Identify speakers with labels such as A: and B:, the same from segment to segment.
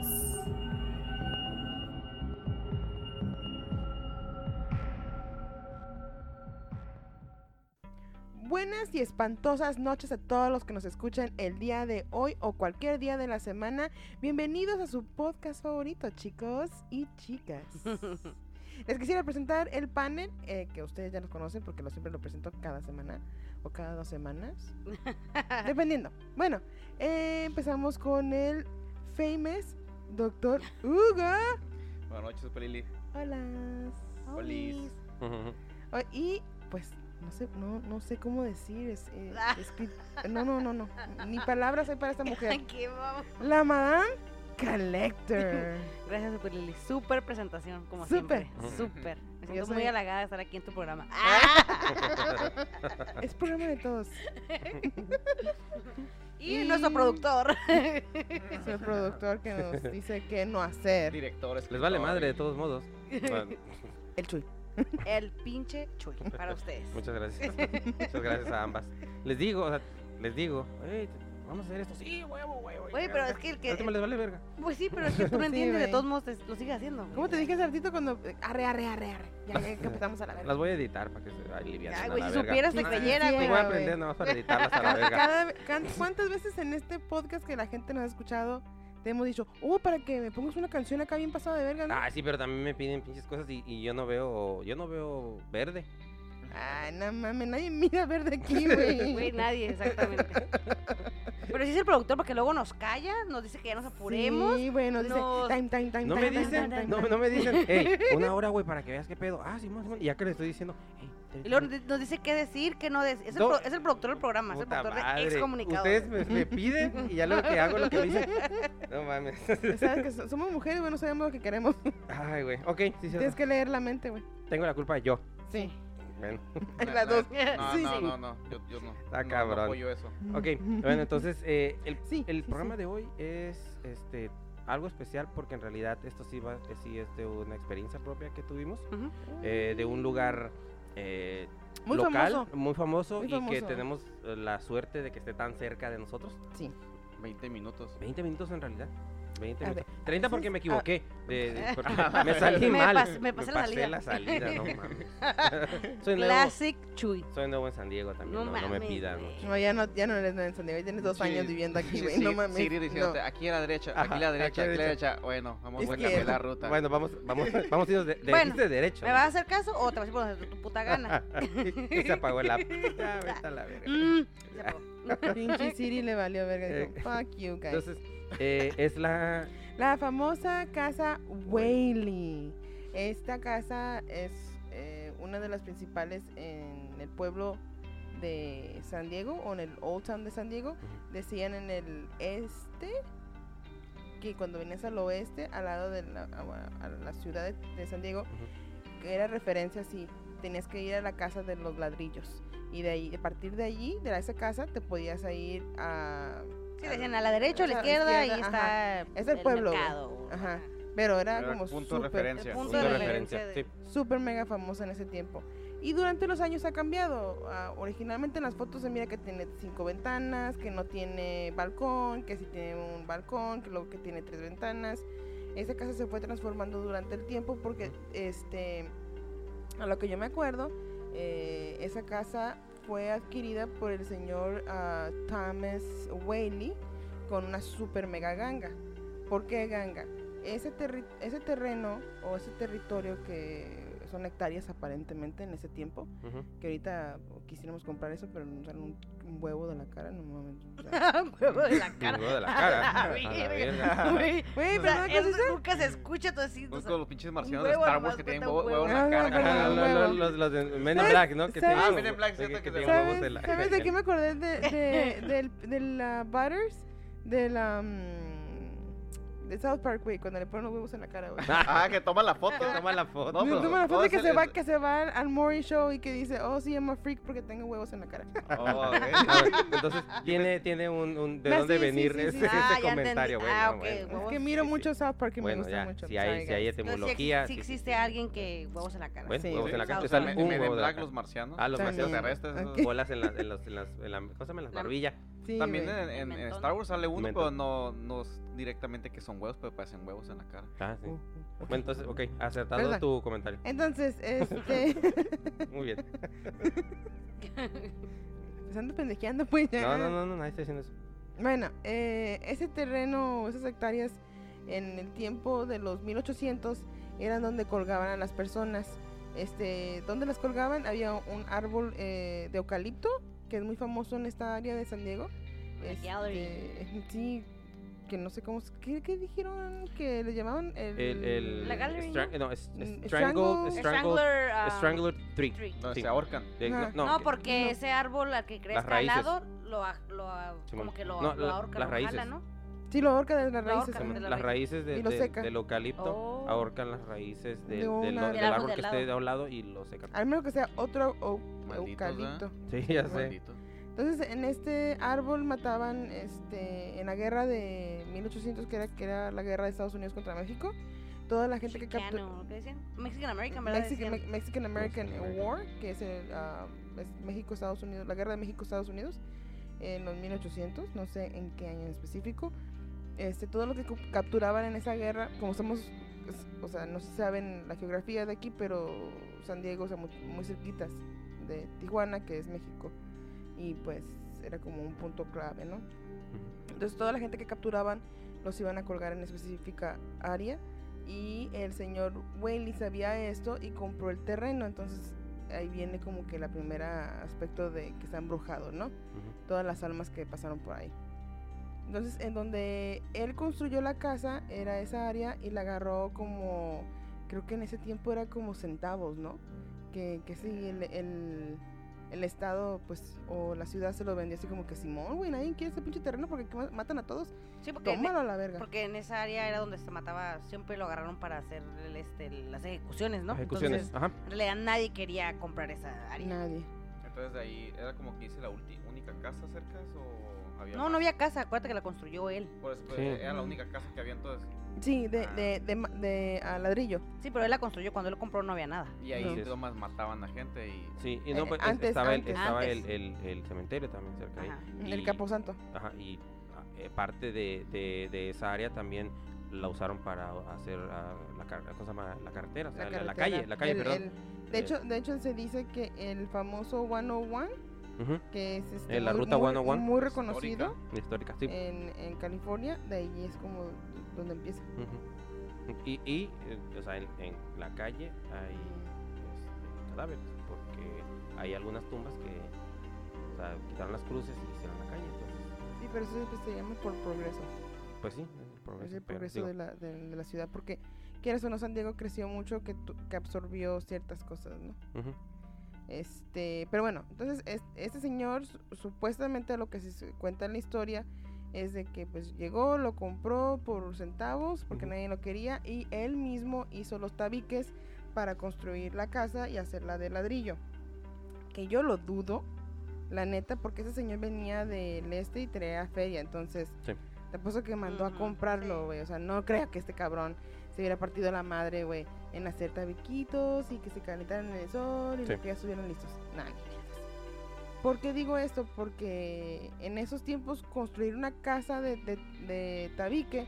A: excomunicados.
B: Buenas y espantosas noches a todos los que nos escuchan el día de hoy o cualquier día de la semana. Bienvenidos a su podcast favorito, chicos y chicas. Les quisiera presentar el panel eh, que ustedes ya nos conocen porque lo siempre lo presento cada semana o cada dos semanas, dependiendo. Bueno, eh, empezamos con el famous doctor Hugo.
C: Buenas noches, Pelili.
B: Hola.
C: Olis.
B: Oh, y pues no sé, no, no sé cómo decir. Es, eh, escri- no, no, no, no. Ni palabras hay para esta mujer.
A: Aquí vamos.
B: La Madame Collector.
A: Gracias, Super Lili. Súper presentación, como
B: Súper.
A: siempre. Súper. Me siento
B: soy-
A: muy halagada de estar aquí en tu programa. Ah,
B: Es programa de todos.
A: Y,
B: Y-
A: nuestro productor.
B: Es el productor que nos dice qué no hacer.
C: Directores.
D: Les vale madre de todos modos. Bueno,
B: El Chuy.
A: El pinche Chuy, para ustedes.
D: muchas gracias. Muchas gracias a ambas. Les digo, o sea, les digo, "Ey, vamos a hacer esto. Sí, huevo, huevo.
A: Güey, pero es que el que.
D: El tema les vale verga.
A: Pues sí, pero es que tú no entiendes, de
B: güey.
A: todos modos te- lo sigues haciendo. güey.
B: ¿Cómo te dije hace ratito cuando. eh, Arre, arre, arre, arre. Ya, ya captamos a la verga.
D: Las voy a editar para que se alivianen
A: Ay,
D: a
A: güey,
D: la
A: si
D: verga.
A: supieras te
B: Sí,
A: creyera,
B: sí,
A: güey.
D: Sí, voy a
B: güey.
D: aprender nada más para editarlas a la
B: Cada-
D: verga.
B: cada- can- ¿Cuántas veces en este podcast que la gente nos ha escuchado te hemos dicho, oh, para que me pongas una canción acá bien pasada de verga, ¿no?
D: Ah, sí, pero también me piden pinches cosas y, y yo no veo, yo no veo verde.
B: Ay, no mames, nadie mira verde aquí, güey.
A: Güey, nadie, exactamente. Pero si es el productor, porque luego nos calla, nos dice que ya nos apuremos.
B: Sí, güey, nos dice,
A: Nos-
B: time, time, time,
D: No
B: time,
D: me
B: time,
D: dicen,
B: time,
D: no,
B: time".
D: no me dicen, hey, una hora, güey, para que veas qué pedo. Ah, sí, y ya que le estoy diciendo, "Ey,
A: Y luego nos di- nos dice qué decir, qué no decir. Es, el
D: No.
A: pro- es el productor del programa, es el
D: Puta
A: productor
D: madre,
A: de excomunicados.
D: Ustedes me, me piden y ya lo que hago es lo que me dicen. No mames.
B: Sabes que so- somos mujeres, güey, no sabemos lo que queremos.
D: Ay, güey. Ok, sí, sí.
B: Tienes que leer la mente, güey.
D: Tengo la culpa yo.
B: Sí.
D: Bueno,
B: Las dos.
C: No,
B: Sí,
C: no,
B: sí.
C: no, no, yo, yo no.
D: Está
C: no,
D: cabrón.
C: No apoyo eso.
D: ok. Bueno, entonces eh, el,
B: Sí, sí,
D: el programa
B: sí.
D: de hoy es este algo especial porque en realidad esto sí, va, eh, sí es de una experiencia propia que tuvimos
A: Ujú.
D: eh, de un lugar eh,
B: Muy
D: local
B: famoso.
D: muy famoso
B: Muy
D: y que
B: famoso.
D: tenemos eh, la suerte de que esté tan cerca de nosotros.
C: 20 minutos.
D: 20 minutos en realidad. 20
B: A
D: minutos.
B: ve- a
D: 30 porque
B: veces-
D: me
B: a-
D: equivoqué. de- de- porque me salí
A: ah, Me
D: mal.
A: pas- me pasé la salida.
D: no mames. soy, nuevo,
A: Classic Chuy.
D: soy nuevo en San Diego también.
A: No
D: No, no, me
A: mames,
D: pidan.
A: güey.
B: No, ya no, ya no eres de San Diego, ya tienes dos
C: Sí,
B: años viviendo aquí,
C: sí,
B: güey.
C: sí,
B: no mames.
C: Siri
B: no.
C: diciéndote, aquí a la derecha,
D: Ajá,
C: aquí a la derecha, aquí
D: aquí a
C: a
D: la
C: la derecha. Bueno, vamos a
B: Izquierda.
C: cambiar la ruta.
D: Bueno, vamos, vamos, vamos a irnos de, de,
A: Bueno,
D: de derecho. Ah,
A: ¿Me vas a hacer caso o te vas a ir por donde tu puta gana?
D: Y se apagó el app. Ya, vete a la verga.
A: Mm, se apagó.
B: Pinche Siri le valió verga. Dijo, fuck you, guys.
D: Entonces, eh, es la.
B: La famosa casa Whaley. Esta casa es eh, una de las principales en el pueblo de San Diego o en el Old Town de San Diego. Decían en el este que cuando venías al oeste, al lado de la, a- a la ciudad de, de San Diego, que era referencia si tenías que ir a la casa de los ladrillos. Y de ahí, a partir de allí, de esa casa, te podías ir a...
A: Sí,
B: a-
A: decían a la derecha o a la
B: A la
A: izquierda, y
B: izquierda,
A: está
B: Es el pueblo, güey.
A: mercado.
B: Ajá. Pero era,
C: Era
B: como
C: punto de
B: súper-
C: referencia.
A: El punto
D: Punto
A: de
D: de
A: referencia
D: referencia.
A: de-
D: sí.
B: súper mega famosa en ese tiempo. Y durante los años ha cambiado. Ah, originalmente en las fotos se mira que tiene cinco ventanas, que no tiene balcón, que sí tiene un balcón, que luego que tiene tres ventanas. Esa casa se fue transformando durante el tiempo porque, este, a lo que yo me acuerdo, eh, esa casa fue adquirida por el señor ah, Thomas Whaley con una super mega ganga. ¿Por qué ganga? ese, terri- ese terreno o ese territorio que son hectáreas aparentemente en ese tiempo,
D: Ujú.
B: que ahorita quisiéramos comprar eso, pero nos sale un, un huevo de la cara, no mames. o sea.
A: Huevo de la
D: Me
A: cara.
D: duele de la
A: A
D: cara.
A: la
D: A la
A: verga.
D: verga. Pues,
A: Güey,
B: Güey,
A: o
B: pero
A: sea,
B: no es
A: eso nunca se escucha, todo así. o
C: Busco
A: sea,
C: los pinches marcianos de
A: huevo
C: Star
A: nomás
C: Wars que tienen
A: cuenta un
C: huevo, huevo en
B: huevo.
C: la cara.
B: Ajá,
C: acá.
D: Ajá,
B: un
D: lo-
B: huevo.
D: lo- los, los de Men in
B: ¿Sabes?
D: Black, ¿no? Que
B: ¿Sabes?
D: tienen
B: Ah,
D: su-
C: Men in Black, cierto que
D: tienen
C: se llama
D: huevos de
B: ¿Sabes,
D: la-
B: sabes de qué me acordé? De, de- del, de la Butters, de la... mm, de South Park, güey, cuando le ponen los huevos en la cara, güey.
C: Ah, que toma la foto.
D: Toma la foto.
C: No,
B: No,
C: pero
B: toma la foto
C: todo
B: que
C: es
B: se,
C: el-
B: va,
C: es-
B: que se va al- al Morning Show y que dice, oh, sí, I'm a freak porque tengo huevos en la cara.
C: Oh, ok.
D: A ver, entonces tiene, tiene un, un- de
B: Ah,
D: dónde
B: sí, sí,
D: venir
B: sí, sí.
D: ese, ese
A: Ah, ya
D: comentario,
A: entendí.
D: bueno,
A: Ah, ok,
D: bueno.
A: Huevos.
B: Es que miro
D: Sí, sí.
B: mucho South Park y me
D: Bueno,
B: gusta
D: ya,
B: mucho.
D: si hay,
B: Sorry,
D: si hay
B: guys.
A: pero sí
D: etimología.
A: sí
D: sí, sí.
A: existe alguien que huevos en la cara.
D: Bueno,
B: Sí,
D: huevos
B: güey.
D: en la cara.
A: South
D: Te sale
C: Men-
D: un
C: Men in
D: huevo de la
C: Black,
D: cara.
C: los marcianos.
D: Ah, los
B: También.
D: marcianos terrestres.
C: extraterrestres.
D: esas
B: Ok.
D: Bolas en las, en las, en las, en la, ¿cómo se llama? En las
A: La-
D: barbillas.
B: Sí, Sí,
C: También eh,
B: güey.
C: en,
A: El
C: en- en
A: mentón.
C: Star Wars sale uno,
D: Mentón.
C: pero no, no es directamente que son huevos, pero parecen huevos en la cara.
D: Ah, sí.
B: Uh, uh,
D: Bueno, entonces, ok, acertado
B: Perdón.
D: tu comentario.
B: Entonces, este.
D: Muy bien.
B: pues ando pendejeando, pues ya.
D: No, no, no, no, nadie está diciendo eso.
B: Bueno, eh, ese terreno, esas hectáreas, en el tiempo de los 1800, eran donde colgaban a las personas. Este, ¿Dónde las colgaban? Había un árbol eh, de eucalipto, que es muy famoso en esta área de San Diego. Este,
A: La gallery.
B: sí, que no sé cómo. se- ¿Qué, qué dijeron que le llamaban? El,
D: El, el
A: Mm, La gallery,
D: stra- no, es-
B: Mm,
D: es-
B: strangle-
D: strangled, strangled,
A: Strangler. ah,
D: strangler tree.
A: tree.
C: Donde
D: Sí.
C: se ahorcan.
D: De-
B: Ajá.
D: no,
A: No,
D: que-
A: porque
B: no.
A: ese árbol al que crezca al
D: raíces.
A: lado, lo, a- lo a-
D: Simón.
A: como que lo,
D: No,
A: lo
D: la-
A: ahorca,
D: las
A: lo jala,
D: raíces.
A: ¿no?
B: Sí, lo ahorca de las
A: Lo ahorca
B: raíces.
A: de
D: Simón,
A: las
D: las raíces de-
B: Y lo
D: de-
B: seca.
D: del eucalipto
A: Oh.
D: ahorcan las raíces del,
B: De un
D: del-
B: árbol.
D: del
A: Del árbol
D: árbol
A: de
D: que
A: al
D: esté
A: lado.
D: a un lado y lo secan.
B: Al menos que sea otro eu-
C: Malditos, ¿eh?
B: eucalipto.
D: Sí, ya sé.
C: Maldito.
B: Entonces, en este árbol mataban, este, en la guerra de 1800, que era, que era la guerra de Estados Unidos contra México, toda la gente que capturó...
A: Chicano, ¿qué decían? Mexican American, ¿verdad?
B: Mexican,
A: Decían.
B: Me- Mexican American
D: Mexican American.
B: War, que es, el, ah, es México-Estados Unidos, la guerra de México-Estados Unidos, en los 1800, no sé en qué año en específico. Este, todo lo que cu- capturaban en esa guerra, como estamos, es- o sea, no se saben la geografía de aquí, pero San Diego, o sea, muy, muy cerquitas de Tijuana, que es México, y pues era como un punto clave, ¿no? Entonces toda la gente que capturaban los iban a colgar en específica área y el señor Whaley sabía esto y compró el terreno, entonces ahí viene como que la primera aspecto de que está embrujado, ¿no?
D: Ujú.
B: Todas las almas que pasaron por ahí. Entonces en donde él construyó la casa era esa área y la agarró como, creo que en ese tiempo era como centavos, ¿no? Que, que sí, el, el- el estado pues o la ciudad se lo vendió así como que Simón, güey, nadie quiere ese pinche terreno porque aquí ma- matan a todos.
A: Sí, porque en,
B: Tómalo a la verga.
A: porque en esa área era donde se mataba, siempre lo agarraron para hacer el, este, las ejecuciones, ¿no?
D: Ejecuciones.
A: Entonces,
D: Ajá.
A: en realidad nadie quería comprar esa área.
B: Nadie.
C: Entonces de ahí era como que hice la ulti- única casa cerca o había
A: No, no
C: más?
A: había casa, acuérdate que la construyó él.
C: Por eso, pues,
D: Sí.
C: era la única casa que había entonces.
B: Sí, de,
D: Ah.
B: de, de, ma- de- a ladrillo.
A: Sí, pero él la construyó, cuando él compró no había nada.
C: Y ahí
D: Entonces-
C: nomás mataban a gente y
D: Sí, y no,
B: Eh,
D: pues,
B: antes,
D: estaba, el,
B: antes.
D: estaba el,
A: Antes.
D: el- el cementerio también cerca
A: Ajá.
D: ahí.
B: El
D: Y-
B: Caposanto.
D: Ajá, y ah, eh, parte de, de- de esa área también la usaron para hacer ah, la, car- ¿cómo se llama? la carretera, o sea, la, la
B: carretera.
D: calle, la calle,
B: El-
D: perdón. Eh,
B: el- de, hecho, de hecho, se dice que el famoso 101,
D: Ujú,
B: que es este,
D: Eh, la ruta
B: muy,
D: 101.
B: muy reconocido
C: Histórica.
D: Histórica, sí.
B: en, en California, de ahí es como donde empieza.
D: Ujú. Y, y, eh, o sea, en, en la calle hay este, cadáveres, porque hay algunas tumbas que o sea, quitaron las cruces y hicieron la calle. Entonces,
B: Sí, pero eso pues, se llama por progreso.
D: pues sí, es el progreso.
B: Es el
D: pero
B: progreso
D: digo,
B: de la, de, de la ciudad, porque quieras o no, San Diego creció mucho que, tu- que absorbió ciertas cosas, ¿no?
D: ujú.
B: Este, pero bueno, entonces es- este señor su- supuestamente lo que se se cuenta en la historia es de que pues llegó, lo compró por centavos porque
D: Ujú.
B: nadie lo quería y él mismo hizo los tabiques para construir la casa y hacerla de ladrillo. Que yo lo dudo, la neta, porque ese señor venía del este y traía feria, entonces
D: Sí.
B: te apuesto que mandó a
A: Ujú,
B: comprarlo,
A: sí.
B: güey, o sea, no creo que este cabrón se hubiera partido la madre, güey, en hacer tabiquitos y que se calentaran en el sol y
D: Sí.
B: que ya estuvieran listos. Nah, ni mierdas. ¿Por qué digo esto? Porque en esos tiempos construir una casa de, de- de tabique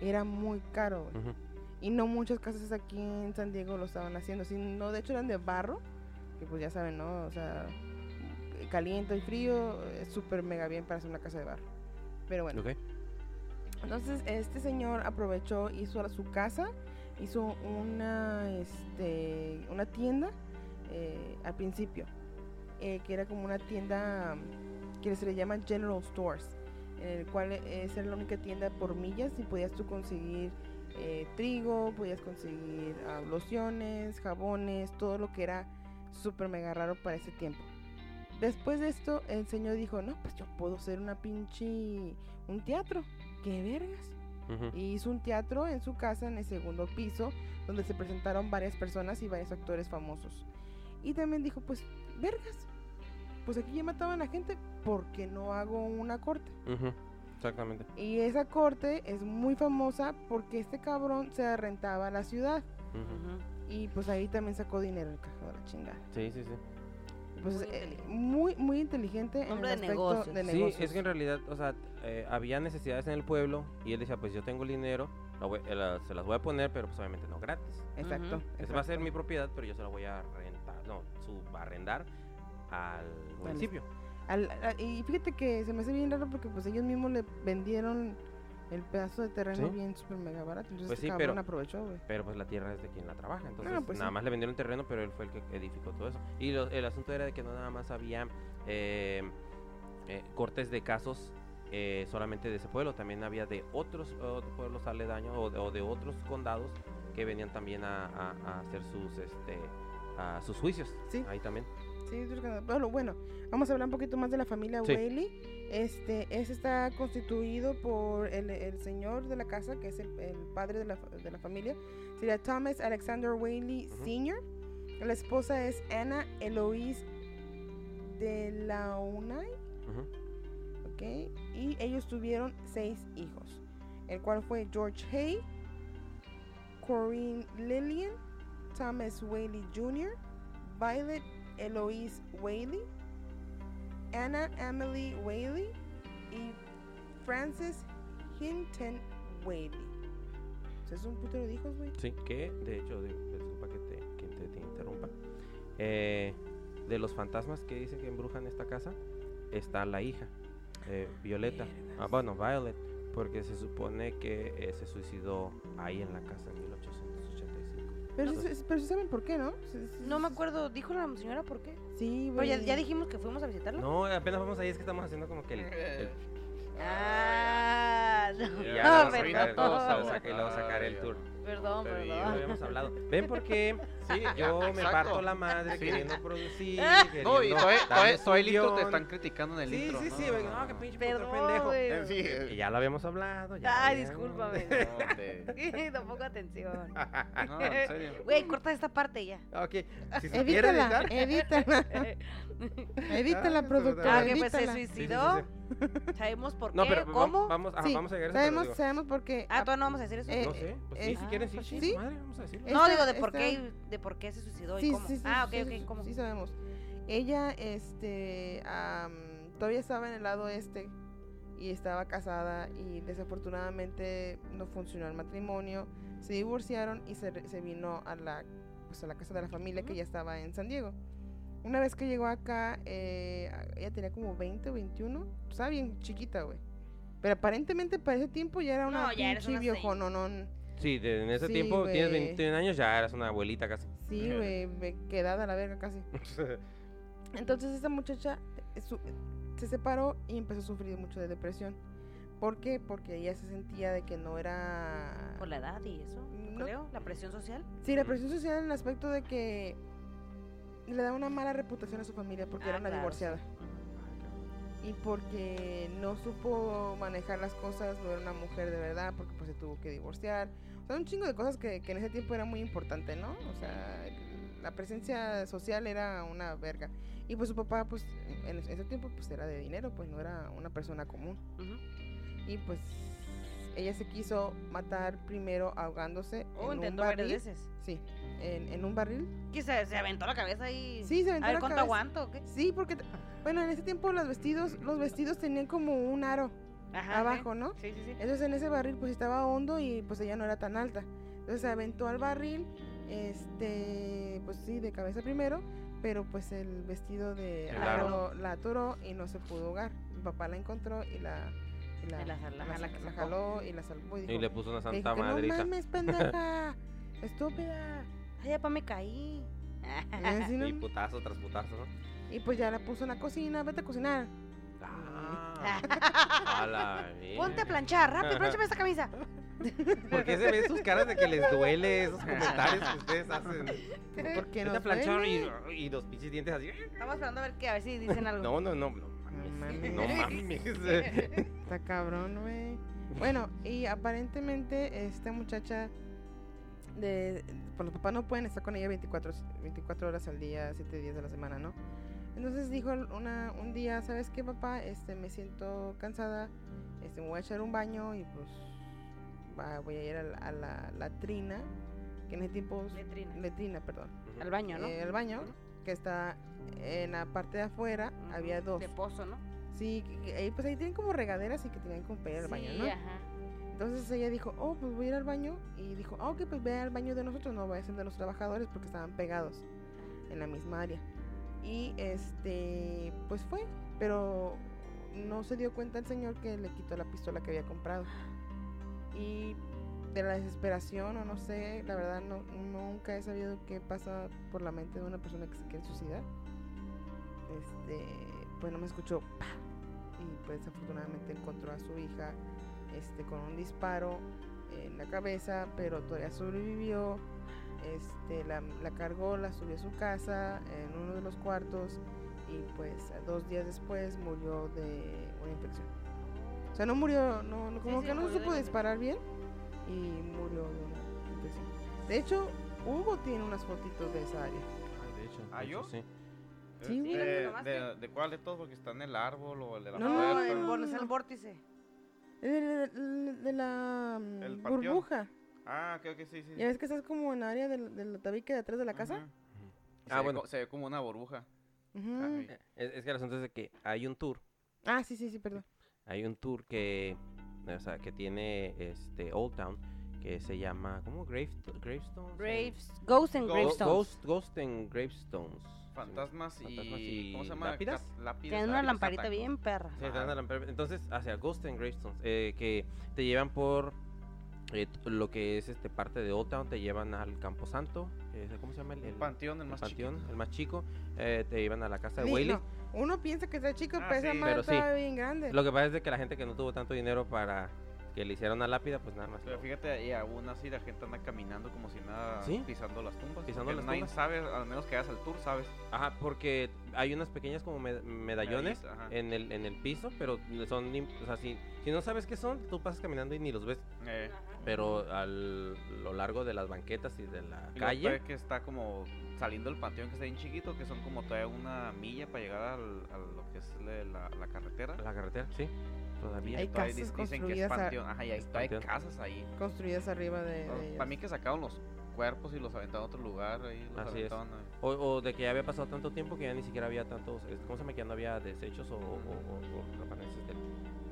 B: era muy caro, güey.
D: Ujú.
B: Y no muchas casas aquí en San Diego lo estaban haciendo, sino de hecho eran de barro, que pues ya saben, ¿no? O sea, caliente y frío, es súper mega bien para hacer una casa de barro. Pero bueno.
D: Ok.
B: Entonces este señor aprovechó, hizo a su casa, hizo una, este, una tienda eh, al principio, eh, que era como una tienda mm, que se le llama General Stores, en el cual eh, esa era la única tienda por millas y podías tú conseguir eh, trigo, podías conseguir ah, lociones, jabones, todo lo que era súper mega raro para ese tiempo. Después de esto, el señor dijo, no, pues yo puedo hacer una pinche... un teatro. ¡Qué vergas!
D: Ujú.
B: y hizo un teatro en su casa en el segundo piso donde se presentaron varias personas y varios actores famosos. Y también dijo, pues, vergas, pues aquí ya mataban a gente, ¿por qué no hago una corte?
D: Ujú. Exactamente.
B: Y esa corte es muy famosa porque este cabrón se rentaba la ciudad
D: Ujú.
A: Ujú.
B: y pues ahí también sacó dinero el cajón de la chingada.
D: Sí, sí, sí.
B: Pues,
A: Muy
B: eh,
A: inteligente.
B: muy, muy inteligente en el
A: Hombre de
B: aspecto
A: negocios.
B: de
A: Sí,
B: negocios.
D: Sí, es que en realidad, o sea, eh, había necesidades en el pueblo y él decía, pues yo tengo el dinero, la voy- eh, la- se las voy a poner, pero pues obviamente no gratis.
B: Exacto.
A: Ujú.
D: Esa va a ser mi propiedad, pero yo se la voy a rentar, no, subarrendar al municipio.
B: Al- a- y fíjate que se me hace bien raro porque pues ellos mismos le vendieron el pedazo de terreno
D: Sí.
B: bien super mega barato. Entonces
D: Pues
B: este
D: sí,
B: cabrón
D: pero-
B: aprovechó, güey.
D: Pero pues la tierra es de quien la trabaja, entonces
B: pues
D: nada
B: sí.
D: más le vendieron terreno, pero él fue el que edificó todo eso. Y lo- el asunto era de que no nada más había eh, eh, cortes de casos eh, solamente de ese pueblo, también había de otros eh, pueblos aledaños o de, o de otros condados que venían también a, a- a hacer sus, este, a sus juicios.
B: Sí.
D: Ahí también.
B: Sí, es verdad. pero bueno, vamos a hablar un poquito más de la familia
D: Sí.
B: Whaley. Este, ese está constituido por el, el señor de la casa, que es el, el padre de la, fa- de la familia. Sería Thomas Alexander Whaley
D: Ujú.
B: Sr. La esposa es Anna Eloise de la UNAI.
D: Ujú.
B: ¿ok? Y ellos tuvieron seis hijos, el cual fue George Hay, Corinne Lillian, Thomas Whaley Jr., Violet Eloise Whaley, Anna Emily Whaley y Frances Hinton Whaley. O sea, es un putero de hijos, güey.
D: Sí, que de hecho, de- disculpa que te, que te, te interrumpa. eh, de los fantasmas que dicen que embrujan esta casa, está la hija, eh, Violeta. Ah, bueno, Violet, porque se supone que eh, se suicidó ahí en la casa en 1885.
B: Pero,
D: No.
B: sí- sí- pero sí saben por qué, ¿no? Sí- sí-
A: No me
B: sí-
A: acuerdo, dijo la señora por qué.
B: Sí,
A: Pero
B: güey.
A: ya, ya dijimos que fuimos a visitarlo.
D: No, apenas vamos ahí, es que estamos haciendo como que el. el-
A: Ah, no.
D: y
C: Ya,
D: ya
A: no,
D: lo vamos a
A: perdón.
D: sacar, lo vamos a sacar- y lo vamos a sacar
C: Ay,
D: el tour.
A: Perdón,
C: Te
D: No
C: digo. eh,
A: perdón.
D: habíamos hablado. Ven porque
C: Sí,
D: yo me
C: exacto.
D: parto la madre
C: Sí.
D: queriendo producir.
C: No, y
D: queriendo
C: todavía,
D: darle
C: todavía,
D: su
C: todavía el intro te
D: guión.
C: están criticando en el
D: Sí,
C: intro.
D: sí, sí, güey, no, que pinche puto
A: Perdón,
D: pendejo.
A: güey.
C: En sí,
D: Que
C: eh,
D: ya lo habíamos hablado. ya
A: Ay,
D: lo habíamos-
A: discúlpame.
C: no, te-
A: Tampoco atención.
C: no, en serio.
A: Güey, corta esta parte ya.
D: Ok, si se quiere
B: Evítala,
D: editar.
B: evítala,
D: Ah,
B: evítala,
D: se
B: productora,
A: Ah,
D: Pero
A: que pues se
B: evítala.
D: Sí, sí, sí,
A: suicidó.
D: sí.
A: Sabemos por qué,
D: No, pero va-
A: cómo.
D: vamos, ajá,
B: Sí,
D: vamos a llegar a eso, pero
B: sabemos,
D: digo,
B: sabemos por qué.
A: Ah, todavía no vamos a decir eso.
B: Eh,
D: No sé, pues sí,
B: eh,
D: si quieren decir
B: pues
D: sí,
B: sí.
D: madre, vamos a decirlo.
A: no,
B: esta-
A: digo, de por,
B: esta-
A: qué, y- de por qué se suicidó y
B: Sí,
A: cómo.
B: sí, sí,
A: ah,
B: sí,
A: ok,
B: sí,
A: ok, ¿cómo?
B: Sí sabemos. Ella, este, am, todavía estaba en el lado este y estaba casada y desafortunadamente no funcionó el matrimonio. Se divorciaron y se, re- se vino a la, pues, a la casa de la familia que ya estaba en San Diego. Una vez que llegó acá, eh, a- ella tenía como 20 o 21. Estaba bien chiquita, güey. Pero aparentemente para ese tiempo ya era una
A: No, ya eres
B: pinche
A: una señora.
B: viejononón.
D: Sí, de- en ese
B: Sí,
D: tiempo tienes
B: güey.
D: 21 años, ya eras una abuelita casi.
B: Sí, güey, me- quedada a la verga casi. Entonces esta muchacha eh, su- se separó y empezó a sufrir mucho de depresión. ¿Por qué? Porque ella se sentía de que no era...
A: Por la edad y eso, yo
B: No.
A: creo. La presión social.
B: Sí, la
D: Mm.
B: presión social en el aspecto de que le da una mala reputación a su familia porque
A: Ah,
B: era una
A: claro, sí.
B: divorciada. Y porque no supo manejar las cosas, no era una mujer de verdad, porque pues se tuvo que divorciar. O sea, un chingo de cosas que, que en ese tiempo era muy importante, ¿no? O sea, el- la presencia social era una verga. Y pues su papá, pues en ese tiempo, pues era de dinero, pues no era una persona común.
A: Ujú.
B: Y pues ella se quiso matar primero ahogándose
A: Oh,
B: en un
A: intentó varias
B: barril.
A: veces.
B: Sí, en, en un barril.
A: Que se, se aventó la cabeza y...
B: Sí, se aventó
A: a ver,
B: la
A: ¿cuánto
B: cabeza.
A: aguanto o qué?
B: Sí, porque t- bueno, en ese tiempo los vestidos, los vestidos tenían como un aro
A: Ajá,
B: abajo, ¿no?
A: Sí, sí, sí.
B: Entonces en ese barril pues estaba hondo y pues ella no era tan alta. Entonces se aventó al barril, este, pues sí, de cabeza primero, pero pues el vestido de
C: El
B: aro la atoró y no se pudo ahogar. Mi papá la encontró y la, y
A: Y la- la- la- la que sacó.
B: jaló y la salvó y dijo,
D: Y le puso una
B: le
D: santa
B: dijo que, no
D: madrita.
B: mames, pendeja, estúpida.
A: Ay, ya pa' me caí.
B: Y así, ¿no?
D: Y putazo tras putazo, ¿no?
B: Y pues ya la puso en la cocina, vete a cocinar.
D: Ah, a la
A: Ponte a
D: verga.
A: planchar, rápido, planchame esta camisa.
D: ¿Por qué se ven sus caras de que les duele esos comentarios que ustedes hacen?
B: Porque
D: Vete
B: nos
D: a planchar
B: duele.
D: y, y los pinches dientes así.
A: Estamos esperando a ver qué, a ver si dicen algo.
D: No, no, no, no mames. No mames.
B: Está cabrón, güey. Bueno, y aparentemente esta muchacha de por los papás no pueden estar con ella 24, 24 horas al día, 7 días de la semana, ¿no? Entonces dijo una, un día, ¿sabes qué, papá? Este, me siento cansada, este, me voy a echar un baño y pues va- voy a ir a la, a la latrina, que en ese tiempo...
A: Letrina.
B: Letrina, perdón.
A: Al baño, ¿no?
B: eh, al baño. que está en la parte de afuera,
A: Ujú,
B: había dos.
A: De pozo, ¿no?
B: Sí, que- que ahí, pues ahí tienen como regaderas y que tenían como para ir al baño,
A: Sí,
B: ¿no?
A: ajá.
B: Entonces ella dijo, oh, pues voy a ir al baño. Y dijo, ah, ok, pues ve al baño de nosotros, no vaya a ser de los trabajadores porque estaban pegados en la misma área. Y este, pues fue, pero no se dio cuenta el señor que le quitó la pistola que había comprado. Y de la desesperación, o no sé, la verdad no, nunca he sabido qué pasa por la mente de una persona que se quiere suicidar. Este, pues no me escuchó, ¡pa! y pues afortunadamente encontró a su hija este, con un disparo en la cabeza, pero todavía sobrevivió. Este, la, la cargó, la subió a su casa, en uno de los cuartos, y pues a dos días después murió de una infección. O sea, no murió, no, no- como
A: sí,
B: que no
A: murió de
B: supo
A: una
B: disparar bien y murió de una infección. De hecho, Hugo tiene unas fotitos de esa área.
D: Ah, de hecho.
C: ¿Ah,
D: de hecho,
C: yo?
D: Sí.
B: Sí,
A: güey.
C: de,
A: Sí, lo tomaste.
C: de- de cuál de todos? Porque está en el árbol o el de la
B: No, no,
A: No,
C: puerta.
A: en
B: no,
A: Bono, es
B: no.
A: el vórtice.
B: De, de- de- de la mm,
C: El panteón.
B: burbuja.
C: Ah, creo que sí, sí.
B: Ya ves que estás como en la área del, del tabique de atrás de la casa.
C: Ujú.
D: Ah,
C: Se ve
D: bueno.
C: co- Se ve como una burbuja.
B: Ujú.
C: Ay.
D: Es, es que el asunto es de que hay un tour
B: Ah, sí, sí, sí, perdón.
D: hay un tour que, o sea, que tiene este Old Town que se llama ¿cómo? Grave, Gravestones. eh,
A: Graves, Ghost and
C: Go-
D: Go-
A: Gravestones.
D: Ghost, Ghost and Gravestones. sí.
C: Fantasmas y,
D: Fantasmas
C: ¿Cómo
D: y
C: se llama?
D: lápidas.
C: Cat- lápidas,
A: Tienen una
C: lápidas,
A: lamparita
C: exacto.
A: bien perra.
D: Sí, te dan a la- Entonces, hacia Ghost and Gravestones, eh, que te llevan por eh, t- lo que es este parte de Old Town, te llevan al Campo Santo, eh, ¿cómo se llama? El,
C: El
D: el-
C: panteón, el
D: el
C: más
D: panteón,
C: chiquito.
D: el más chico, eh, te llevan a la casa de
B: Ni-
D: Whaley.
B: no, uno piensa que está chico,
C: Ah,
B: pero esa
C: sí.
B: madre
D: Pero sí.
B: estaba bien grande.
D: Lo que pasa es de que la gente que no tuvo tanto dinero para que le hicieran una lápida, pues nada más.
C: Pero
D: lo-
C: fíjate, y aún así la gente anda caminando como si nada,
D: ¿Sí?
C: pisando las tumbas.
D: Pisando
C: porque
D: las
C: nadie
D: tumbas.
C: sabe, al menos que hagas el tour, sabes.
D: Ajá, porque hay unas pequeñas como med- medallones
C: Medallitas, ajá.
D: en el, en el piso, pero son, im- o sea, si, si no sabes qué son, tú pasas caminando y ni los ves,
C: Eh,
D: pero a lo largo de las banquetas y de la
C: y luego
D: calle,
C: todavía que está como saliendo del panteón que está bien chiquito, que son como todavía una milla para llegar al, a lo que es la, la- la carretera.
D: a la carretera, sí, todavía.
B: Hay
C: Todavía
B: casas
C: dic- dicen que es
B: construidas a-
C: panteón. Ajá, y ahí
D: Es
C: todavía hay
D: panteón.
C: casas ahí.
B: Construidas arriba de,
D: Oh,
B: de
C: Entonces,
B: ellas.
C: Para mí que sacaron los cuerpos y los aventaron a otro lugar, ahí los
D: Así es.
C: aventaron ahí.
D: O, o de que ya había pasado tanto tiempo que ya ni siquiera había tantos, es- ¿cómo se llama? Que ya no había desechos o, o, o- o remanentes del,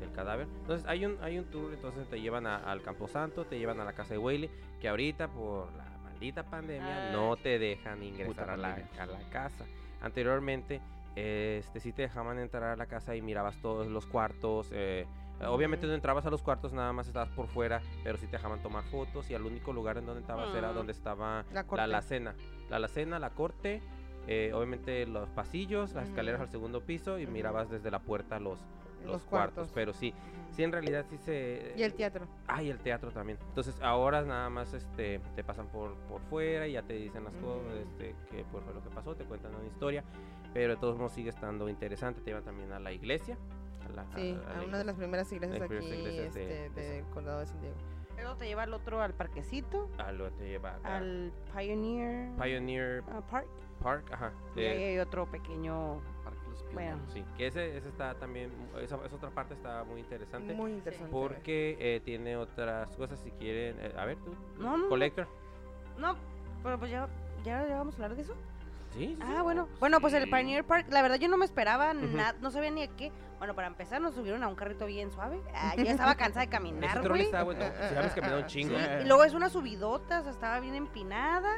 D: del cadáver. Entonces hay un, hay un tour, entonces te llevan a- al Camposanto, te llevan a la casa de Whaley, que ahorita por la maldita pandemia
A: Ay.
D: no te dejan ingresar
C: Puta
D: a la,
C: pandemia.
D: a la casa. Anteriormente, este sí te dejaban entrar a la casa y mirabas todos los cuartos. eh, Obviamente
B: Ujú.
D: no entrabas a los cuartos, nada más estabas por fuera, pero sí te dejaban tomar fotos y al único lugar en donde estabas era
A: Mm.
D: donde estaba
B: La
D: la
B: corte.
D: alacena. La alacena, la corte, eh, obviamente los pasillos, las escaleras
B: Ujú.
D: al segundo piso y
B: Ujú.
D: mirabas desde la puerta los,
B: los,
D: los, cuartos. Pero sí,
B: Ujú.
D: sí en realidad sí se...
B: Y el teatro.
D: Ah, y el teatro también. Entonces ahora nada más este, te pasan por, por fuera y ya te dicen las cosas,
B: Ujú.
D: este, que pues fue lo que pasó, te cuentan una historia, pero de todos modos sigue estando interesante. Te llevan también a la iglesia. A la, a-
B: Sí,
D: a Ah, la
B: a una de las
D: iglesia,
B: primeras iglesias
D: Las
B: aquí
D: primeras iglesias de-
B: este,
D: de
B: del condado de San Diego.
A: Luego te lleva el otro al parquecito,
D: a lo que te lleva acá.
A: al Pioneer
D: Pioneer
A: ah, Park.
D: Park, ajá.
A: Y ahí
D: eh,
A: hay otro pequeño.
C: Parque Los Pinos.
A: Bueno.
D: Sí, que ese, ese está también, esa, esa otra parte está muy interesante.
B: Muy interesante.
D: Porque eh, tiene otras cosas si quieren. eh, a ver, tú.
A: No, no, no.
D: Collector.
A: No, pero pues ya, ya, ya vamos a hablar de eso.
D: Sí, sí, sí.
A: Ah, bueno. Bueno, pues el
C: sí.
A: Pioneer Park, la verdad yo no me esperaba
D: Ujú.
A: nada, no sabía ni a qué. Bueno, para empezar nos subieron a un carrito bien suave. Ah, yo estaba cansada de
D: Ese
A: caminar,
D: troll
A: güey.
D: está bueno. Si sabes caminar un chingo.
C: Sí.
A: ah, Y luego es una subidota, o sea, estaba bien empinada.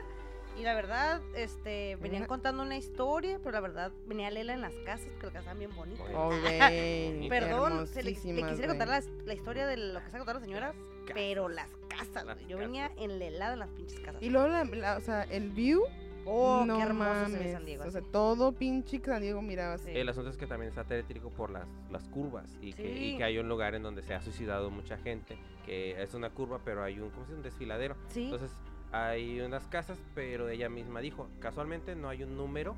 A: Y la verdad, este, venían
B: Una-
A: contando una historia, pero la verdad venía Lela en las casas, porque las casas estaban bien bonitas.
D: Oye,
B: Oh, güey,
A: Perdón, se le, le
B: hermosísimas,
A: quisiera
B: güey.
A: contar la, la historia de lo que se ha contado la señora,
D: Las
A: pero
D: casas.
A: las casas,
D: Las
A: güey. Yo venía enlelada en las pinches casas.
B: Y luego, la, la- o sea, el view.
A: Oh,
B: no
A: qué hermoso se ve
B: mames.
A: San Diego.
B: o sea,
A: así.
B: todo pinche San Diego miraba así.
A: Sí.
D: Eh, El asunto es que también está tétrico por las, las curvas y, que, y
A: Sí.
D: que hay un lugar en donde se ha suicidado mucha gente, que es una curva, pero hay un, ¿cómo se dice? Un desfiladero.
A: Sí.
D: Entonces hay unas casas, pero ella misma dijo, casualmente no hay un número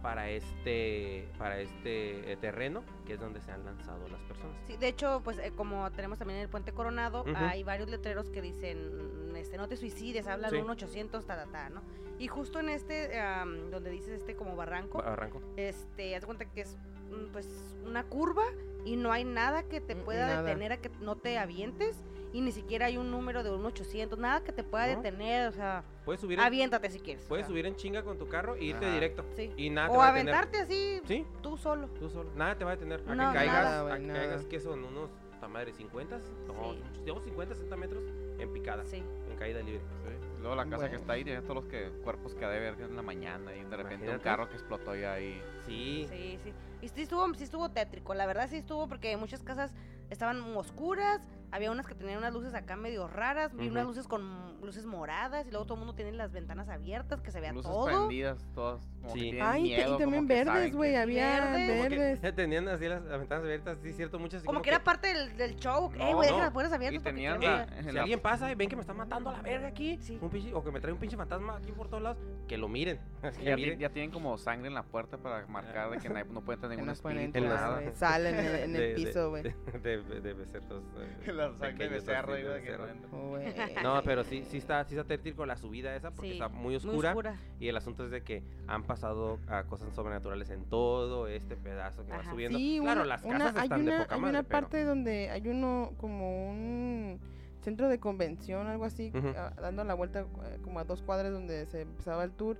D: para este, para este eh, terreno, que es donde se han lanzado las personas.
A: Sí, de hecho, pues eh, como tenemos también el Puente Coronado,
D: Ujú.
A: hay varios letreros que dicen, mm, este, no te suicides, habla al
D: Sí.
A: 1800, ta, ta, ta, ¿no? Y justo en este, am, donde dices este como barranco,
D: Barranco.
A: este, haz de cuenta que es mm, pues una curva y no hay nada que te
D: Mm,
A: pueda
D: nada.
A: detener a que no te avientes y ni siquiera hay un número de un 800, nada que te pueda
D: No.
A: detener, o sea,
D: Puedes subir, en,
A: aviéntate si quieres. o
D: puedes
A: sea,
D: subir en chinga con tu carro y irte
C: Ajá.
D: directo.
A: sí.
D: Y nada te
A: O
D: va a detener.
A: aventarte así
D: Sí,
A: tú solo.
D: tú solo. Nada te va a detener. A
A: No,
D: que caigas,
B: nada,
D: a
B: güey,
D: que
B: nada.
D: caigas que son unos, ta madre, 50, no,
A: Sí.
D: digamos 50, 60 metros en picada,
A: Sí.
D: en caída libre.
C: Sí. Luego la casa que
B: Bueno.
C: está ahí tiene todos los que, cuerpos que ha de ver que en la mañana y de repente un
D: Imagínate.
C: carro que explotó y ahí.
D: Sí,
A: Sí, sí. Y sí estuvo, sí estuvo tétrico, la verdad sí estuvo porque muchas casas estaban oscuras, había unas que tenían unas luces acá medio raras, vi unas
D: Ujú.
A: luces con luces moradas y luego todo el mundo tiene las ventanas abiertas que se vea
C: Luces
A: todo.
C: prendidas, todas. Como
D: Sí.
C: que tienen
B: Ay, te-
C: miedo,
B: y también
C: como que saben
B: verdes,
C: que-
B: güey, había
A: Verdes.
D: como que
B: verdes.
D: tenían así las las ventanas abiertas, sí, cierto, muchas. así
A: Como, que, era parte del, del show, eh,
C: No,
A: güey, deja
D: no.
A: las puertas
C: Y
A: abiertas. para que
C: tenían
A: entre".
C: la,
D: "Ey,
C: en
D: si
C: la-
D: alguien pasa y ven que me están matando a la verga aquí,
A: Sí.
D: un pinche- o que me trae un pinche fantasma aquí por todos lados, que lo miren. que
C: ya, ti-
D: miren.
C: ya tienen como sangre en la puerta para marcar de que na- no puede tener
B: Que
C: ningún
B: nos ponen
C: espíritu.
D: en
B: entrar,
D: las-
C: nada.
B: güey. Salen en el, en el
D: De- de-
B: piso, güey.
D: de, de, de becerros. eh,
C: La sangre de
D: pequeños,
C: becerro.
D: así,
C: y
D: de
C: de que
D: becerro.
C: no-
B: Oh, Güey.
D: No, pero sí, sí está, sí está tétrico la subida esa
A: Sí,
D: porque está muy
A: Muy
D: oscura, y el asunto es de que han pasado ah, cosas sobrenaturales en todo este pedazo que va
A: Ajá.
D: subiendo.
B: Sí,
D: claro,
B: una-
D: las
B: una-
D: casas
B: hay
D: están
B: una,
D: de poca
B: hay
D: madre,
B: una
D: pero-
B: parte donde hay uno como un centro de convención, algo así,
D: Ujú.
B: a- dando la vuelta eh, como a dos cuadras donde se empezaba el tour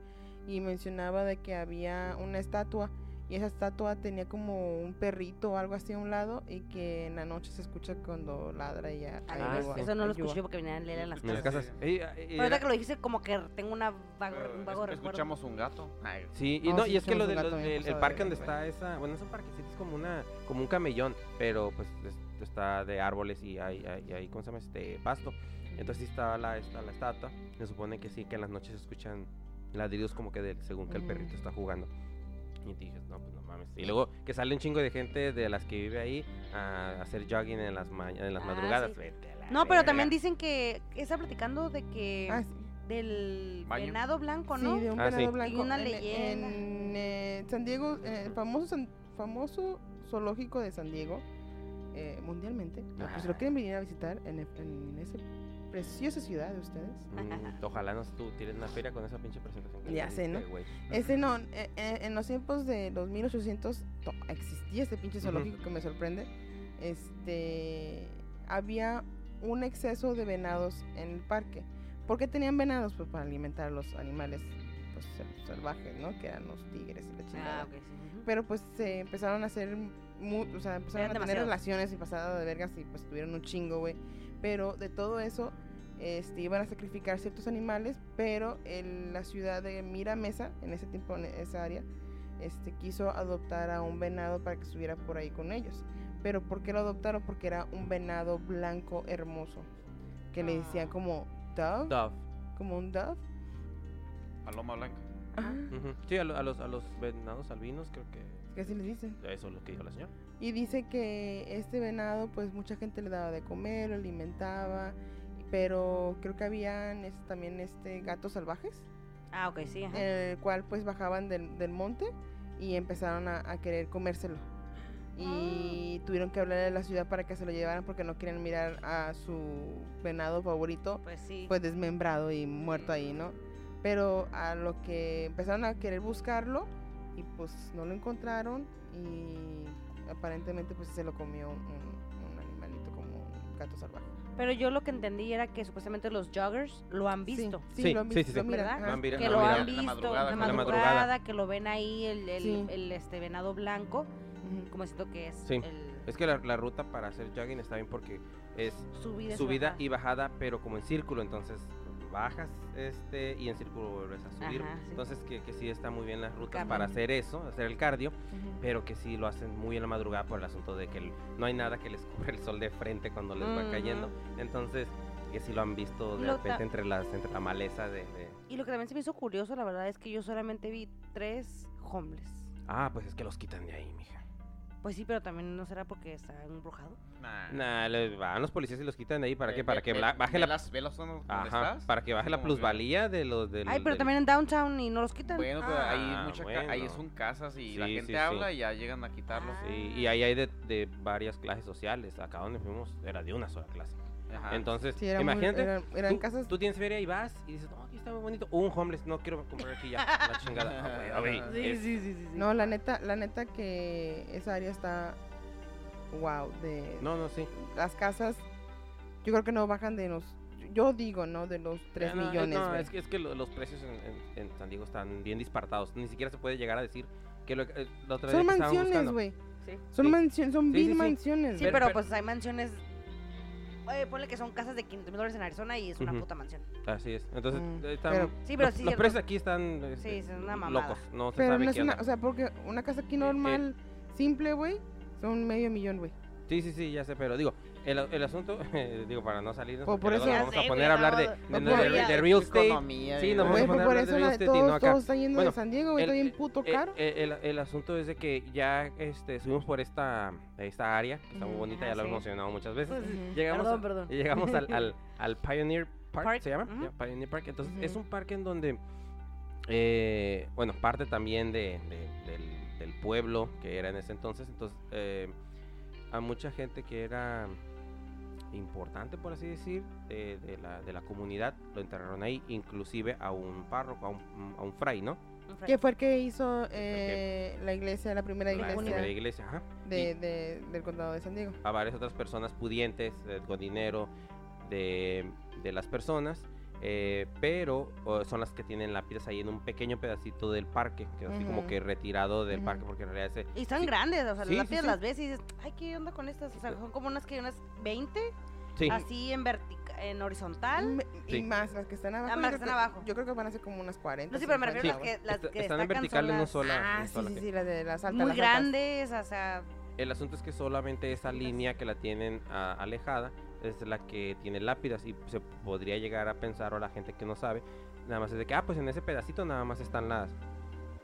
B: y mencionaba de que había una estatua y esa estatua tenía como un perrito o algo así a un lado y que en la noche se escucha cuando ladra y ya.
A: Ay,
D: Ah,
A: güey,
D: sí.
A: Eso no lo escuché porque venían a leer en las
D: en las
A: casas.
C: casas.
D: casas. Ey, ah,
A: Pero
D: y
A: ahorita
D: era-
A: que lo dijiste, como que tengo una vago,
C: Pero
A: un
C: es-
A: vago recuerdo.
C: Escuchamos un gato. Ay,
D: Sí, y
B: Ah,
D: no,
B: sí,
D: y es que
B: somos
D: lo
B: un
D: del
B: gato
D: lo
B: bien
D: del- el
B: pasado de
D: parque donde
B: verga,
D: está esa, bueno, es un parquecito, es como una como un camellón, pero pues es- está de árboles y hay, hay, y hay, ¿cómo se llama? Este pasto. Entonces sí está la está la estatua. Se supone que sí que en las noches se escuchan ladridos como que del según que el
B: Ujú.
D: perrito está jugando. Y dije, no, pues no mames. Y luego que sale un chingo de gente de las que vive ahí a hacer jogging en las ma- en las
A: Ah,
D: madrugadas.
A: sí.
D: Vete a la
A: No, pero también
D: verga.
A: dicen que que está platicando de que
B: Ah, sí,
A: del
C: Baño.
A: venado blanco,
B: sí,
A: ¿no?
B: de un
D: Ah, sí.
B: venado blanco.
A: Y una
B: en-
A: leyenda.
B: En, eh, San Diego, en el famoso, San- famoso zoológico de San Diego, eh, mundialmente, pues, si lo
D: Ah.
B: quieren venir a visitar en, el- en esa preciosa ciudad de ustedes.
D: Mm, ojalá no tú tienes una feria con esa pinche presentación. que
B: Ya
D: le
B: sé,
D: diste,
B: ¿no?
D: güey.
B: Este no, eh, eh, en los tiempos de los 1800 to- existía este pinche
D: Ujú.
B: zoológico que me sorprende. Este había un exceso de venados en el parque. ¿Por qué tenían venados? Pues para alimentar a los animales pues, sal- salvajes, ¿no? Que eran los tigres y la chingada.
A: Ah, ok, sí. ujú.
B: Pero pues se empezaron a hacer, mu- o sea, empezaron
A: Eran
B: a tener
A: demasiados.
B: relaciones y pasada de vergas y pues tuvieron un chingo, güey. Pero de todo eso, este, iban a sacrificar ciertos animales, pero en la ciudad de Miramesa, en ese tiempo, en esa área, este, quiso adoptar a un venado para que estuviera por ahí con ellos. Pero ¿por qué lo adoptaron? Porque era un venado blanco hermoso, que le decían
A: Ah.
B: como dove,
D: Dove.
B: como un dove.
C: Paloma blanca.
D: Ujú. Sí, a, lo- a los, a los venados albinos creo que
B: ¿Qué así les dicen?
D: eso es lo que dijo la señora.
B: Y dice que este venado, pues mucha gente le daba de comer, lo alimentaba, pero creo que habían es- también este gatos salvajes,
A: Ah, ok, sí. ajá.
B: el cual pues bajaban del, del monte y empezaron a, a querer comérselo. Y tuvieron que hablarle a la ciudad para que se lo llevaran porque no quieren mirar a su venado favorito
A: Pues sí.
B: pues desmembrado y muerto ahí, ¿no? Pero a lo que empezaron a querer buscarlo y pues no lo encontraron y aparentemente pues se lo comió un, un animalito como un gato salvaje.
A: Pero yo lo que entendí era que supuestamente los joggers lo han
B: Sí,
A: visto.
B: Sí,
D: Sí,
B: lo han
D: sí,
B: visto,
D: sí,
B: lo
D: sí.
B: miran,
A: ¿Verdad?
B: ajá.
D: Van mira-
A: que
D: no,
A: lo
D: mira,
A: han
C: en la
A: visto en la madrugada,
C: madrugada,
D: en la madrugada.
A: que lo ven ahí el, el-
B: Sí.
A: el, este venado blanco,
B: Ujú.
A: como siento que es
D: Sí.
A: el
D: Es que la, la ruta para hacer jogging está bien porque es
A: subida,
D: subida
A: bajada.
D: y bajada, pero como en círculo, entonces bajas este y en círculo vuelves a subir.
A: Ajá, sí.
D: Entonces que, que sí está muy bien las rutas
A: Cardio.
D: para hacer eso, hacer el cardio,
B: Ujú.
D: pero que sí lo hacen muy en la madrugada por el asunto de que el- no hay nada que les cubre el sol de frente cuando les va cayendo. Entonces que sí lo han visto de
A: Lo ta-
D: repente entre las entre la maleza de, de-
A: Y lo que también se me hizo curioso, la verdad, es que yo solamente vi tres homeless.
D: Ah, pues es que los quitan de ahí, mija.
A: Pues sí, pero también no será porque está embrujado.
C: Nah.
D: Nah, les van los policías y los quitan de ahí. ¿Para
C: Eh, Ve-
D: qué? Para
C: ve-
D: que
C: ve-
D: bla- baje
C: ve
D: la
C: las velas donde
D: Ajá,
C: estás.
D: para que baje la
C: Como que-
D: plusvalía de los del.
A: Ay, pero
D: del-
A: también en downtown y no los quitan.
C: Bueno, pero
D: Ah,
C: ahí, mucha ca- ahí
D: bueno.
C: son casas y la
D: Sí,
C: gente
D: sí, sí.
C: habla y ya llegan a quitarlos.
A: Ah.
D: Sí, y ahí hay de, de varias clases sociales. Acá donde fuimos era de una sola clase.
C: Ajá.
D: Entonces,
B: Sí, era muy-
D: imagínate,
B: eran, eran
D: tú,
B: casas.
D: tú tienes feria y vas y dices, no, aquí está muy bonito. Un homeless, no quiero comprar aquí ya. La chingada. Ah, güey, ah, güey,
A: Sí,
D: es-
A: sí, sí, sí, sí.
B: No, la neta, la neta que esa área está. Wow, de
D: No, no, sí.
B: las casas. Yo creo que no bajan de los. Yo digo, ¿no? De los 3
D: Eh, no, eh,
B: millones.
D: No,
B: güey.
D: es que, es que lo- los precios en, en- en San Diego están bien disparatados. Ni siquiera se puede llegar a decir que lo, eh, la otra
B: Son
D: vez que estábamos
B: mansiones,
D: buscando.
B: güey.
A: Sí.
B: Son
D: Sí.
B: mansiones, son
D: Sí,
B: mil
D: sí, sí.
B: mansiones.
A: Sí,
B: güey.
D: Pero-
A: pero
D: pero-
A: pues hay mansiones. Oye, ponle que son casas de 500 mil dólares en Arizona y es una
D: Ujú.
A: puta mansión.
D: Así es. Entonces,
B: Mm,
D: eh, están-
B: pero-
A: Sí, pero
D: los,
A: sí,
D: los
A: cierto.
D: precios aquí están eh,
A: Sí,
D: eh,
A: es una mamada.
D: locos. No se
B: Pero
D: sabe
B: no es
D: qué
B: una,
D: onda. Eh,
B: o sea, porque una casa aquí normal, simple, güey, son medio millón, güey.
D: Sí, sí, sí, ya sé, pero digo, el, el asunto, eh, digo, para no salirnos,
B: Por-
D: porque
B: por
D: luego
B: eso-
D: nos
B: Ya
D: vamos
A: sé,
D: a poner
A: güey,
D: a hablar de,
A: no,
D: de-
B: no
D: de-
A: podía.
D: de real estate.
C: Economía,
D: sí,
C: y
D: nos
C: la-
D: vamos a
B: Güey,
D: poner
B: pues
D: a
B: por
D: hablar de
B: eso la
D: real
B: de
D: estate y no
B: todos,
D: este, acá.
B: todos están yendo
D: Bueno,
B: de San Diego, güey, está
D: el-
B: bien puto
D: Eh,
B: caro.
D: eh, el, el asunto es de que ya este, subimos por esta, esta área, que está muy
B: Ujú.
D: bonita,
A: Ah,
D: ya lo hemos
A: sí. Pues,
D: mencionado muchas veces.
B: Ujú.
D: Llegamos,
A: Perdón,
D: a-
A: perdón.
D: llegamos al, al, al Pioneer Park,
A: Park,
D: se llama,
A: ujú.
D: Ya, Pioneer Park. Entonces es
B: Ujú.
D: un parque en donde, eh, bueno, parte también de, de- del, del pueblo que era en ese entonces. Entonces eh, a mucha gente que era importante, por así decir, de, de la, de la comunidad, lo enterraron ahí, inclusive a un párroco, a un, a un fray, ¿no?
A: Un
B: Que
A: fray.
B: fue el que hizo eh, la iglesia, la primera
D: La
B: iglesia
D: primera iglesia, ajá.
B: de, de- del condado de San Diego.
D: a varias otras personas pudientes, eh, con dinero de, de las personas, eh, pero eh, son las que tienen la pieza ahí en un pequeño pedacito del parque, que así como
B: Ujú.
D: que retirado del
B: Ujú.
D: parque, porque en realidad ese-
A: Y están
D: sí.
A: grandes, o sea,
D: Sí,
A: las
D: sí,
A: piedras
D: sí.
A: las ves y dices, ay, ¿qué onda con estas? O sea, son como unas que unas 20,
D: Sí,
A: así en vertical, en horizontal.
B: Me-
D: Sí.
B: Y más, las que están abajo. yo
A: más
B: creo
A: que
B: que-
A: están abajo.
B: Yo creo que van a ser como unas 40.
A: No, sí, pero me
B: 50,
A: refiero a las
B: güey.
A: que, las
D: Está-
A: que
D: están en
A: destacan
D: vertical
A: son
D: en un
A: las
D: sola-
B: Ah,
D: en
B: sí,
D: sola
B: sí,
D: que-
B: sí, las de las altas.
A: muy
B: las altas.
A: grandes, o sea,
D: el asunto es que solamente esa línea que la tienen ah, alejada es la que tiene lápidas y se podría llegar a pensar, o la gente que no sabe, nada más es de que, ah, pues en ese pedacito nada más están las...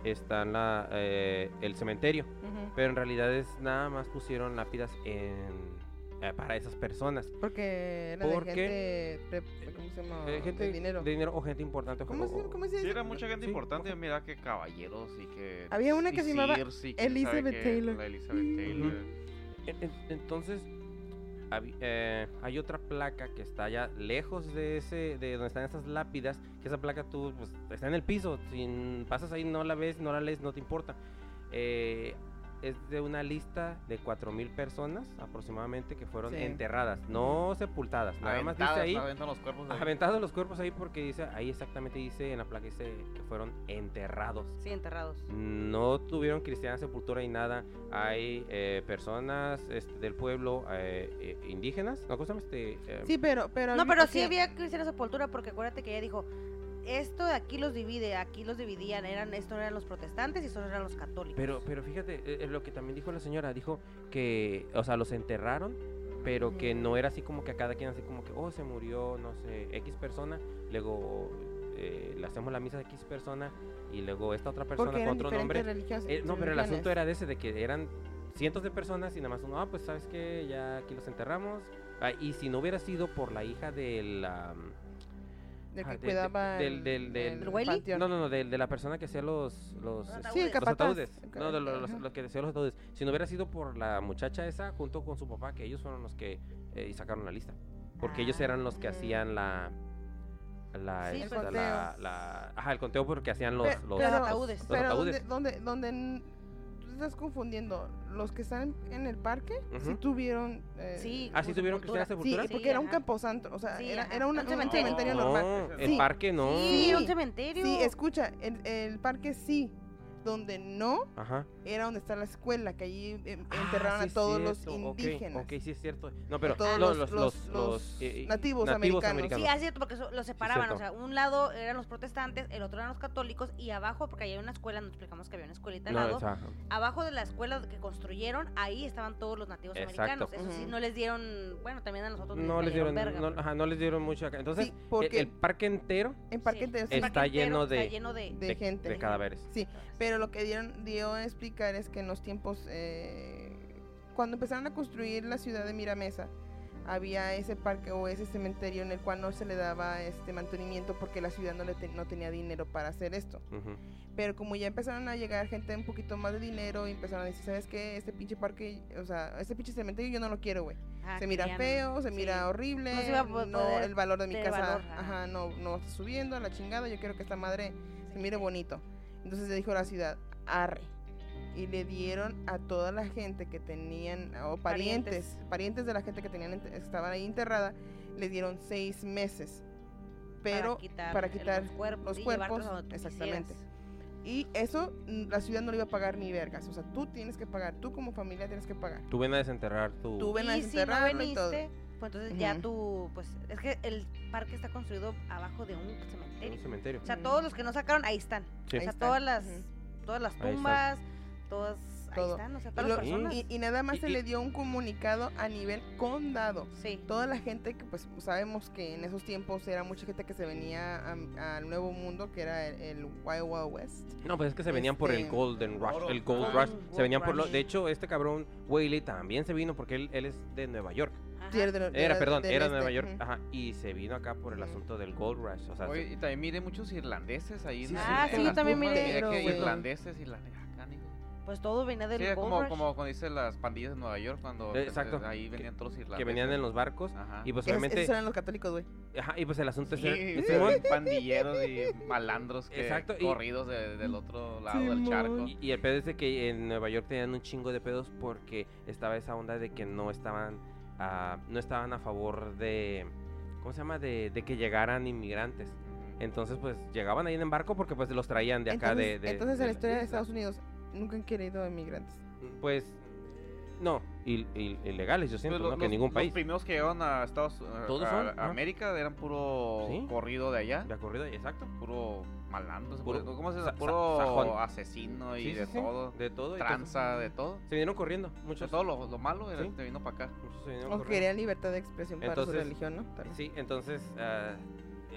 D: Están la, eh, el cementerio.
B: Ujú.
D: Pero en realidad es nada más pusieron lápidas en, eh, para esas personas.
B: Porque era
D: Porque-
B: de gente. pre- ¿Cómo se llama?
D: Eh, gente
B: de Ah, dinero.
D: o gente importante. o-
B: ¿Cómo, se,
D: o-
B: ¿Cómo se dice?
C: Sí, era mucha gente
D: Sí,
C: importante.
D: ojo.
C: Mira que caballeros y que.
B: Había una que se llamaba
C: Circe y quién sabe
B: Elizabeth
C: qué,
B: Taylor.
C: la Elizabeth Taylor.
D: En- en- Entonces, habi- eh, hay otra placa que está allá lejos de ese de donde están esas lápidas. Que esa placa tú pues, está en el piso. Si pasas ahí, no la ves, no la lees, no te importa. Eh, es de una lista de 4.000 personas aproximadamente que fueron
B: Sí.
D: enterradas, no sepultadas. Nada más dice
C: Aventadas,
D: ahí.
C: aventan los cuerpos ahí.
D: Aventados los cuerpos ahí porque dice, ahí exactamente dice en la placa dice que fueron enterrados.
A: sí, enterrados.
D: No tuvieron cristiana sepultura y nada. Hay eh, personas este, del pueblo eh, eh, indígenas. No, ¿cómo se llama este? Eh,
B: Sí, pero. pero
A: No, pero sí
B: ok.
A: había cristiana sepultura porque acuérdate que ella dijo, esto de aquí los divide, aquí los dividían, eran esto eran los protestantes y estos eran los católicos.
D: Pero, pero fíjate, eh, eh, lo que también dijo la señora, dijo que, o sea, los enterraron, pero que
B: Ujú.
D: no era así como que a cada quien así como que, oh, se murió, no sé, X persona, luego eh, le hacemos la misa de X persona y luego esta otra persona
B: Porque
D: con
B: eran
D: otro nombre.
B: diferentes religios-
D: Eh, no, pero el
B: religiones.
D: asunto era de ese, de que eran cientos de personas y nada más uno, ah, pues sabes que ya aquí los enterramos. Ah, y si no hubiera sido por la hija del... ah,
B: Del
D: Ah,
B: que
D: del-
B: cuidaba.
D: del-
B: el-
D: del- del-
B: el
A: ¿El Wiley?
B: panteón.
D: no, no, no, de, de la persona que hacía los... los
A: Los
D: este,
B: Sí, el
A: Los
B: capataz.
D: los ataúdes.
B: el ca-
D: No, de lo- los,
B: ajá.
D: los que hacía los ataúdes. Si no hubiera sido por la muchacha esa junto con su papá, que ellos fueron los que eh, sacaron la lista. Porque ellos eran los que
B: Ah.
D: hacían la... La,
A: Sí,
B: El
D: esta, la-
B: conteo.
D: la- ajá, el conteo porque hacían los,
B: Pero-
D: los,
B: pero-
D: los-
A: ataúdes.
D: los
B: Pero donde,
D: ataúdes.
B: donde, donde n- tú te estás confundiendo, los que están en el parque sí
D: Ujú.
B: tuvieron. eh,
A: Sí.
D: Ah, sí
A: sepultura.
D: tuvieron cristiana
B: sí,
D: sepultura.
A: Sí,
B: porque era un
A: ajá.
B: camposanto, o sea,
A: Sí,
B: era,
A: ajá.
B: era una-
A: Un
B: un
A: cementerio.
B: cementerio,
D: no,
B: normal.
D: el
B: Sí.
D: parque no.
A: Sí, era un
B: Sí.
A: cementerio.
B: Sí, escucha, el, el parque sí, donde no
D: Ajá.
B: era donde está la escuela, que allí em,
D: Ah,
B: enterraron
D: sí
B: a
D: es
B: todos los
D: cierto, ok,
B: indígenas.
D: Ok, sí es cierto. No, pero
B: todos
D: lo-
B: los-
D: los,
B: los-
D: los-
B: los
D: eh, eh,
B: nativos americanos.
A: Sí, así es, ah, porque so- los separaban, o
D: cierto.
A: sea, un lado eran los protestantes, el otro eran los católicos y abajo, porque ahí había una escuela, nos explicamos que había una escuelita al
D: No,
A: lado,
D: o sea,
A: abajo de la escuela que construyeron, ahí estaban todos los nativos
D: Exacto.
A: americanos. Eso sí,
B: Ujú.
A: no les dieron, bueno, también a nosotros
D: no les dieron,
A: verga, pues.
D: no,
A: pero-
D: ajá, no les dieron mucho acá. Entonces,
B: Sí,
D: el-
B: porque
D: el, parque entero
B: en parque
A: Sí,
B: entero
A: el
B: sí,
D: Está
A: parque
D: lleno
A: entero
D: de-
A: Está lleno de...
B: de gente.
D: de cadáveres.
B: Sí, pero lo que dieron, dio a explicar es que en los tiempos, eh, cuando empezaron a construir la ciudad de Miramesa, había ese parque o ese cementerio en el cual no se le daba este mantenimiento porque la ciudad no, le te- no tenía dinero para hacer esto.
D: Ujú.
B: Pero como ya empezaron a llegar gente un poquito más de dinero y empezaron a decir, ¿sabes qué? Este pinche parque, o sea, este pinche cementerio yo no lo quiero, güey.
A: Ah,
B: se
A: que
B: mira
A: ya no.
B: feo, se
A: Sí.
B: mira horrible,
A: No
B: no,
A: se va a po- poder
B: el valor de mi
A: tener
B: casa,
A: valor, ajá.
B: ajá, no, no está subiendo a la chingada, yo quiero que esta madre se mire bonito. Entonces le dijo la ciudad, arre. Y le dieron a toda la gente que tenían, o parientes,
A: Parientes.
B: parientes, de la gente que tenían ent- estaban ahí enterrada, les dieron seis meses. Pero,
A: para quitar,
B: para
A: el-
B: quitar
A: los cuerpos,
B: los
A: y llevarlos
B: cuerpos,
A: a donde tú
B: exactamente.
A: quisieras.
B: y eso mm, la ciudad no le iba a pagar ni vergas. O sea, tú tienes que pagar, tú como familia tienes que pagar.
D: Tú ven a desenterrar tu...
B: Tú ven a
A: y si no
B: desenterrarlo y todo.
A: veniste, pues entonces ya
B: Ujú.
A: tú, pues es que el parque está construido abajo de un cementerio.
D: un cementerio.
A: O sea,
B: Mm.
A: todos los que no sacaron ahí están.
D: Sí.
A: o sea,
B: Ahí
A: todas
B: están,
A: las todas las
D: Ahí están.
A: tumbas, todas ahí
B: Todo.
A: están, o sea,
B: Y,
A: todas
B: lo-
A: las personas.
B: y- y nada más
D: Y-
B: se
D: y-
B: le dio un comunicado a nivel condado.
A: Sí.
B: Toda la gente que pues sabemos que en esos tiempos era mucha gente que se venía a- al nuevo mundo, que era el, el Wild Wild West.
D: No, pues es que se venían por el
B: Este,
D: Golden Rush,
C: Oro.
D: el Gold
A: Ah,
D: Rush.
A: Gold
D: Se venían por lo...
A: Rush.
D: De hecho, este cabrón, Whaley, también se vino porque él, él es de Nueva York.
A: ajá.
B: Sí, de- de-
D: Era,
B: de-
D: perdón,
B: del
D: era de
B: este,
D: Nueva York.
B: ujú.
D: Ajá. Y se vino acá por el
B: Ujú.
D: asunto del Gold Rush. O sea,
C: Oye,
D: se-
C: y también miré muchos irlandeses ahí.
B: Sí,
C: en-
A: sí, Ah,
C: en
A: sí,
C: las
A: yo también
C: tumbas,
A: miré,
C: miré que
B: güey.
C: irlandeses, irlandeses. ah, canijo.
A: Pues todo venía del
C: Sí, era
A: Gold
C: como,
A: Rush.
C: como cuando dicen las pandillas de Nueva York, cuando
D: Eh, exacto.
C: ahí
D: Que-
C: venían todos los irlandeses.
D: que venían en los barcos.
C: Ajá.
D: Y pues
B: Esos,
D: obviamente...
B: esos eran los católicos, güey.
D: Ajá, y pues el asunto es...
C: Sí,
D: el-
C: se
D: Simón,
C: ven pandilleros y malandros que
D: Exacto, y-
C: corridos de- del otro lado del
B: Simón.
C: charco.
D: Y, y el pedo es de que en Nueva York tenían un chingo de pedos porque estaba esa onda de que no estaban ah, no estaban a favor de ¿cómo se llama? de, de que llegaran inmigrantes. Entonces pues llegaban ahí en barco porque pues los traían de acá
B: entonces,
D: de, de-
B: entonces
D: de
B: en la
D: la-
B: historia de Estados Unidos nunca han querido inmigrantes.
D: pues no, il- il- ilegales, yo siento,
C: Pues lo-
D: ¿no? que
C: los-
D: en ningún
C: los
D: país.
C: primeros que llegaron a Estados a-
D: Todos
C: a-
D: son,
C: a
D: ajá.
C: América eran puro
D: Sí.
C: corrido de allá,
D: De acuerdo, exacto.
C: puro malandros,
D: Puro-
C: puro, ¿cómo se dice?
D: sa- sa-
C: Puro
D: sajón.
C: asesino y
D: Sí, sí,
C: de
D: sí,
C: todo,
D: de todo y
C: tranza, de todo.
D: todo. Se vinieron corriendo,
C: De
D: muchos.
C: todo lo, lo malo era-
D: Sí.
C: te vino para acá.
D: muchos se vinieron
B: O
D: corriendo.
B: querían libertad de expresión para su
D: Entonces,
B: religión, ¿no?
C: Pues.
B: También.
D: Sí, entonces, ah,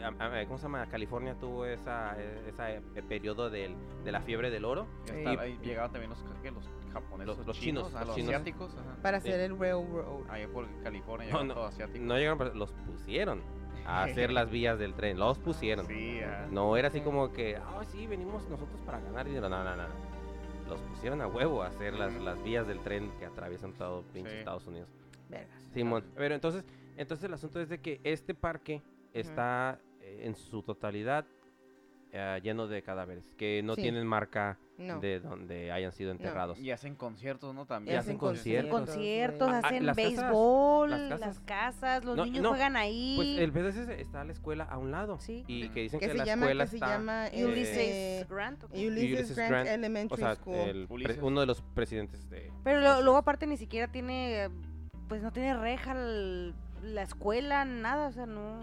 D: a- a- ¿cómo se llama? California tuvo esa, esa eh, periodo del- de la fiebre del oro.
C: Ya
B: Sí.
C: está, ahí llegaban también los, ¿qué? los japoneses,
D: Los-
C: los,
D: los chinos,
C: chinos, ah,
D: los
C: los,
D: chinos.
C: asiáticos. ajá.
B: Para
D: sí.
B: hacer el railroad.
C: Ahí por California
D: No,
C: llegaban
D: no,
C: todos asiáticos.
D: No llegaron, pero los pusieron a hacer las vías del tren. Los pusieron.
C: Sí, ah.
D: No era así
B: Ok.
D: como que, ah, sí, venimos nosotros para ganar dinero. No, no, no. Los pusieron a huevo a hacer las,
C: Ujú.
D: las vías del tren que atraviesan todo pinche
C: Sí.
D: Estados Unidos.
B: Vergas.
D: Simón. Pero entonces, entonces el asunto es de que este parque está eh, en su totalidad eh, lleno de cadáveres que no
B: Sí.
D: tienen marca
B: No.
D: de donde hayan sido enterrados.
C: Y hacen conciertos, ¿no? También.
D: Y hacen conciertos.
A: conciertos,
B: güey.
D: Ah,
A: hacen
D: las casas-
A: béisbol,
D: las
A: las casas,
D: casas.
A: los
D: No,
A: niños
D: no,
A: juegan ahí.
D: Pues el PDC está la escuela a un lado.
A: Sí.
D: Y
C: Ujú.
D: que dicen que,
B: que se
D: la
B: llama,
D: escuela
B: que se
D: está...
B: llama
D: eh,
A: Ulysses Grant. ¿o qué?
B: eh, Ulysses,
D: Ulysses
B: Grant,
D: Grant,
B: Elementary
D: O sea,
B: School.
D: el pre-
C: Ulises.
D: uno de los presidentes de...
A: Pero lo- luego aparte ni siquiera tiene, pues no tiene reja el- la escuela, nada, o sea, no.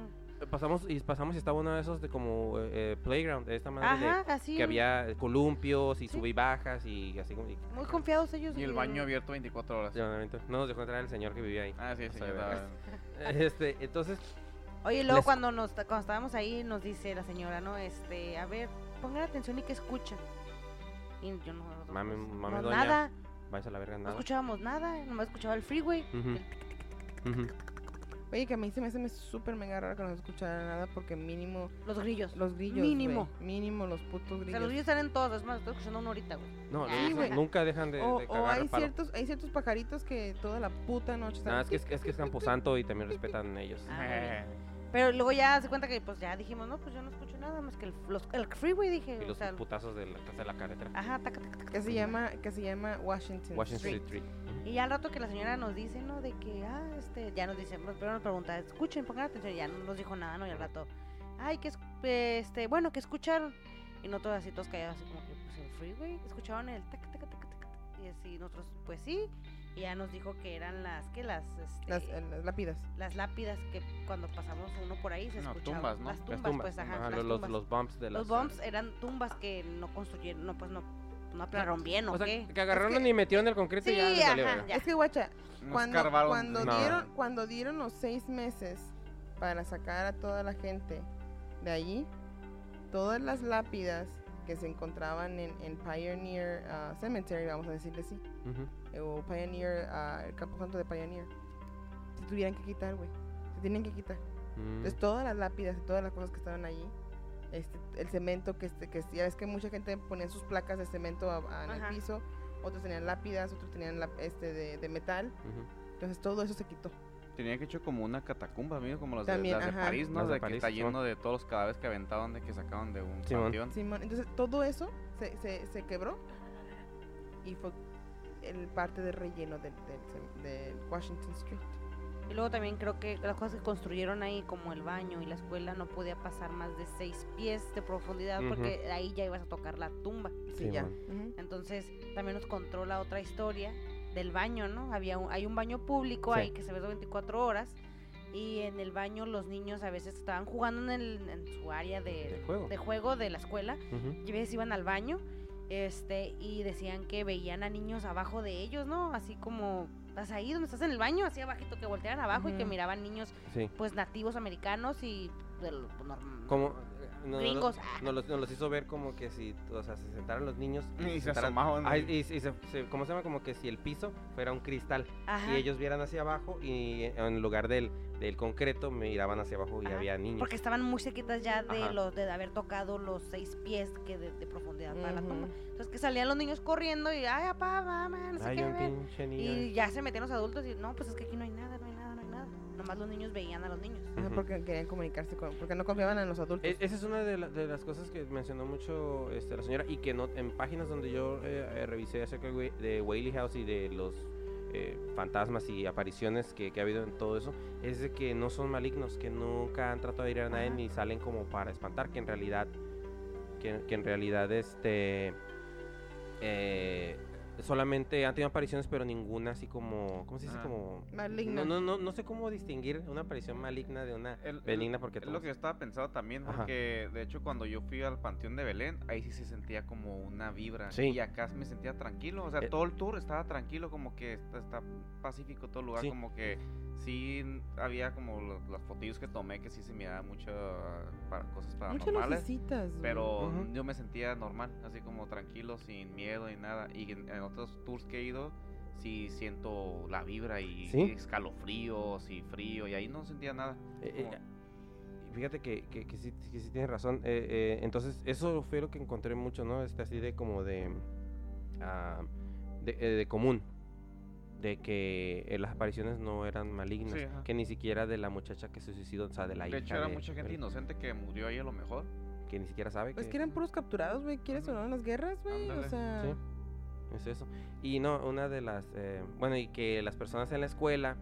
D: Pasamos y pasamos y estaba uno de esos de como eh, eh, playground, de esta madre de-
A: Ajá, así.
D: que había columpios y
A: Sí.
D: sube y bajas y así como... y-
A: Muy confiados ellos.
C: Y el
A: eh,
C: baño abierto 24 horas.
D: Llamamiento. No nos dejó entrar el señor que vivía ahí.
C: Ah, sí, sí.
D: Soy
C: ya
D: verga.
C: estaba-
D: Este, entonces,
A: Oye, luego
D: les-
A: cuando nos cuando estábamos ahí nos dice la señora, ¿no? Este, a ver, pongan atención y que escuchan. Y yo no.
D: Mame-
A: no,
D: mame, doña,
A: nada,
D: vais a la verga
A: no
D: nada.
A: escuchábamos nada, nomás escuchaba el freeway.
D: Ujú.
A: el tic,
D: Ujú.
B: Oye, que a mí se me hace me- súper mega raro que no se escuchara nada porque mínimo
A: Los grillos.
B: los grillos.
A: Mínimo.
B: güey, mínimo los putos
A: O sea,
B: grillos.
A: los grillos están en todos, es más, estoy escuchando uno ahorita, güey.
D: No,
A: Sí,
D: no, no,
B: güey.
D: nunca dejan de,
B: o
D: de
B: o
D: cagar
B: hay
D: palo.
B: ciertos, hay ciertos pajaritos que toda la puta noche están.
D: Nada, es que es, que- es que es Camposanto y también respetan ellos.
A: Ah, Pero luego ya se cuenta que pues ya dijimos, no, pues yo no escucho nada más que el, los- el freeway, dije.
D: Y
A: o
D: los
A: sea,
D: putazos de la casa de la carretera.
A: ajá, taca, taca, taca,
B: que se
A: taca.
B: llama, que se llama Washington,
D: Washington
B: Street.
D: Street. Street.
A: Y ya al rato que la señora nos dice, ¿no? De que, ah, este, ya nos dice, pero nos pregunta, escuchen, pongan atención, y ya no nos dijo nada, ¿no? Y al rato, ay, que, es- este, bueno, que escucharon. Y nosotros así todos callados, así como que, pues el freeway, escucharon el tac, tac, tac, tac, tac, tac, y así nosotros, pues sí. Y ya nos dijo que eran las, que las, este,
B: Las,
A: las,
B: eh, las lápidas.
A: lápidas que cuando pasamos uno por ahí se
C: No,
A: escuchaban.
C: tumbas, ¿no?
A: Las
D: Las
A: tumbas,
D: tumbas.
A: pues, ajá,
D: ajá,
A: las
D: los,
A: tumbas.
D: los bumps de las. eh,
A: Los bombs eran tumbas que no construyeron, no, pues no, no aplaron bien, ¿o,
D: eh, O sea,
A: qué?
D: que agarraron y metieron el concreto y
A: Sí,
D: ya les valió
A: ajá,
D: verga.
A: ya.
B: Es que, guacha,
C: No
B: cuando,
C: escarbaron.
B: cuando,
D: No.
B: dieron, cuando dieron los seis meses para sacar a toda la gente de allí, todas las lápidas que se encontraban en, en Pioneer ah, Cemetery, vamos a decirle así,
D: Ujú.
B: o Pioneer, ah, el campo santo de Pioneer, se tuvieran que quitar, güey. Se tienen que quitar. Entonces todas las lápidas y todas las cosas que estaban allí, este, el cemento que, este, que ya ves que mucha gente ponía sus placas de cemento a- a- en
A: Ajá.
B: el piso, otros tenían lápidas, otros tenían la- este de, de metal,
D: Ujú.
B: entonces todo eso se quitó.
C: Tenía que hecho como una catacumba, amigo, como las,
B: También,
C: de, las de
B: ajá.
C: París, ¿no?
D: Las de
C: de que
D: París,
C: está
D: Simón.
C: lleno de todos los cadáveres que aventaban, de que sacaban de un
D: Simón.
C: panteón.
B: Simón, entonces todo eso se, se, se quebró y fue el parte de relleno del, del cem- del Washington Street.
A: Y luego también creo que las cosas que construyeron ahí, como el baño y la escuela, no podía pasar más de seis pies de profundidad porque ahí ya ibas a tocar la tumba.
B: Sí,
D: Sí,
B: ya.
D: mon.
B: Ujú.
A: Entonces también nos controla otra historia del baño, ¿no? Había un- hay un baño público
D: Sí.
A: ahí que se ve 24 horas y en el baño los niños a veces estaban jugando en, el- en su área
D: De
A: de,
D: juego.
A: de juego de la escuela
D: Ujú.
A: y a veces iban al baño este y decían que veían a niños abajo de ellos, ¿no? Así como, estás ahí donde estás en el baño, así abajito, que voltearan abajo y que
B: Ujú.
A: miraban niños
D: Sí.
A: pues nativos americanos y de lo- pues, norm-
D: Como. eh, no- no-
A: Gringos.
D: Nos los, nos los hizo ver como que si, o sea, se sentaran los niños
C: Y se
D: sentaran-
C: asomaban.
D: Ay,
C: güey.
D: y, y se, se- ¿Cómo se llama? Como que si el piso fuera un cristal
A: Ajá,
D: y ellos vieran hacia abajo y eh, en lugar del, del concreto miraban hacia abajo y
A: Ajá.
D: había niños.
A: porque estaban muy cerquitas ya de
D: Ajá.
A: los de haber tocado los seis pies que de, de profundidad para la tumba.
B: Ujú.
A: Entonces que salían los niños corriendo y ay papá, mamá, no sé
D: Ay,
A: qué.
D: un
A: ven".
D: pinche niño.
A: Y ya se metían los adultos y no, pues es que aquí no hay nada, no hay nada, no hay nada. Nomás los niños veían a los niños.
B: Ajá,
D: Ujú.
B: porque querían comunicarse con, porque no confiaban en los adultos.
D: E- Esa es una de, la- de las cosas que mencionó mucho este, la señora y que no, en páginas donde yo eh, eh, revisé acerca de Wei- de Whaley House y de los eh, fantasmas y apariciones que, que ha habido en todo eso, es de que no son malignos, que nunca han tratado de ir a nadie
A: Ajá.
D: ni salen como para espantar, que en realidad, que, que en realidad este, eh, solamente han tenido apariciones pero ninguna así como, ¿cómo se dice?
C: Ah.
D: Como...
B: Maligno.
D: No, no, no, no sé cómo distinguir una aparición maligna de una
C: El- el-
D: benigna porque
C: Es lo
D: todas-
C: que yo estaba pensando también,
D: Ajá.
C: porque de hecho cuando yo fui al Panteón de Belén, ahí sí se sentía como una vibra.
D: Sí.
C: Y acá me sentía tranquilo, o sea,
D: Eh.
C: todo el tour estaba tranquilo, como que está, está pacífico todo el lugar,
D: Sí.
C: como que sí había como lo- las fotillos que tomé que sí se miraba mucho ah, para cosas
B: Muchas
C: paranormales.
B: lucecitas. güey.
C: Pero
D: Ujú.
C: yo me sentía normal, así como tranquilo, sin miedo y nada. Y en, en otros tours que he ido, sí siento la vibra y
D: ¿Sí?
C: escalofríos y frío, y ahí no sentía nada.
D: Eh, eh,
C: Como-
D: y fíjate que, que, que sí, que sí tienes razón. eh, eh, entonces, eso fue lo que encontré mucho, ¿no? Este, así de como de, ah, de, eh, de común. De que eh, las apariciones no eran malignas.
C: Sí, ajá.
D: que ni siquiera de la muchacha que se suicidó, o sea, de la
C: De
D: hija.
C: hecho, era
D: de-
C: mucha gente
D: del-
C: inocente que murió ahí a lo mejor.
D: Que ni siquiera sabe.
B: Pues que eran puros capturados, güey. ¿Quieres o
C: Ujú.
B: no en las guerras, güey? O
C: Ándale.
B: sea.
D: Sí, es eso. Y no, una de las. eh, bueno, y que las personas en la escuela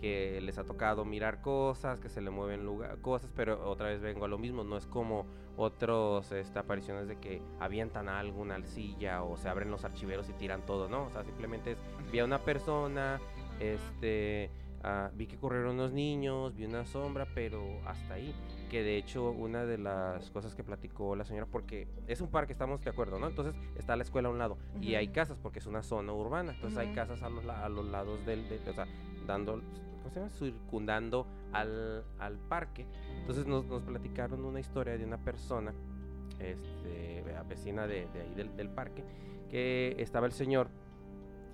D: que les ha tocado mirar cosas, que se le mueven lugar, cosas, pero otra vez vengo a lo mismo. No es como otros este, apariciones de que avientan algo, una silla o se abren los archiveros y tiran todo, ¿no? O sea, simplemente es. Vi a una persona, este. ah, vi que corrieron unos niños, vi una sombra, pero hasta ahí. Que de hecho una de las cosas que platicó la señora, porque es un parque, estamos de acuerdo, ¿no? Entonces está la escuela a un lado y hay
B: Ujú.
D: casas porque es una zona urbana. Entonces hay
B: Ujú.
D: casas a los, la- a los lados del, de- o sea, dando, ¿cómo se llama? Circundando al, al parque. Entonces nos, nos platicaron una historia de una persona, este, vea, vecina de, de ahí del, del parque, que estaba el señor.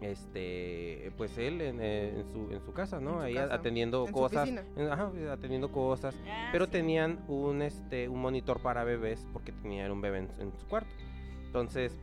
D: Este, pues él en, eh, en su, en su casa, ¿no?
B: En su
D: Ahí
B: casa.
D: atendiendo
B: En su
D: cosas.
B: oficina.
D: en- ajá, atendiendo cosas.
A: Ah,
D: Pero
A: sí.
D: tenían un, este, un monitor para bebés porque tenían un bebé en, en su cuarto. Entonces,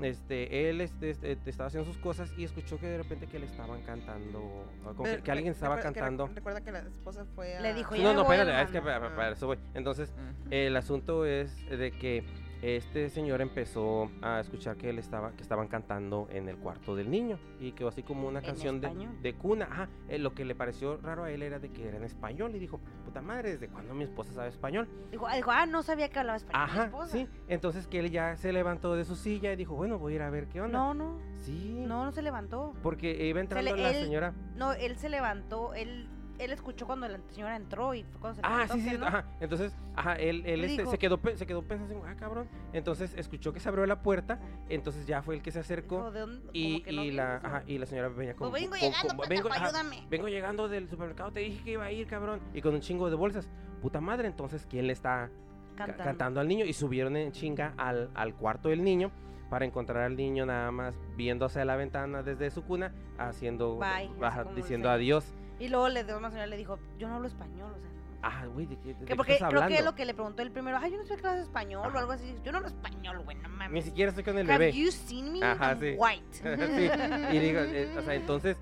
D: este, él este, este, estaba haciendo sus cosas y escuchó que de repente que le estaban cantando, ah, como que,
B: Pero
D: que alguien
B: re-
D: estaba
B: recuerda que re-
D: cantando.
B: Recuerda que la esposa fue a.
A: Le dijo, ya
D: No,
A: me
D: no,
A: voy,
D: espérate, ah, es que
A: hermano.
D: para, para eso voy. Entonces,
C: Mm.
D: el asunto es de que este señor empezó a escuchar que él estaba que estaban cantando en el cuarto del niño y que así como una
A: En
D: canción de,
A: español.
D: de cuna. Ajá, eh, lo que le pareció raro a él era de que era en español y dijo, "Puta madre, ¿desde cuándo mi esposa sabe español?"
A: Dijo, ah, dijo, ah, no sabía que hablaba español. mi
D: Ajá,
A: esposa".
D: sí. Entonces que él ya se levantó de su silla y dijo, bueno, voy a ir a ver qué onda.
A: No, no,
D: Sí.
A: no, no se levantó.
D: Porque iba
A: le-
D: entrando la
A: él-
D: señora.
A: No, él se levantó, él, él escuchó cuando la señora entró y fue cuando se
D: Ah,
A: levantó.
D: sí, sí.
A: ¿qué no?
D: Ajá. Entonces, ajá, él,
A: Él
D: él, este,
A: dijo-
D: se, quedó, pe- se quedó pensando, así, ah, cabrón. Entonces escuchó que se abrió la puerta,
A: Ajá.
D: entonces ya fue el que se
A: Dijo,
D: acercó
A: "¿De dónde? Como
D: y,
A: que no
D: y
A: vi".
D: la, ajá, y la señora venía
A: Pues
D: con...
A: vengo
D: con-
A: llegando,
D: con-
A: pues,
D: vengo-
A: papá,
D: ajá,
A: ayúdame.
D: vengo llegando del supermercado, te dije que iba a ir, cabrón. Y con un chingo de bolsas. Puta madre, entonces, ¿quién le está ca-
A: Cantando.
D: cantando al niño y subieron en chinga al, al cuarto del niño para encontrar al niño nada más viendo hacia la ventana desde su cuna, haciendo,
A: Bye, así
D: baja-
A: como
D: diciendo
A: dice.
D: adiós.
A: Y luego el Eduardo Nacional le dijo, yo no hablo español, o sea. no".
D: Ah, güey, ¿de qué, de
A: Que
D: qué
A: porque
D: estás
A: creo que
D: hablando?
A: lo que le preguntó el primero, ay, yo no sé clase de español o
D: Ajá.
A: algo así. Yo no hablo español, güey, no
D: Ni
A: mames.
D: siquiera estoy con el
A: Have
D: bebé.
A: you seen me?
D: Ajá,
A: I'm
D: sí.
A: white.
D: Sí, y digo, eh, o sea, entonces,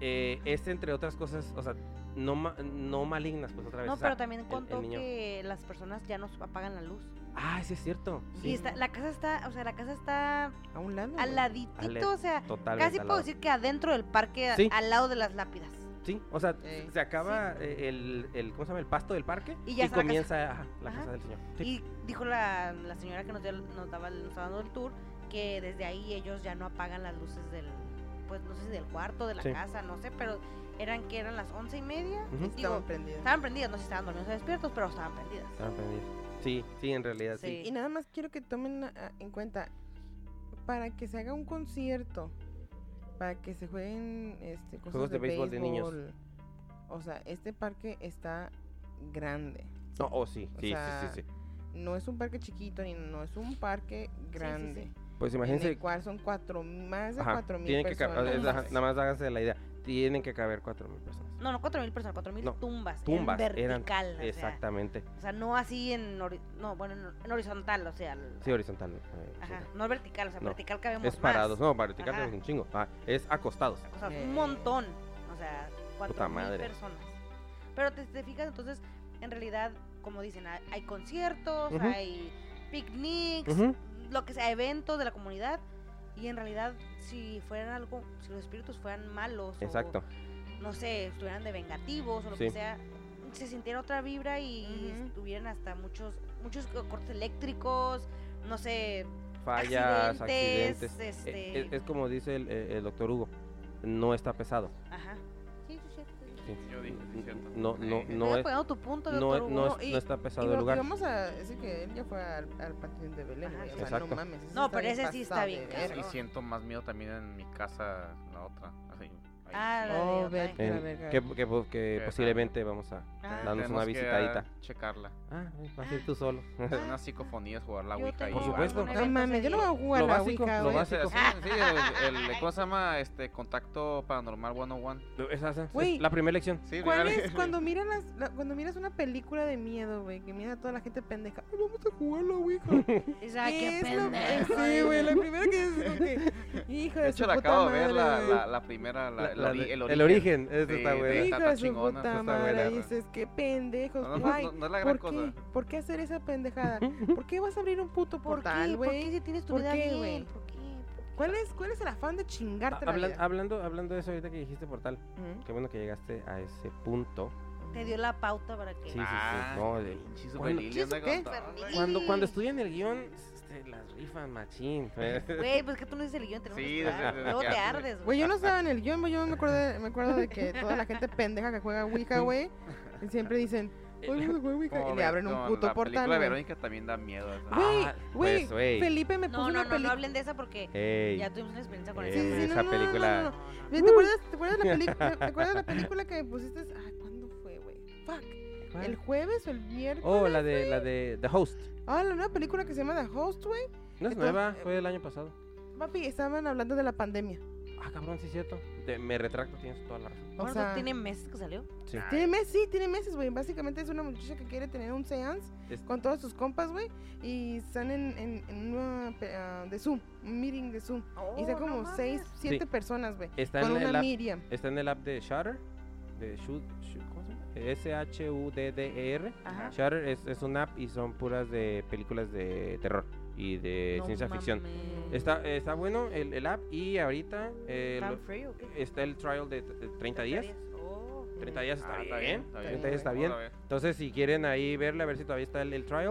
D: eh, es entre otras cosas, o sea, no, ma- no malignas, pues otra vez.
A: No,
D: o sea,
A: pero también
D: el- el
A: contó
D: niño-
A: que las personas ya no apagan la luz.
D: Ah, sí, es cierto.
A: Y
D: Sí,
A: está, la casa está, o sea, la casa está
B: A un lado.
A: al
B: güey.
D: Ale-
A: laditito, o sea,
D: totalmente.
A: casi
D: al
A: puedo
D: lado.
A: decir que adentro del parque, a-
D: Sí.
A: al lado de las lápidas.
D: Sí, o sea,
B: Ey.
D: se acaba eh, el, el, ¿cómo se llama? El pasto del parque
A: Y ya está la casa.
D: comienza ajá, la
A: Ajá.
D: casa del señor. Sí.
A: Y dijo la, la señora que nos, dio- nos daba, el- nos estaba dando el tour que desde ahí ellos ya no apagan las luces del, pues no sé si del cuarto, de la
D: Sí.
A: casa, no sé, pero eran que eran las once y media.
D: Ujú.
A: Digo,
B: Estaban prendidos.
A: estaban prendidas, no sé si estaban dormidos o despiertos, pero estaban prendidas.
D: Estaban prendidas. Sí, sí, en realidad sí.
B: Y nada más quiero que tomen ah, en cuenta, para que se haga un concierto, para que se jueguen este, cosas
D: Juegos de béisbol de niños.
B: béisbol, O sea, este parque está grande.
D: No, oh, sí,
B: O
D: sí, sí,
B: sea,
D: sí, sí.
B: No es un parque chiquito ni no es un parque grande.
D: Pues
B: En
D: imagínense.
B: el cual son cuatro, más de
D: ajá,
B: cuatro mil
D: tienen que cab-
B: personas.
D: es- ajá, nada más háganse la idea. Tienen que caber cuatro mil personas.
A: No, no, cuatro mil personas, cuatro mil
D: No,
A: tumbas.
D: Tumbas
A: en
D: eran.
A: vertical, o sea,
D: Exactamente.
A: O sea, no así en, hori- no, bueno, en- en horizontal, o sea, el-
D: Sí, horizontal. eh,
A: ajá,
D: horizontal.
A: no vertical, o sea,
D: No,
A: vertical cabemos
D: Es
A: más.
D: parados, no, vertical
A: Ajá.
D: es un chingo. Ah, es acostados.
A: O sea,
B: Eh.
A: un montón. O sea, cuatro mil
D: madre.
A: personas. Pero te, te fijas, entonces, en realidad, como dicen, hay, hay conciertos,
D: Ujú.
A: hay picnics,
D: Ujú.
A: lo que sea, eventos de la comunidad. Y en realidad, si fueran algo, si los espíritus fueran malos, o,
D: Exacto.
A: no sé, estuvieran de vengativos o lo
D: Sí.
A: que sea, se sintiera otra vibra y
B: Ujú.
A: estuvieran hasta muchos, muchos co- cortes eléctricos, no sé, accidentes,
D: Fallas, accidentes. Eh,
A: este-
D: Es, es como dice el, eh, el doctor Hugo, no está pesado.
A: ajá. Sí, sí, sí.
D: Sí.
C: Yo dije, sí, cierto.
D: No, no,
C: Eh,
D: no
A: Estoy
D: es,
A: apoyando tu punto,
D: no,
A: doctor
D: es-
A: Hugo.
D: no, es-
B: Hugo, y-
D: no está
B: Y
D: pesado
B: lo
D: el
B: que
D: lugar.
B: vamos a decir que él ya fue al, al patín de Belén,
A: Ajá.
B: güey, o sea,
D: Exacto.
B: no mames. ese
A: No,
B: está
A: pero
B: bien
A: ese sí está
B: pasado
A: bien
B: de
A: cabrón.
B: verga.
C: Y siento más miedo también en mi casa, la otra. Así, ahí
A: Ah,
C: sí.
A: la de
B: Oh,
A: otra
B: vete.
A: vez.
D: En-
B: la verga.
D: Eh, que, que- que
C: ajá.
D: posiblemente vamos a
A: Ah,
D: danos
C: Tenemos
D: una
C: que,
D: visitadita.
C: ah, checarla.
D: Ah, vas a ir tú solo.
C: Son unas psicofonías, jugar la
A: Yo
C: Wicca y
A: tengo
D: Por supuesto.
A: algún
B: No
A: evento
B: mames,
A: ese
B: yo no voy a
A: día.
B: jugar
D: Lo
B: a la
D: básico,
B: Ouija,
D: lo
B: güey.
D: básico.
C: Sí, sí, el, el- ¿Cómo se llama? Este, contacto paranormal 101.
D: Esa, esa es
B: Güey.
D: la primera elección.
C: Sí,
B: ¿Cuál
C: mira,
B: es cuando miras, las- la- cuando miras una película de miedo, güey? Que mira a toda la gente pendeja. Ay, vamos a jugar a la Ouija.
A: Dices, "Ay, qué
B: es lo-
A: pendejo".
B: Sí, güey, la primera que es como que... Hijo de,
C: De
B: su
C: hecho, la
B: puta
C: acabo de
B: madre,
C: ver, la,
B: güey.
C: la, la primera, la-
D: La-
C: el,
D: la
C: ori-
D: de-
C: el origen.
D: el origen, esa
C: Sí,
D: está buena.
C: está
B: Hijo de su
C: chingona,
B: puta
C: está
B: madre.
C: buena.
B: Dices, qué pendejos,
C: No, no,
B: güey.
C: no- no es la gran
B: ¿Por qué?
C: cosa.
B: ¿Por qué hacer esa pendejada? ¿Por qué vas a abrir un puto
A: ¿Por qué?
B: portal,
A: ¿Por qué
B: güey?
A: si tienes tu
B: ¿Por
A: vida
B: qué,
A: bien?
B: güey?
A: ¿Por qué?
B: ¿Cuál es, ¿Cuál es el afán de chingarte la
D: Hablan-
B: vida?
D: hablando, hablando de eso ahorita que dijiste portal,
B: Ujú.
D: qué bueno que llegaste a ese punto.
A: Te dio la pauta para que...
D: Sí, sí,
C: Ah,
D: sí. No, de-
C: pinche
D: ¿Cuándo-
C: superlilia, anda
B: ¿Qué?
C: con todo, güey.
D: Cuando, cuando
A: Sí.
D: estudian el guión, se las rifan machín.
A: Güey, pues que tú no dices el guión, tenemos
C: Sí,
A: que
C: desde-
A: esperar.
C: desde
A: Luego
C: que
A: te
C: hace-
A: ardes,
B: Güey,
A: güey.
B: yo no estaba en el guión, güey, yo me acuerdo, de, me acuerdo de que toda la gente pendeja que juega Ouija, güey, siempre dicen, "Oye, vamos a jugar Ouija",
C: Eh, Como
B: y le
C: ve-
B: abren un
C: como
B: puto
C: la película
B: portal.
C: de
B: güey.
C: Verónica también da miedo. esa.
D: Ah,
B: Güey, güey,
D: pues, güey.
B: Felipe me puso
A: No, no,
B: una
A: no, no
B: película.
A: hablen de esa porque
D: Ey,
A: ya tuvimos una experiencia con
D: ey, eh,
A: esa.
B: Sí, sí,
A: madre.
B: no, no,
D: esa
B: no,
D: película.
B: no, no.
A: No, no.
B: ¿Te acuerdas, ¿Te acuerdas la película? ¿Te acuerdas la película que pusiste? Ay, ¿cuándo fue, güey? Fuck.
D: ¿cuál?
B: ¿El jueves o el miércoles?
D: Oh, la de, la de The Host.
C: Oh.
B: Ah, la nueva película que se llama The Host, güey.
D: No es
B: Entonces,
D: nueva,
B: eh,
D: fue del año pasado.
B: Papi, estaban hablando de la pandemia.
D: Ah, cabrón, sí es cierto. Te- me retracto, tienes toda la razón.
B: O
A: Bueno,
B: sea,
A: tiene meses que salió.
D: Sí.
B: tiene meses, sí, tiene meses, güey. Básicamente es una muchacha que quiere tener un seance
D: Es-
B: con todos sus compas, güey. Y están en, en, en una pe- ah, de Zoom, un meeting de Zoom. y
A: Oh,
B: están como seis, siete personas, güey.
D: Está
B: Con
D: en, el
B: una
D: app,
B: Miriam.
D: está en el app de Shutter. De Shu- Shu- ¿Cómo se llama? S-H-U-D-D-E-R.
A: Ajá.
D: E Shutter es, es una app y son puras de películas de terror y de
A: No
D: ciencia ficción.
A: mames.
D: Está, está bueno el, el app y ahorita eh,
A: ¿Tan
D: lo-
A: frío o qué?
D: está el trial de t- de 30 días.
A: Oh.
D: 30 días está
C: Ah,
D: bien.
C: está
D: 30 días está
C: Vamos
D: bien.
C: a ver.
D: Entonces, si quieren ahí verle a ver si todavía está el, el trial.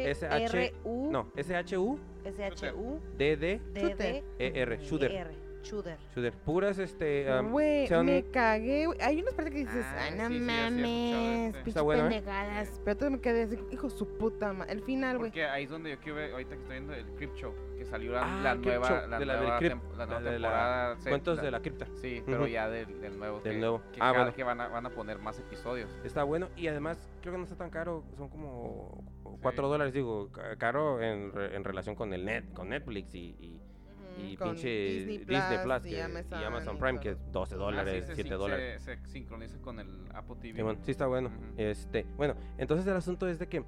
A: S-H-R-U.
D: No, S-H-U-D-D-E-R.
A: S-H-U-D-D-E-R.
B: Shooter.
D: E Shooter.
A: E Shooter.
D: Shooter. Puras, este. am,
B: Güey,
D: son-
B: me cagué, güey. Hay unas partes que dices,
C: Ah,
B: ay, no
C: sí, sí, ya sí he escuchado de este.
B: mames,
C: Está
B: pinche
D: bueno, ¿eh?
B: pendejadas. Pero todo me quedé así, hijo de su puta madre. El final, güey.
C: Porque ahí es donde yo quiero ver, ahorita que estoy viendo el Crip Show, que salió la,
D: Ah,
C: la
D: el Creep
C: nueva,
D: Show,
C: la
D: de la del
C: nueva,
D: Creep,
C: tem- la nueva
D: la de la-
C: temporada. se-
D: Cuentos
C: la-
D: de la cripta.
C: Sí, pero
D: Ujú.
C: ya del, del nuevo.
D: Del
C: que-
D: nuevo.
C: Que,
D: Ah,
C: cada-
D: bueno.
C: que van, a, van a poner más episodios.
D: Está bueno y además creo que no está tan caro, son como 4
C: Sí.
D: dólares, digo, ca- caro en, re- en relación con el net, con Netflix y, y- y
B: con
D: pinche Disney Plus, que- y, Amazon, Prime, que es 12 dólares,
C: Ah, sí, se
D: 7
C: sin-
D: dólares.
C: Se, se sincroniza con el Apple TV.
D: Simón, sí está bueno.
C: Ujú.
D: Este, bueno, entonces el asunto es de que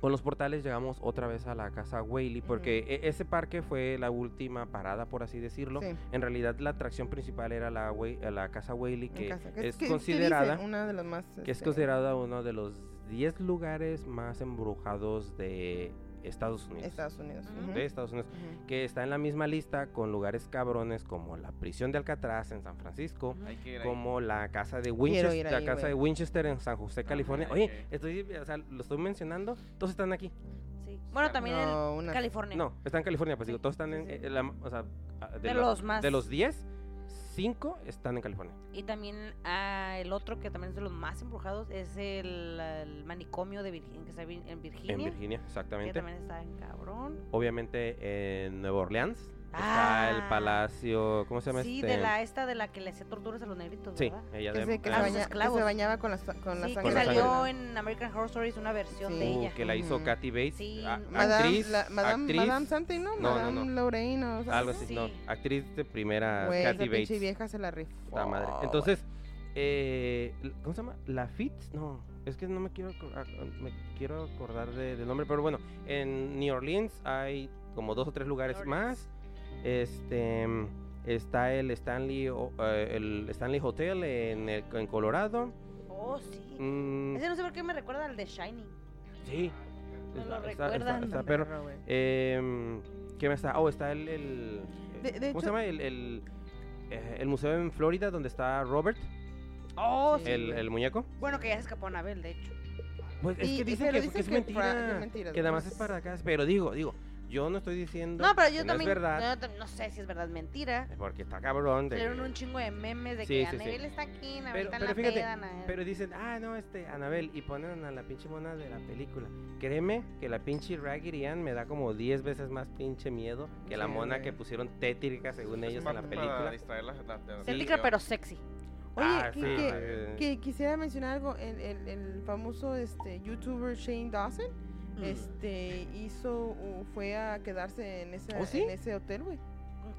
D: con los portales llegamos otra vez a la casa Whaley
B: Ujú.
D: porque e- ese parque fue la última parada, por así decirlo.
B: Sí.
D: En realidad la atracción principal era la, Whey- eh, la casa Whaley
B: en
D: que
B: casa,
D: es
B: que- que
D: considerada
B: dicen una de las más
D: que es
B: este,
D: considerada uno de los 10 lugares más embrujados de Estados Unidos.
B: Estados Unidos.
A: Ujú.
B: ujú,
D: De Estados Unidos,
B: ujú.
D: que está en la misma lista con lugares cabrones como la prisión de Alcatraz en San Francisco,
C: Hay que ir ahí.
D: como la casa de
B: Quiero
D: Winchester,
B: ir
D: la
B: ahí,
D: casa
B: güey.
D: de Winchester en San José, California.
C: Ajá,
D: Oye,
C: ok.
D: estoy, o sea, lo estoy mencionando, todos están aquí.
A: Sí. Bueno, también en
B: No, una-
A: California.
D: No, están en California, pues
A: Sí,
D: digo, todos están
A: sí,
D: en,
A: sí.
D: eh, la- o sea, ah, de,
A: de
D: los,
A: los más.
D: de los 10, 5 están en California.
A: Y también ah, el otro que también es de los más embrujados es el, el manicomio de Virginia, que está vi- en Virginia.
D: En Virginia,
A: Que
D: exactamente.
A: también está en cabrón.
D: Obviamente en Nueva Orleans está
A: Ah.
D: el palacio, ¿cómo se llama
A: Sí,
D: este?
A: de la esta de la que le hacía torturas a los negritos,
D: Sí,
A: ¿verdad?
D: ella
B: que
D: de,
B: se, que
D: eh,
B: se
A: Ah, sus
B: baña- que se
A: esclavos.
B: bañaba con la, sa- con la
A: sí, que
B: sangre. de
A: salió
B: la-
A: en American Horror Stories una versión
B: Sí.
A: de
D: uh,
A: ella.
D: que la hizo
B: Ujú.
D: Katy Bates,
A: Sí,
D: a-
B: Madame,
D: actriz,
B: la- Madame,
D: actriz,
B: Madame Something, ¿no?
D: No, no,
B: Madame
D: no.
B: Lorraine o sea,
D: algo así, no,
A: Sí.
D: actriz de primera
B: güey, esa
D: Katy
B: pinche
D: Bates.
B: vieja se la rifó.
D: Puta madre.
B: güey.
D: Entonces, eh, l- ¿cómo se llama? La Fitz, no, es que no me quiero, acor- ac- me quiero acordar de- del nombre, pero bueno, en New Orleans hay como dos o tres lugares
A: New
D: más. Este mm, está el Stanley, o- eh, el Stanley Hotel en, el- en Colorado.
A: Oh, sí.
D: Mm,
A: Ese no sé por qué me recuerda al de Shining.
D: sí.
A: Me lo
D: Está- está-
A: recuerdan.
D: está- está
A: Está
D: perro.
B: Perro, güey.
D: Em, ¿Qué más está? Oh, está el. el-
B: De- de
D: ¿Cómo
B: hecho-
D: se llama? El, el, eh, el museo en Florida donde está Robert,
A: Oh, sí.
B: Sí.
D: el,
B: güey.
D: el muñeco.
A: Bueno, que ya se escapó Anabel, de hecho.
D: Pues es
B: Y-
D: que
B: y-
D: dicen
B: pero
D: que, que es
B: dicen que fra-
D: mentira.
B: que mentiras,
D: que nada
B: pues.
D: más es para acá. Pero digo, digo, yo no estoy diciendo.
A: No, pero yo
D: que
A: también.
D: No es verdad.
A: yo tam- no sé si es verdad mentira.
D: Porque está cabrón. de
A: Salieron
D: que-
A: un chingo de memes de
D: Sí,
A: que
D: sí, sí.
A: Anabel está aquí, Anabel
D: Pero-
A: está en
D: pero
A: la
D: fíjate,
A: peda, Anabel.
D: Pero dicen, ah, no, este, Anabel. Y ponen a la pinche mona de la película. Créeme que la pinche Raggedy Ann me da como 10 veces más pinche miedo que la
B: Sí,
D: mona
B: güey.
D: que pusieron tétrica, según ellos, en la
C: Para- Para
D: película.
C: distraer la, la- la-
A: Céntrica,
C: la-
A: pero sexy.
B: Oye,
D: Ah,
B: que-
D: sí,
B: que-
D: eh,
B: Que quisiera mencionar algo, el, el- el famoso este, youtuber Shane Dawson
A: Mm.
B: este, hizo, u- fue a quedarse en, esa,
D: ¿Oh, sí?
B: en ese hotel, güey.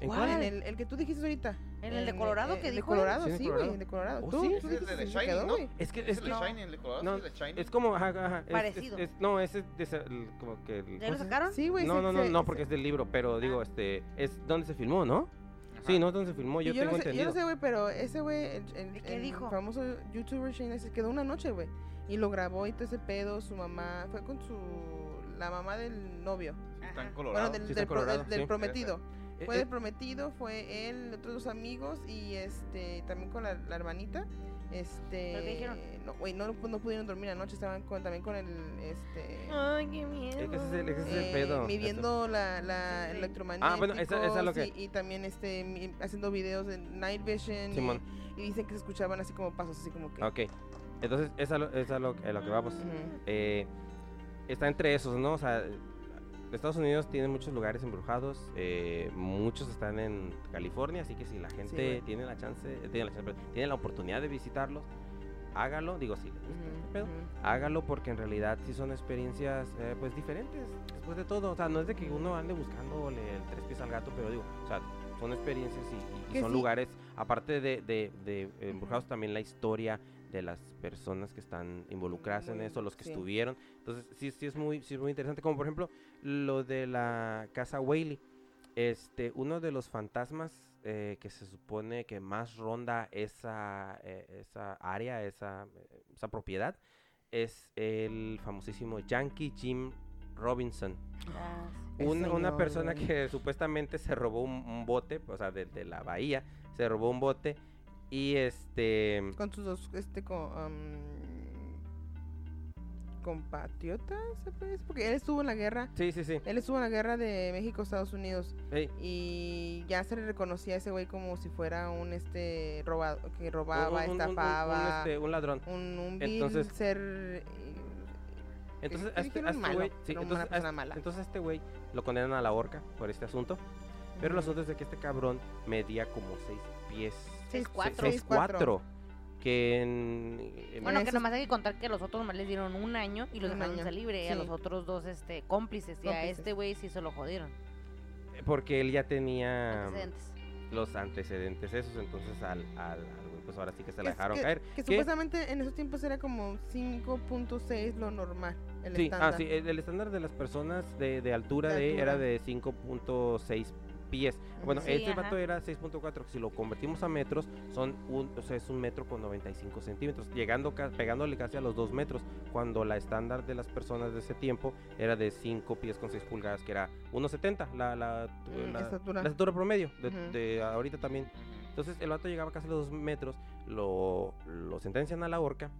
D: ¿En
A: ¿Cuál?
B: En
D: cuál?
B: el, el que tú dijiste ahorita.
A: ¿En el de Colorado
B: eh,
A: que
B: el
A: dijo?
B: De Colorado,
D: Sí, en el
B: sí,
D: Colorado.
B: güey, el de Colorado.
D: ¿Oh,
B: ¿Tú,
D: sí?
B: tú
D: Es
C: el
B: dijiste
C: de
B: que se
C: Shining,
B: quedó,
C: ¿no?
B: güey.
D: Es que
C: Es
D: es
C: el
D: que
C: de
D: no,
C: Shining, el de Colorado,
D: no,
C: es el de Shining.
D: es como ajá, ajá, es- es-
A: Parecido.
D: es- no, ese es el- como que el-
A: ¿Ya
D: ¿cómo
A: lo
D: se-
A: sacaron?
B: Sí, güey.
D: No,
B: se-
D: no, no,
B: se-
D: no,
B: se-
D: porque es del libro,
B: Ah.
D: pero digo, este, es donde se filmó, ¿no?
C: Ajá.
D: Sí, no es donde se filmó, yo,
B: yo,
D: tengo
B: no sé, yo
D: entendido.
B: no sé, güey, pero ese güey, el, el-
A: ¿Y qué
B: el
A: dijo?
B: famoso youtuber Shane se quedó una noche, güey. Y lo grabó y todo ese pedo, su mamá, fue con su, la mamá del novio.
A: Ajá.
C: Tan colorado.
B: Bueno, del,
D: Sí, está
B: del pro- del-
D: colorado,
B: del
D: sí.
B: prometido.
D: Eh,
B: Fue
D: eh,
B: del prometido, fue él, otros dos amigos y este también con la, la hermanita. Este,
A: ¿Pero qué dijeron?
B: No, güey, no, no pudieron dormir anoche, estaban con- también con el este
A: Ay, qué miedo.
D: que ese es el- ese es el
B: eh,
D: pedo,
B: midiendo la, la
A: Sí, sí.
B: electromagnéticos
D: Ah, bueno, esa- esa es lo que-
B: y, y también este mi- haciendo videos de night vision y-
D: Simón.
B: y, dicen que se escuchaban así como pasos así como que
D: Ok, entonces, esa es a lo, es a lo, a lo que vamos.
B: Ujú.
D: Eh, está entre esos, ¿no? O sea, Estados Unidos tiene muchos lugares embrujados, eh, muchos están en California, así que si la gente
B: güey.
D: tiene la chance, eh, tiene la, chance, perdón, tiene la oportunidad de visitarlos, hágalo, digo, sí.
B: Ujú,
D: pedo?
B: ujú.
D: hágalo porque en realidad sí son experiencias eh, pues diferentes después de todo o sea no es de que uno ande buscando el tres pies al gato pero digo o sea son experiencias y- y, y
B: Que
D: son
B: sí.
D: lugares aparte de, de, de embrujados también la historia de las personas que están involucradas en
B: Muy-
D: eso los que
B: sí.
D: estuvieron entonces sí sí es muy sí es muy interesante como por ejemplo lo de la casa Whaley este uno de los fantasmas eh, que se supone que más ronda esa eh, esa área esa eh, esa propiedad es el famosísimo Yankee Jim Robinson.
A: Ah,
B: Ese ¿eh?
D: Un- una
B: no,
D: persona
B: güey.
D: que supuestamente se robó un, un bote, o sea, de, de la bahía, se robó un bote y este...
B: con sus dos este con compatriotas se puede decir, porque él estuvo en la guerra
D: Sí, sí, sí.
B: él estuvo en la guerra de México Estados Unidos
D: ey,
B: y ya se le reconocía a ese güey como si fuera un este robado que
D: un-
B: robaba
D: un- un- un- un,
B: estafaba Eh,
D: este, un ladrón.
B: un, un vil
D: Entonces-
B: ser eh,
D: Entonces,
B: que
D: a este-
B: dijeron
D: a este
B: malo,
D: güey- sí,
B: era una
D: entonces, a
B: persona
D: este-
B: mala.
D: entonces a este güey lo condenan a la horca por este asunto. Pero el
B: ujú.
D: asunto es de que este cabrón medía como 6 pies.
A: Seis, cuatro.
B: seis,
D: 6'4. Que en... en-
A: Bueno, que
B: esos-
A: nomás hay que contar que los otros más les dieron un año y los
B: Un
A: dejaron
B: año,
A: salir libre. Y a
B: sí.
A: los otros dos este, cómplices. Y a
B: Cómplices.
A: este güey sí se lo jodieron.
D: porque él ya tenía
A: Antecedentes.
D: los antecedentes esos, entonces al, al, al güey, pues ahora sí que se la
B: Es
D: dejaron
B: que-
D: caer.
B: Que
D: ¿Qué?
B: supuestamente en esos tiempos era como 5.6 lo normal. El
D: Sí,
B: estándar.
D: ah, sí, el, el estándar de las personas de, de altura
B: De
D: de, era
B: altura.
D: de 5.6 pies. Bueno,
A: Sí,
D: este
A: ajá.
D: vato era 6.4, si lo convertimos a metros, son un, o sea, es un metro con 95 centímetros, llegando ca- pegándole casi a los 2 metros, cuando la estándar de las personas de ese tiempo era de 5 pies con 6 pulgadas, que era 1.70, la, la,
A: Mm,
D: la-
B: estatura.
D: la estatura promedio, de,
B: Ujú.
D: de ahorita también. Entonces el vato llegaba casi a los dos metros, lo, lo sentencian a la horca.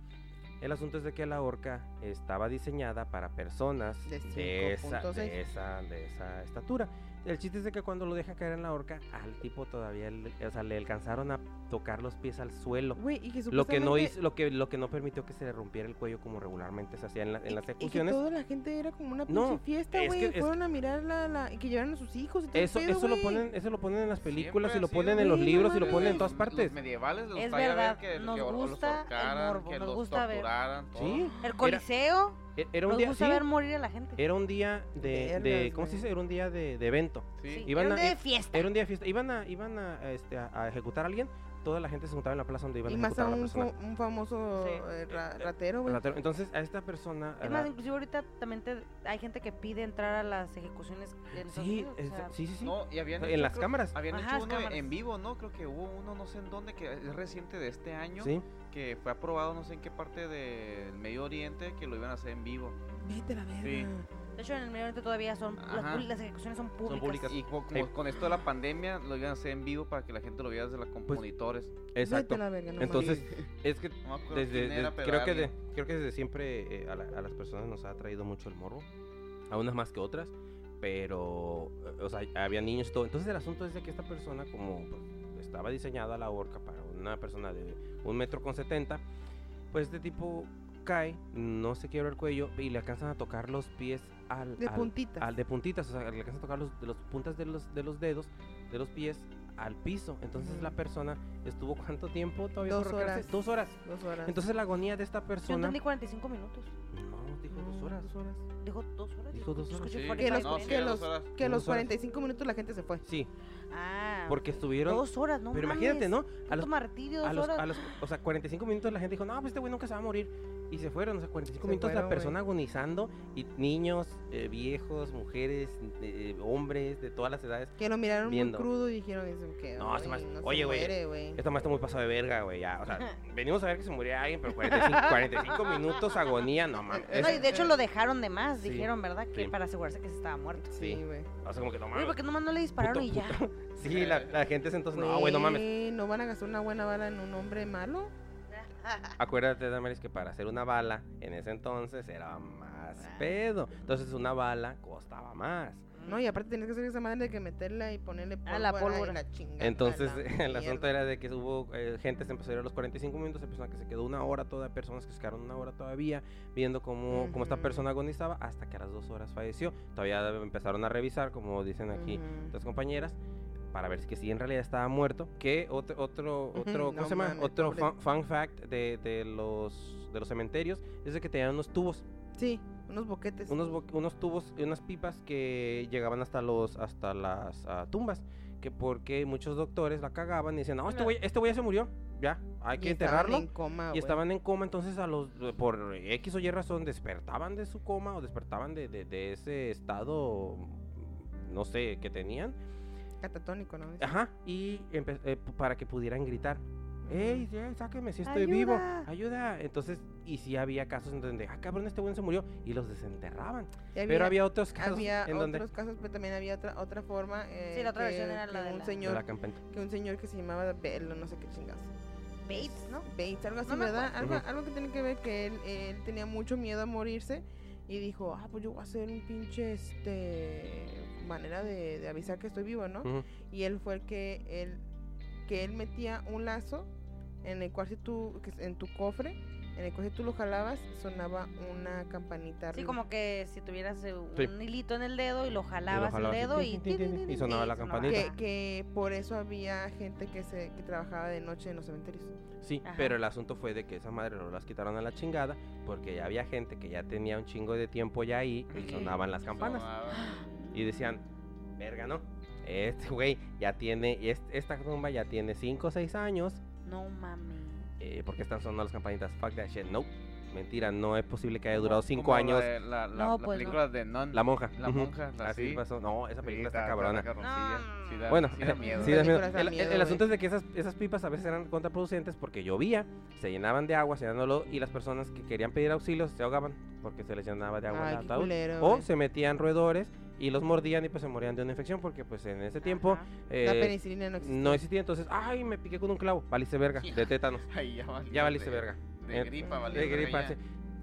D: El asunto es de que la horca estaba diseñada para personas
B: De
D: de, esa,
B: 5.6.
D: de, esa, de esa estatura. El chiste es de que cuando lo dejan caer en la horca, al tipo todavía le, o sea, le alcanzaron a tocar los pies al suelo.
B: Güey, y que
D: Lo que no
B: Pues, supuestamente-
D: hizo, lo que, lo que no permitió que se le rompiera el cuello como regularmente se hacía en, la- en
B: y-
D: las
B: y que
D: ejecuciones.
B: toda la gente era como una
D: No,
B: pinche fiesta,
D: es
B: güey.
D: que- es
B: Fueron a mirar la, la- y que llevaron a sus hijos y todo el
D: Eso,
B: este pedo,
D: eso lo
B: güey.
D: ponen, eso lo ponen en las películas
C: Siempre
D: y lo
C: ha sido, eh,
D: ponen en los
B: güey, no
D: libros y lo
B: mames.
D: ponen en
B: Los-
D: todas
C: los
D: partes.
C: medievales les
A: Es
C: gustaba ir a
A: verdad,
C: ver que,
A: nos
C: que or-
A: gusta el
C: los ahorcaran,
A: morbo,
C: que
A: nos
C: los
A: gusta ver.
C: torturaran, todo.
D: Sí,
A: El coliseo.
D: e- era un
A: nos
D: día
A: gusta
D: sí,
A: ver morir a la gente.
D: Era un día de,
B: Vergas,
D: de- ¿cómo se
B: güey.
D: dice? Era un día de, de evento.
A: Sí,
C: Sí.
D: iban
A: era un
D: a-
A: día de fiesta.
D: Era un día de fiesta. Iban a, iban a, a, este, a- a ejecutar a alguien. Toda la gente se juntaba en la plaza donde iban
B: Y
D: a
B: más a
D: ejecutar a la
B: un,
D: persona.
B: fa- un famoso
A: Sí.
B: eh, ra- ratero, güey.
D: Ratero. Entonces a esta persona.
A: Es
D: la-
A: más, inclusive ahorita también te- hay gente que pide entrar a las ejecuciones. En Estados
D: sí,
A: Unidos, o
D: es-
A: sea,
D: sí, sí, sí.
C: No, y habían
D: en
C: hecho,
D: las
C: creo-
D: cámaras.
C: Habían
A: Ajá, las
C: hecho uno
A: cámaras.
C: en vivo, ¿no? Creo que hubo uno, no sé en dónde, que es reciente de este año,
D: Sí.
C: que fue aprobado no sé en qué parte del Medio Oriente, que lo iban a hacer en vivo.
B: Vete a la verga.
C: Sí.
A: De hecho, en el Medio Oriente todavía son. Las,
C: Ajá.
A: pu- las ejecuciones son públicas.
D: públicas.
C: Y co- como
D: Sí.
C: con esto de la pandemia, lo iban a hacer en vivo para que la gente lo viera desde la, con
D: Pues,
C: monitores.
B: Vete
D: Exacto.
B: a la verga, no mames.
D: Entonces, es que
C: No me acuerdo
D: desde,
C: quién era,
D: desde-
C: pero
D: creo, que de-
C: alguien.
D: creo que desde siempre eh, a, la- a las personas nos ha traído mucho el morro, a unas más que otras, pero, eh, o sea, había niños y todo. Entonces el asunto es de que esta persona, como pues, estaba diseñada la horca para una persona de un metro con 70, pues este tipo cae, no se quiebra el cuello y le alcanzan a tocar los pies al...
B: de
D: al-
B: puntitas.
D: al de puntitas, o sea, le alcanzan a tocar los, de los puntas de los, de los dedos, de los pies al piso. Entonces la
B: Ujú.
D: persona estuvo cuánto tiempo todavía
B: Dos
D: por recuperarse?
B: horas.
D: Dos horas.
B: Dos horas.
D: Entonces la agonía de esta
A: Yo
D: persona.
A: entendí Mm, 45 minutos.
D: No, dijo
B: No,
D: dos horas.
B: dos horas.
A: Dijo dos horas.
D: Dijo
A: yo-
D: dos
A: yo
D: horas.
A: escuché
C: Sí,
A: 45
B: los-
C: no, sí,
A: minutos.
B: que
C: eran
B: los-
C: dos horas.
B: Que a los
D: Dos horas.
B: 45 minutos la gente se fue.
D: Sí,
A: Ah,
D: porque estuvieron.
A: dos horas, ¿no?
D: pero imagínate, ¿no? A
A: A
D: los,
A: martirio, dos
D: a, los,
A: horas.
D: a los- O sea, 45 minutos la gente dijo, no, pues este güey nunca se va a morir. Y se fueron, o sea, 45
B: Se
D: minutos
B: fueron,
D: la
B: güey.
D: persona agonizando. Y niños, eh, viejos, mujeres, eh, hombres de todas las edades.
B: Que lo miraron
D: Viendo.
B: muy crudo y dijeron eso, que
D: No, ese
B: "Ay,
D: más-
B: no se
D: oye, güey,
B: muere, güey.
D: Esta madre está muy pasada de verga, güey. Ya, o sea, venimos a ver que se muriera alguien, pero 45, 45 minutos agonía, no mames.
B: es-
A: No, y de hecho
B: eh,
A: lo dejaron de más,
D: sí,
A: dijeron, ¿verdad? Que
D: sí.
A: para asegurarse que se estaba muerto.
B: Sí,
D: sí.
B: güey.
D: O sea, como que no
A: Oye,
D: mames.
A: porque nomás no le dispararon y
D: puto,
A: ya.
D: Sí, la, la gente es entonces, no, güey, no mames.
B: Güey, ¿No van a gastar una buena bala en un hombre malo?
D: Acuérdate, Damaris, que para hacer una bala en ese entonces era más
A: Ah.
D: pedo. Entonces una bala costaba más.
B: No, y aparte tenías que hacer esa madre de que meterla y ponerle
A: Ah,
B: pólvora
A: la
B: y
A: pólvora.
B: la chingada,
D: Entonces
B: la
D: el asunto
B: mierda.
D: era de que hubo eh, gente, se empezó a ir a los 45 minutos, se persona que se quedó una hora toda, personas que se quedaron una hora todavía viendo cómo, cómo esta
B: Ujú.
D: persona agonizaba hasta que a las dos horas falleció. Todavía empezaron a revisar, como dicen aquí
B: Ujú.
D: las compañeras. Para ver si que sí en realidad estaba muerto. Que otro, otro,
B: Ujú,
D: otro, ¿cómo
B: no
D: se llama?
B: mames,
D: otro
B: pobre.
D: fun, fun fact de, de los, de los cementerios es de que tenían unos tubos.
B: Sí, unos boquetes.
D: unos, bo- unos tubos y unas pipas que llegaban hasta los hasta las ah, tumbas que porque muchos doctores la cagaban y decían no este
A: Hola.
D: güey este güey ya se murió ya hay que
B: Y estaban
D: enterrarlo
B: en coma,
D: y
B: güey.
D: estaban en coma entonces a los por x o y razón despertaban de su coma o despertaban de, de- de ese estado no sé que tenían
B: Catatónico, ¿no?
D: ajá y empe- eh, p- para que pudieran gritar ¡Ey, ya, sáqueme si estoy vivo!
A: Ayuda.
D: ¡Ayuda! Entonces, y si había casos en donde, ¡ah, cabrón, este güey se murió! Y los desenterraban.
B: Y había,
D: Pero había otros casos
B: había
D: en donde
B: otros casos, pero también había otra, otra forma. eh,
A: Sí, la otra
B: que-
A: versión era la
B: que
A: de
B: un
A: la-
D: de
B: señor,
D: la campaña.
B: Que un señor que se llamaba Bell o no sé qué chingas.
A: Bates, ¿no?
B: Bates, algo así,
A: No me
B: ¿verdad? Algo,
D: Ujú.
B: algo que tiene que ver que él, él tenía mucho miedo a morirse y dijo, ah, pues yo voy a hacer un pinche, este, manera de, de avisar que estoy vivo, ¿no?
D: Ujú.
B: Y él fue el que él, que él metía un lazo en el cual si tú, que es en tu cofre, en el cual si tú lo jalabas, sonaba una campanita
A: Sí,
B: arriba.
A: como que si tuvieras eh, un
D: Sí.
A: hilito en el dedo y lo jalabas,
D: jalabas
A: el
D: así,
A: dedo
D: tin,
A: y...
D: tin, tin, tin,
A: tin,
D: y
A: tin,
D: sonaba la campanita.
B: que,
A: Ajá.
B: que por eso había gente que se que trabajaba de noche en los cementerios.
D: Sí,
A: Ajá.
D: pero el asunto fue de que esa madre no las quitaron a la chingada porque ya había gente que ya tenía un chingo de tiempo ya ahí y
A: Ujú.
D: sonaban las campanas.
C: Sonaban.
D: Y decían, verga, ¿no? Este güey ya tiene, es- esta tumba ya tiene 5 o 6 años.
A: No mames.
D: eh, porque están sonando las campanitas. Fuck that shit. No. Mentira, no es posible que haya durado
C: Como-
D: 5
C: como
D: años.
C: La, de- la, la-
A: No,
C: la
A: pues, no.
C: película de Nun.
D: La monja.
C: La
D: ujú,
C: monja, la-
D: Así
C: sí.
D: pasó. No, esa película
C: Sí,
D: está cabrona.
C: cabrona. Sí da-
D: Bueno, eh,
C: sí da miedo.
D: Sí, da miedo.
B: películas dan
D: El, el- el
B: miedo,
D: asunto es de que esas, esas pipas a veces eran contraproducentes porque llovía, se llenaban de agua, se llenándolo, y las personas que querían pedir auxilio se ahogaban porque se les llenaba de agua
B: Ay,
D: el
B: qué
D: ataúd.
B: culero,
D: O
B: güey.
D: se metían roedores y los mordían y pues se morían de una infección porque pues en ese tiempo
A: Ajá.
B: La
D: eh,
B: penicilina no existe.
D: no existía. Entonces, ay, me piqué con un clavo. Valiste verga, de tétanos.
C: Ay, ya valiste.
D: Ya valiste verga.
C: De
D: Eh,
C: gripa, valiste
D: De
C: verga
D: gripa.
C: ya.
D: sí.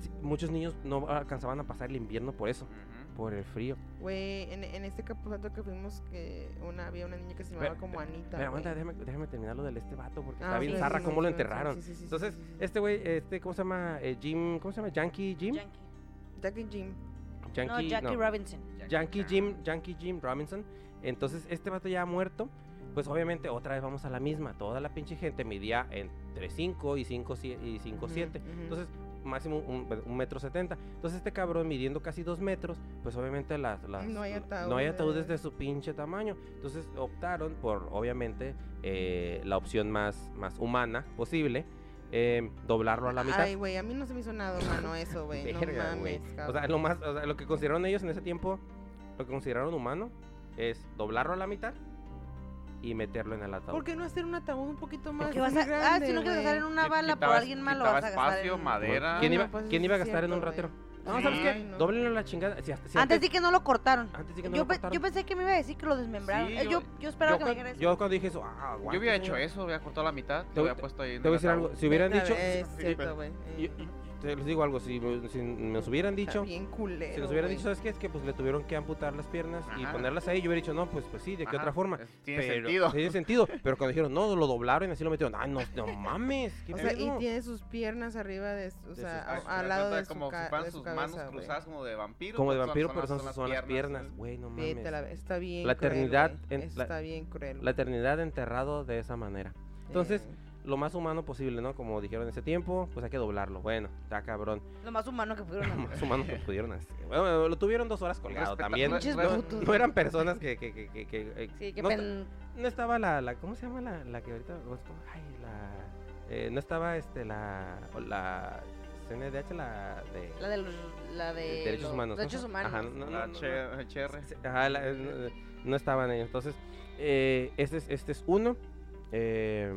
D: Sí, Muchos niños no alcanzaban a pasar el invierno por eso,
C: Ujú.
D: por el frío.
B: Güey, en, en este campeonato que fuimos, que una, había una niña que se
D: Pero-
B: llamaba como Anita.
D: Pero aguanta,
B: güey.
D: déjame, déjame terminar lo del este vato porque
B: Ah,
D: está bien
B: sí,
D: zarra
B: sí, sí,
D: cómo lo
B: sí, sí,
D: enterraron.
B: sí, sí, sí,
D: Entonces,
B: sí, sí, sí.
D: este güey, este, ¿cómo se llama? Eh, Jim, ¿cómo se llama? Yankee Jim.
A: Yankee.
B: Jackie Jim.
D: Yankee,
A: No, Jackie
D: no.
A: Robinson.
D: Yankee Jim, Yankee Jim Robinson. Entonces, este vato ya muerto, pues obviamente otra vez vamos a la misma. Toda la pinche gente medía entre 5 y 5, y 5,
B: Ujú,
D: 7.
B: ujú.
D: Entonces, máximo un, un metro 70. Entonces, este cabrón midiendo casi 2 metros, pues obviamente las, las-
B: No hay
D: no hay
B: ataúdes.
D: ataúdes de su pinche tamaño. Entonces, optaron por, obviamente, eh, la opción más, más humana posible, eh, doblarlo a la mitad.
B: Ay, güey, a mí no se me hizo nada humano eso, güey. no
D: Verga, güey.
B: mames,
D: O sea,
B: cabrón.
D: lo más, o sea, lo que consideraron ellos en ese tiempo, lo que consideraron humano, es doblarlo a la mitad y meterlo en el ataúd.
B: ¿Por qué no hacer un ataúd un poquito más
A: Porque vas a. Ah,
B: grande,
A: si no quieres gastar en
B: güey?
A: una
C: Qui-
A: bala por
C: quitabas-
A: alguien malo, vas a
C: quitabas
A: gastar.
C: espacio,
A: en-
C: madera.
D: ¿Quién
B: Ah,
D: iba,
B: no, pues
D: ¿quién
B: eso
D: iba a
B: sí es
D: gastar en un
B: cierto,
D: ratero?
B: güey.
D: No, ¿sabes qué?
B: Ay, no.
D: Doblenlo a la chingada. Si hasta- si
A: Antes
D: antes,
A: di que no lo cortaron.
D: antes sí que no
A: yo,
D: lo
A: pe-
D: cortaron.
A: yo pensé que me iba a decir que lo desmembraron.
C: Sí,
A: Eh,
C: yo-
A: yo, yo esperaba que me
D: cuan-
A: dijera eso.
D: yo cuando dije eso, ah,
C: Yo
D: aguante,
C: hubiera hecho
D: señor.
C: eso, hubiera cortado la mitad, te
D: Te-
C: hubiera
D: te-
C: puesto ahí. en
D: Te voy
C: el
D: a decir algo.
C: ataúd.
D: Si hubieran
B: Verga,
D: dicho,
B: Es
C: Sí,
B: cierto,
C: pero-
B: güey.
D: yo-
B: Eh,
D: te les digo algo, si, me- si nos hubieran
B: está
D: dicho,
B: Bien culero.
D: si nos hubieran
B: güey.
D: dicho, ¿sabes qué? Es que pues le tuvieron que amputar las piernas y
C: Ajá.
D: ponerlas ahí, yo hubiera dicho, no, pues, pues sí, ¿de qué
C: Ajá,
D: otra forma?
C: es- Tiene
D: Pero-
C: sentido.
D: Tiene sentido. Pero cuando dijeron, no, lo doblaron y así lo metieron. Ah, no, no mames. ¿qué
B: O sea,
D: pedo?".
B: y tiene sus piernas arriba de, su- o
D: De
B: sea,
D: sus-
B: a-
C: Haz- haz
B: al lado
C: cuenta
B: de su,
C: como
B: ca-
C: si fueran
B: de su
C: sus
B: cabeza,
C: manos
B: güey.
C: cruzadas como de vampiro.
D: Como de
C: pero son-
D: vampiro,
C: son eh.
D: pero
C: las-
D: son, son las piernas. Güey, no mames.
B: Vete a la- está bien
D: La
B: cruel,
D: eternidad
B: güey.
D: en- la-
B: está bien cruel.
D: La eternidad enterrado de esa manera. Entonces, lo más humano posible, ¿no? Como dijeron en ese tiempo, pues hay que doblarlo. Bueno, está cabrón.
A: Lo más humano que pudieron
D: Lo
A: hacer.
D: más humano que pudieron hacer. Bueno, lo tuvieron dos horas colgado
C: Respeta-
D: también.
C: Pinches
D: No,
A: brutos.
D: no eran personas que... que, que, que- que, eh,
A: Sí, que
D: no,
A: pen-
D: no estaba la, la- ¿Cómo se llama la, la que ahorita... cómo se llama? Ay, la... eh, no estaba este, la... La CNDH, la de...
A: la de los. La de
D: derechos
A: los
D: humanos. ¿no?
A: Derechos humanos.
D: Ajá, no, no,
C: La eh,
D: no, no, no.
C: H- HR.
D: Sí, ajá, la- no, no estaban ahí. Entonces, eh, este, es, este es uno. eh,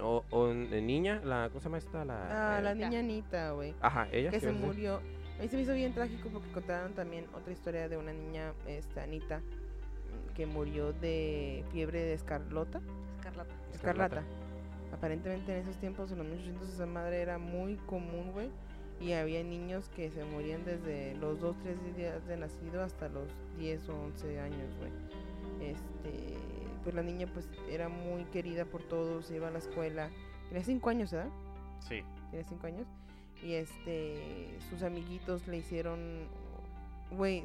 D: o, o n- eh, niña, la, ¿cómo se llama esta? La,
B: Ah,
D: eh,
B: la niña Anita, güey.
D: Ajá, ella.
B: que
D: ¿qué
B: se
D: ibas a decir?
B: murió. A mí se me hizo bien trágico porque contaron también otra historia de una niña, esta Anita, mm, que murió de fiebre de escarlota.
A: Escarlata.
D: Escarlata.
B: Escarlata. Aparentemente en esos tiempos, en los 1800, esa madre era muy común, güey. Y había niños que se morían desde los 2, 3 días de nacido hasta los 10 o 11 años, güey. Este, pues la niña pues era muy querida por todos, iba a la escuela. Tenía 5 años, ¿verdad?
C: Sí.
B: Tenía 5 años. Y este, sus amiguitos le hicieron, güey,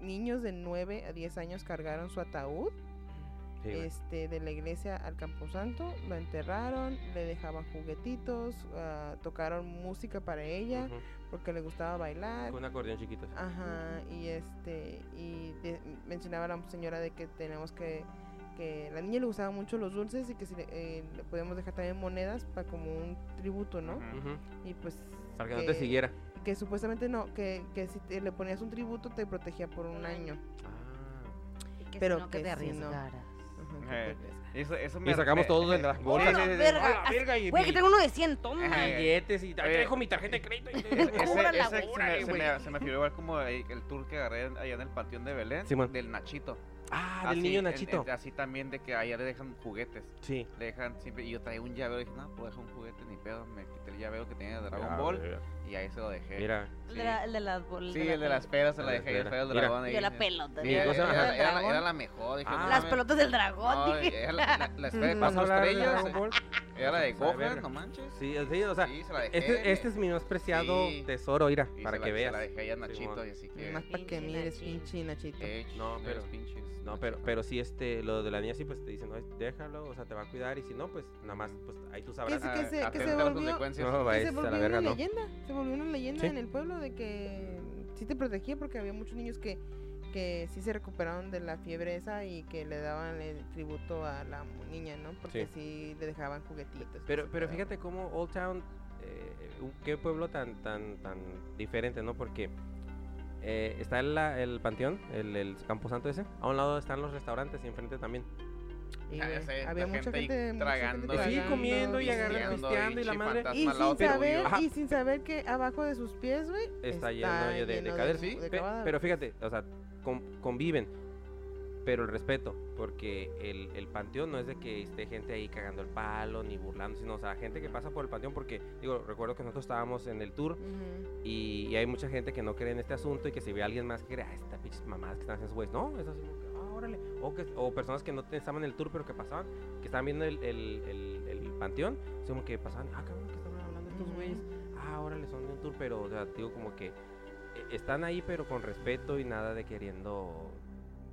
B: niños de 9 a 10 años cargaron su ataúd
D: Sí, güey.
B: este, de la iglesia al Camposanto, la enterraron, le dejaban juguetitos, ah, tocaron música para ella Ah,
D: Ujú,
B: porque le gustaba bailar.
D: Con un acordeón chiquito. así.
B: Ajá, y este, y de- mencionaba la señora de que tenemos que, que la niña le gustaba mucho los dulces y que si le, eh, le podíamos dejar también monedas para como un tributo, ¿no?
C: Ujú.
D: Ujú,
B: Y pues...
D: Para que no te siguiera.
B: Que supuestamente no, que, que si te- le ponías un tributo te protegía por un año.
D: Ah.
A: Y que si
B: Pero
A: no, que
B: que
A: te
B: si no.
A: arriesgaras.
B: Ajá,
C: Eh,
B: que te-
C: Eso, eso me
D: Y sacamos
C: me-
D: todos de las bolsas.
A: ¡Hola,
C: sí, sí.
A: verga!
D: ¡A la verga! Y
A: Güey, que
D: bill-
A: tengo uno de 100, toma.
C: Ajá.
D: billetes y aquí
C: Oye.
D: dejo mi tarjeta de crédito. y-
C: Ese,
A: Cúbrala,
C: ese se,
D: órale,
C: me, se,
D: güey.
C: me, se me figuró igual como ahí el tour que agarré en- allá en el panteón de Belén
D: Simón.
C: del Nachito.
D: Ah,
C: Así,
D: del niño
C: en-
D: Nachito.
C: en- así también de que allá le dejan juguetes.
D: Sí.
C: Le dejan siempre. Y yo traía un llavero y dije, no, pues deja un juguete ni pedo. Me quité el llavero que tenía de Dragon Ball Eh, y ahí se lo dejé.
D: Mira.
A: El
C: Sí.
A: de la- el de las bol-
C: Sí, el de las peras se
D: El
C: la
D: de
C: dejé,
D: las
C: el del
D: peras. Mira.
C: dragón. ahí.
A: Yo la pelota.
C: Sí, era,
D: ¿cómo se llama?
C: era- era la,
A: dragón.
C: era la mejor. Dije,
D: Ah.
C: no
A: Las
C: mames.
A: pelotas del dragón.
C: No,
A: dije.
C: era la, la- la esfera de
B: Ujú.
D: ¿Vas a
C: paso
D: hablar de
C: estrellas. eh,
D: Dragon Ball?
C: Era la de
D: Vamos a
C: Gohan,
D: ver.
C: no manches.
D: Sí, sí, o sea,
C: Sí, se la dejé.
D: Este, este es mi más preciado
C: Sí.
D: tesoro, mira,
C: Y
D: para
C: se
D: que
C: la,
D: veas.
C: Se la dejé allá a
D: Simón.
C: Nachito y así que.
B: Más para que
A: Pinche
B: mires,
A: Nachito.
B: pinche Nachito.
C: eh,
D: No,
C: meros
D: pero-
C: pinches
D: No,
C: Nachito.
D: pero, pero sí, este, lo de la niña sí, pues te dicen, no, déjalo, o sea, te va a cuidar, y si no, pues nada más, pues ahí tú sabrás.
B: que
C: Ah,
B: se- que se
C: atenta a las
B: volvió-
C: consecuencias.
D: No,
B: Que
D: vais
B: se
D: a la
B: volvió
D: verga,
B: una
D: no.
B: leyenda, se volvió una leyenda
D: Sí.
B: en el pueblo de que sí te protegía porque había muchos niños que, que sí se recuperaron de la fiebre esa y que le daban el tributo a la niña, ¿no? Porque sí, le dejaban juguetitos.
D: Pero, pero fíjate cómo Old Town, eh, un- qué pueblo tan, tan, tan diferente, ¿no? Porque eh, está el, el panteón, el, el camposanto ese. A un lado están los restaurantes y enfrente también.
B: Y,
C: Ah,
B: güey,
C: ya sé, la
B: había mucha
C: gente
B: gente,
C: ahí
B: mucha
C: tragando
B: gente
D: y- Sí,
B: tragando,
D: comiendo y agarrando
B: pisteando.
D: pisteando y la madre.
B: Y
C: fantasma al lado
B: sin,
C: tuyo.
B: saber,
D: Ajá.
B: y sin saber que abajo de sus pies, güey,
D: Está lleno de- de cadáveres.
C: Sí,
B: de
D: Pe-
B: cadáveres.
D: pero fíjate, o sea, con- conviven, pero el respeto, porque el, el panteón no es de que esté gente ahí cagando el palo ni burlando, sino, o sea, gente que pasa por el panteón, porque, digo, recuerdo que nosotros estábamos en el tour
B: Ujú.
D: y, y hay mucha gente que no cree en este asunto y que si ve a alguien más que cree, ah, estas pinches mamadas que están haciendo esos güeyes, no, es así como que, ah, órale, o, que, o personas que no te- estaban en el tour pero que pasaban, que estaban viendo el, el, el, el panteón, así como que pasaban, ah, cabrón, que están hablando estos
B: Ujú.
D: güeyes, ah, órale, son de un tour, pero, o sea, digo, como que eh, están ahí pero con respeto y nada de queriendo...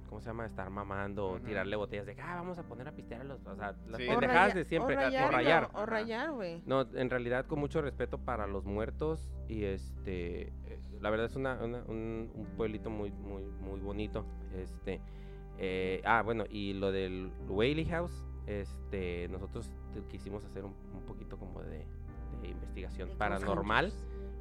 D: ¿Cómo se llama? Estar mamando, o
C: Ujú.
D: tirarle botellas de, ah, vamos a poner a pistear a los, o sea, las
C: Sí. O
D: pendejadas
B: raya-
D: de siempre,
B: O rayar,
D: o
B: no,
D: rayar.
B: O rayar, güey.
D: No, en realidad con mucho respeto para los muertos y este, eh, la verdad es una, una- un, un pueblito muy, muy, muy bonito. Este, eh, ah, bueno, y lo del Whaley House, este, nosotros te- quisimos hacer un, un poquito como de, de investigación paranormal,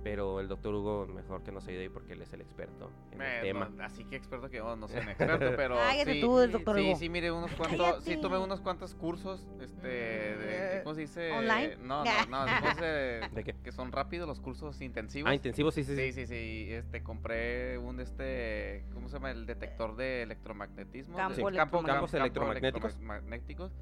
D: pero el doctor Hugo mejor que nos ayude ahí porque él es el experto en
C: Eh,
D: el tema.
C: no, así que experto que bueno, no soy un experto, pero
A: Cállate
C: sí,
A: tú, el doctor
C: sí,
A: Hugo.
C: sí, mire unos cuantos,
A: Cállate.
C: sí tuve unos cuantos cursos, este, de,
B: Eh,
C: ¿cómo se dice?
A: ¿online?
C: No, no, no, ¿cómo se-
D: ¿De qué?
C: que son rápidos los cursos intensivos.
D: Ah, intensivo, sí, sí,
C: Sí,
D: sí.
C: sí, sí, este, compré un, este, ¿cómo se llama? El detector de electromagnetismo.
A: Campo
C: de-
A: electromagnético.
D: Campos electromagnéticos.
C: electromagnéticos.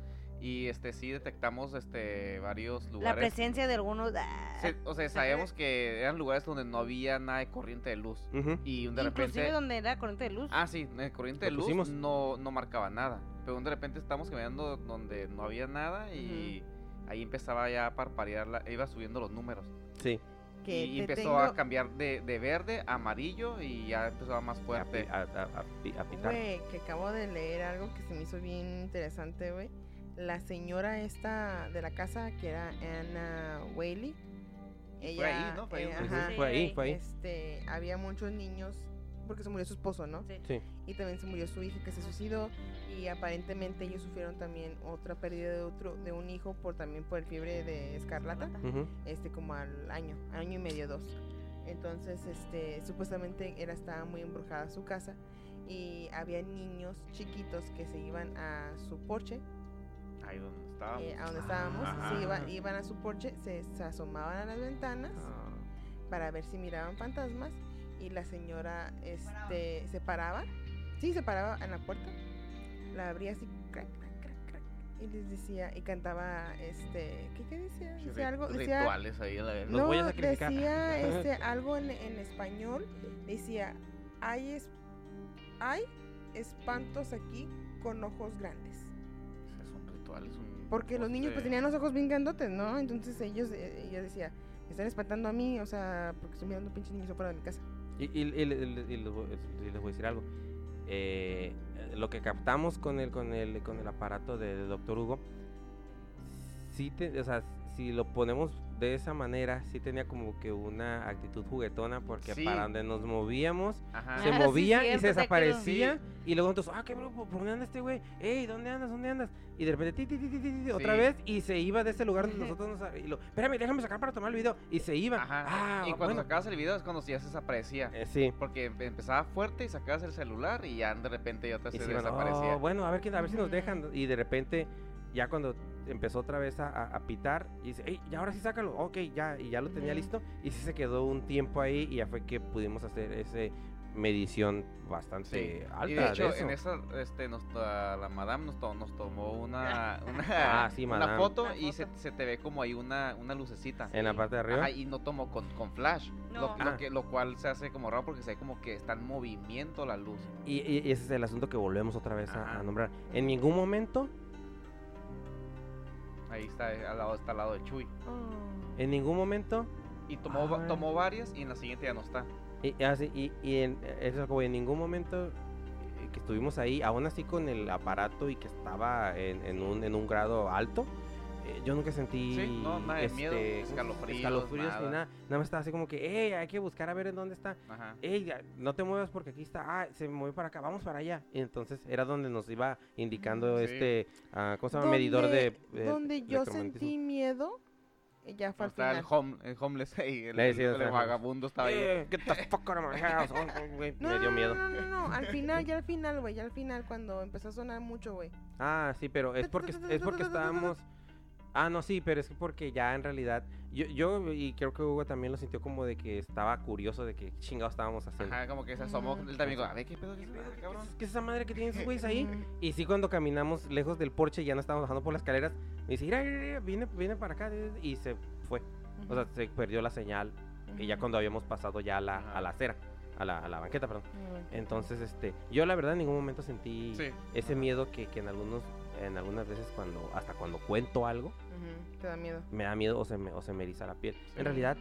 C: Y, este, sí detectamos, este, varios
A: La
C: lugares.
A: presencia de algunos. ah,
C: Sí, o sea, sabíamos que eran lugares donde no había nada de corriente de luz.
D: Ujú.
C: Y de
A: inclusive
C: repente...
A: donde era corriente de luz.
C: Ah, sí, en el corriente de
D: Lo
C: luz
D: pusimos.
C: no, no marcaba nada. Pero de repente estábamos caminando donde no había nada y ahí empezaba ya a parparear, la- iba subiendo los números.
D: Sí.
B: Que
C: y
B: te
C: empezó
B: tengo-
C: a cambiar de, de verde a amarillo y ya empezaba más
D: A, pi-
C: fuerte.
D: a, a- a pi- a pitar.
B: Güey, que acabo de leer algo que se me hizo bien interesante, güey. La señora esta de la casa, que era Anna Whaley.
C: Y
B: Ella,
C: fue ahí, ¿no? Fue ahí
B: eh,
C: donde-
D: Ujú,
B: ajá,
D: Fue ahí,
A: Sí,
D: fue ahí.
B: Este, había muchos niños, porque se murió su esposo, ¿no?
A: Sí.
D: Sí.
B: Y también se murió su hija que se suicidó. Y aparentemente ellos sufrieron también otra pérdida de otro, de un hijo por también por el fiebre de escarlata
D: Ujú.
B: este como al año, año y medio, dos. Entonces, este, supuestamente era estaba muy embrujada su casa y había niños chiquitos que se iban a su porche,
C: Ahí donde estábamos. Ah,
B: eh, a donde estábamos,
C: Ajá. Ah.
B: se iba- iban a su porche, se, se asomaban a las ventanas para ver si miraban fantasmas y la señora este, se paraba, sí, se paraba en la puerta, la abría así, crack, crack, crack, crack, y les decía, y cantaba, este, ¿qué, qué decía?
C: Sí,
B: Decía
C: ri-
B: algo, decía,
C: Rituales ahí a la verga.
D: Los
B: no,
D: voy a sacrificar.
B: decía este, algo en, en español, decía, hay, es, hay espantos aquí con ojos grandes.
C: O sea, son rituales. un-
B: Porque los niños pues
C: este,
B: tenían los ojos bien grandotes, ¿no? Entonces ellos, eh, ella decía, me están espantando a mí, o sea, porque estoy mirando pinches niños afuera de mi casa.
D: Y, y- y le- le- y les, voy, y les voy a decir algo. Eh, eh, lo que captamos con el, con el, con el aparato de- del doctor Hugo, sí te- o sea, si lo ponemos de esa manera, sí tenía como que una actitud juguetona, porque
C: Sí.
D: para donde nos movíamos,
C: Ajá.
D: se
A: Ah, sí,
D: movía y
A: cierto,
D: se
A: te quedó.
D: desaparecía. Y luego nosotros, ah, qué bro, ¿por dónde anda este güey? Ey, ¿dónde andas? ¿Dónde andas? Y de repente, ti, ti, ti, ti, ti, ti, otra
C: Sí.
D: vez, y se iba de ese lugar donde nosotros nos. sab- Y lo, Espérame, déjame sacar para tomar el video. Y se iba.
C: Ajá.
D: Ah,
C: y cuando
D: bueno.
C: sacabas el video es cuando ya se desaparecía.
D: Eh, sí.
C: Porque em- empezaba fuerte y sacabas el celular y ya de repente ya otra
D: Y
C: se
D: se iban,
C: desaparecía.
D: "Oh, bueno, a ver, quién- a ver si nos
B: Ujú.
D: dejan. Y de repente, ya cuando empezó otra vez a, a- a pitar, y dice, "Ey, ya ahora sí sácalo. Ok, ya, y ya lo tenía
B: Ujú.
D: listo. Y sí se quedó un tiempo ahí y ya fue que pudimos hacer ese medición bastante alta.
C: y
D: de
C: de hecho,
D: eso.
C: en esa, este, nos, la, la madame nos, to- nos tomó una, una,
D: Ah, sí,
C: una
D: madame.
C: foto
A: Una
C: y se,
A: foto.
C: se te ve como ahí una, una lucecita.
D: En la parte de arriba.
C: Ajá, y no tomó con, con flash. Lo,
A: No.
C: lo
D: Ah.
C: que, lo cual se hace como raro porque se ve como que está en movimiento la luz.
D: Y, y- y ese es el asunto que volvemos otra vez a- a,
C: Ajá.
D: nombrar. En ningún momento,
C: Ahí está, eh, al lado, está al lado de Chuy.
A: Oh.
D: en ningún momento,
C: Y tomó, va-
D: Ah.
C: tomó varias y en la siguiente ya no está.
D: y, y así, y, y en, eso es como en ningún momento eh, que estuvimos ahí, aún así con el aparato y que estaba en, en un, en un grado alto, eh, yo nunca sentí
C: Sí, no, nada de miedo,
D: este,
C: escalofríos,
D: escalofríos ni
C: nada.
D: nada. Nada más estaba así como que, hey, hay que buscar a ver en dónde está.
C: Ajá.
D: Hey, ya, no te muevas porque aquí está. Ah, se movió para acá, vamos para allá. Y entonces era donde nos iba indicando
C: Mm, Sí.
D: este, ah, ¿cómo se llama? Medidor de. eh,
B: donde yo
D: electromagnetismo.
B: sentí miedo, eh, ya
C: No,
B: fue al
C: estaba
B: final.
C: el, home, el homeless ahí, el,
D: Le decía,
C: el
D: estaba el homeless.
C: vagabundo estaba ahí.
D: Eh, get the fuck out of my house. Oh, oh, güey,
B: No,
D: Me dio
B: no,
D: miedo.
B: No, no, no, no, al final, ya al final, güey, ya al final, cuando empezó a sonar mucho, güey.
D: Ah, sí, pero es porque es porque estábamos. Ah, no, sí, pero es que porque ya en realidad yo, yo y creo que Hugo también lo sintió como de que estaba curioso de que chingados estábamos haciendo.
C: Ajá, como que se asomó
B: Mm.
C: él también. dijo, A ver, ¿qué pedo? ¿Qué
D: ¿Qué
C: pedo,
D: es,
C: cabrón?
D: qué es esa madre que tienen esos güeyes ahí? Y sí, cuando caminamos lejos del porche, ya no estábamos bajando por las escaleras, me dice, mira, mira, mira, viene, viene para acá y se fue. O sea, se perdió la señal que ya cuando habíamos pasado ya a la, a la acera, a la, a la banqueta, perdón. Entonces, este, yo la verdad en ningún momento sentí
C: Sí.
D: ese
C: Ajá.
D: miedo que, que en algunos, en algunas veces cuando, hasta cuando cuento algo,
B: Ujú, Te da miedo.
D: me da miedo o se me, o se me eriza la piel.
C: Sí.
D: En realidad,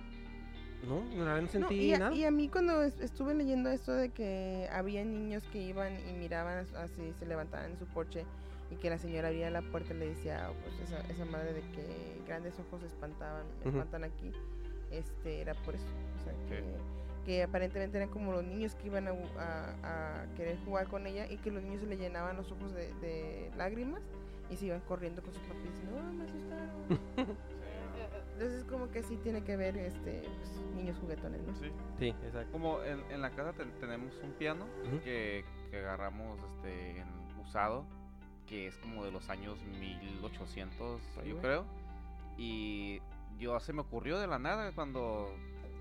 D: no, en realidad no
B: No,
D: sentí
B: y, a,
D: nada.
B: y a mí cuando es- estuve leyendo esto de que había niños que iban y miraban as- así, se levantaban en su porche y que la señora abría la puerta y le decía, "Ah, pues esa, esa madre de que grandes ojos espantaban, me
D: Ujú.
B: espantan aquí, este, era por eso. O sea, que,
C: Ok.
B: que aparentemente eran como los niños que iban a, bu- a- a querer jugar con ella y que los niños se le llenaban los ojos de, de lágrimas y se iban corriendo con sus papás diciendo, "Ah, me asustaron. Entonces como que sí tiene que ver este, pues, niños juguetones, ¿no?
C: Sí, sí.
D: Sí, exacto.
C: Como en, en la casa ten- tenemos un piano
D: Ujú.
C: que, que agarramos este en usado, que es como de los años 1800,
D: Ay,
C: yo
D: güey.
C: creo. Y yo ah, se me ocurrió de la nada cuando,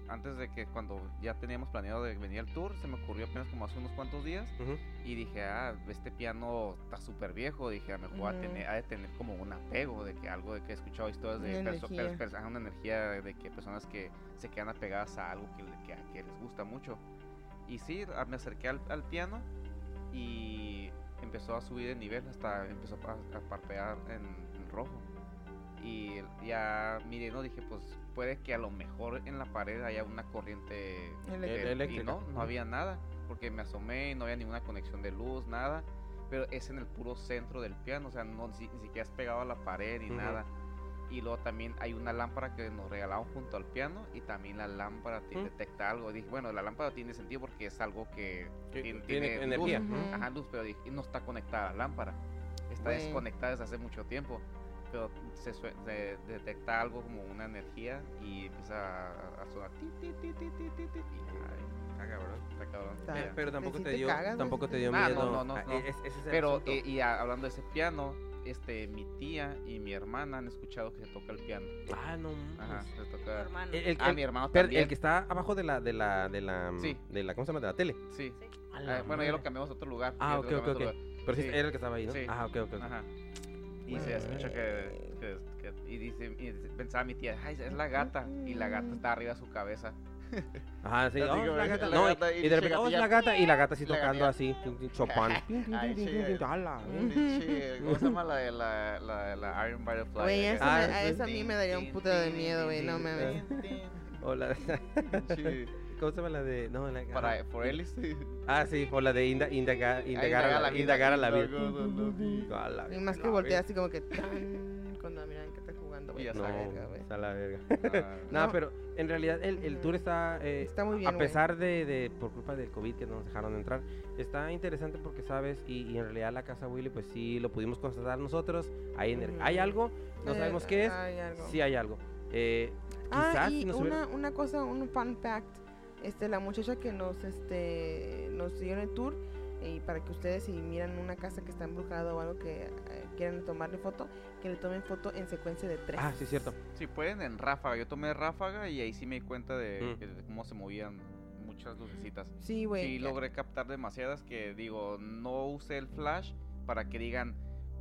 C: antes de que cuando ya teníamos planeado de venir al tour, se me ocurrió apenas como hace unos cuantos días.
D: Ujú.
C: Y dije, ah, este piano está súper viejo. Dije, a lo mejor va a
B: Ujú.
C: tener, ha de tener como un apego de que algo de que he escuchado historias de
B: Una
C: perso- pers-
B: energía.
C: pers- ajá, una energía de que personas que se quedan apegadas a algo que, le- que, que les gusta mucho. Y sí, a- me acerqué al, al piano y empezó a subir de nivel hasta empezó a, a parpadear en, en rojo. Y ya miré, no dije, pues puede que a lo mejor en la pared haya una corriente
B: Eléctrica.
C: de- Eh,
D: Eléctrica.
C: Y no,
D: Ujú.
C: no había nada, porque me asomé y no había ninguna conexión de luz, nada. Pero es en el puro centro del piano, o sea, no, ni, si- ni siquiera es pegado a la pared ni
D: Ujú.
C: nada. Y luego también hay una lámpara que nos regalaron junto al piano y también la lámpara te
D: Mm.
C: detecta algo. Dije, bueno, la lámpara tiene sentido porque es algo que
D: Que
C: tien-
D: tiene
C: luz,
D: energía.
B: Ujú.
D: ujú.
C: Ajá, luz, pero dije, no está conectada a la lámpara. Está
B: Güey.
C: desconectada desde hace mucho tiempo. Pero se, sue- se detecta algo como una energía y empieza a, a sonar. ti, ti, ti, ti, ti, ti, ti, y ay, está cabrón, está cabrón.
B: Está-
C: Mira,
D: Eh, Pero tampoco
B: sí
D: te
B: te
D: dio,
B: cagas, güey,
D: tampoco
B: sí
D: te
B: te-
D: dio
C: Ah, no,
D: miedo.
C: no, no,
D: Ah,
C: no.
D: e- ese es el
C: Pero,
D: asunto.
C: eh, y, a- hablando de ese piano, este, mi tía y mi hermana han escuchado que se toca el piano.
D: ah, no. mames.
C: Ajá, se toca.
A: hermano.
D: El, el-
C: Ah,
D: el-
C: mi hermano
D: pero
C: también.
D: el que está abajo de la, de la, de la,
C: Sí.
D: de la, ¿cómo se llama? De la tele.
C: Sí.
D: A
C: Ah,
D: la
C: bueno, ya lo
D: madre.
C: cambiamos a otro lugar.
D: Ah,
C: ya
D: ok,
C: lo
D: ok,
C: cambiamos a otro
D: ok. Pero sí,
C: Sí.
D: era el que estaba ahí, ¿no?
C: Sí.
D: Ah, ok, ok. ok.
C: lugar. Ajá. Y se escucha que, que- que- y dice, y dice- pensaba mi tía, ay, es la gata. Y la gata está arriba de su cabeza.
D: Ajá, sí.
C: Así
D: "Oh,
C: como
D: la
C: es
D: gata.
C: la
D: No, y-
C: gata y
D: y
C: dice
D: de repente, oh, es
C: gatilla.
D: la gata. Y la gata así
C: La
D: tocando
C: gatilla.
D: así, Chopin.
C: Ay, eh. sí.
D: A la
B: Mm.
C: Ah, Pinche, ¿Cómo se llama la de la, la, de la Iron Butterfly?
B: Güey,
C: Acá.
B: esa
D: me-
B: a esa a mí me daría un
C: Tin,
B: puto de
C: tin,
B: miedo,
C: tin,
B: güey,
C: tin,
B: no
C: tin,
B: mames.
C: tin,
D: O la,
C: tin. Pinche,
D: ¿Cómo se llama la de...? No, la...
C: Para,
D: ajá.
C: por él, sí.
D: Ah, sí, o la de inda- indagar, indagar, a la, indagar a la vida. A la
B: Y más
D: la
B: que volteas
D: verga.
B: así como que tan, cuando miran que estás jugando, güey.
C: Y ya
B: la
C: está.
B: verga, güey.
D: No, a la verga.
C: No,
D: No, pero en realidad el, el tour está... eh,
B: Está muy bien,
D: a
B: güey.
D: pesar de, de- por culpa del COVID que no nos dejaron entrar, está interesante porque sabes, y, y en realidad la casa Willy, pues sí, lo pudimos constatar nosotros, hay, ener-
B: Ujú.
D: hay algo, no
B: Eh,
D: sabemos qué es,
B: hay algo.
D: sí hay algo. Eh,
B: ah,
D: quizás
B: y
D: si nos hubiera-
B: una, una cosa, un fun fact. Este, la muchacha que nos, este, nos dio en el tour, y para que ustedes si miran una casa que está embrujada o algo que eh, quieran tomarle foto, que le tomen foto en secuencia de tres.
D: Ah, sí, es cierto.
C: Si pueden, en ráfaga. Yo tomé ráfaga y ahí sí me di cuenta de,
D: Mm.
C: que- de cómo se movían muchas lucecitas.
B: Sí, güey.
C: Sí,
B: ya.
C: logré captar demasiadas que digo, no usé el flash para que digan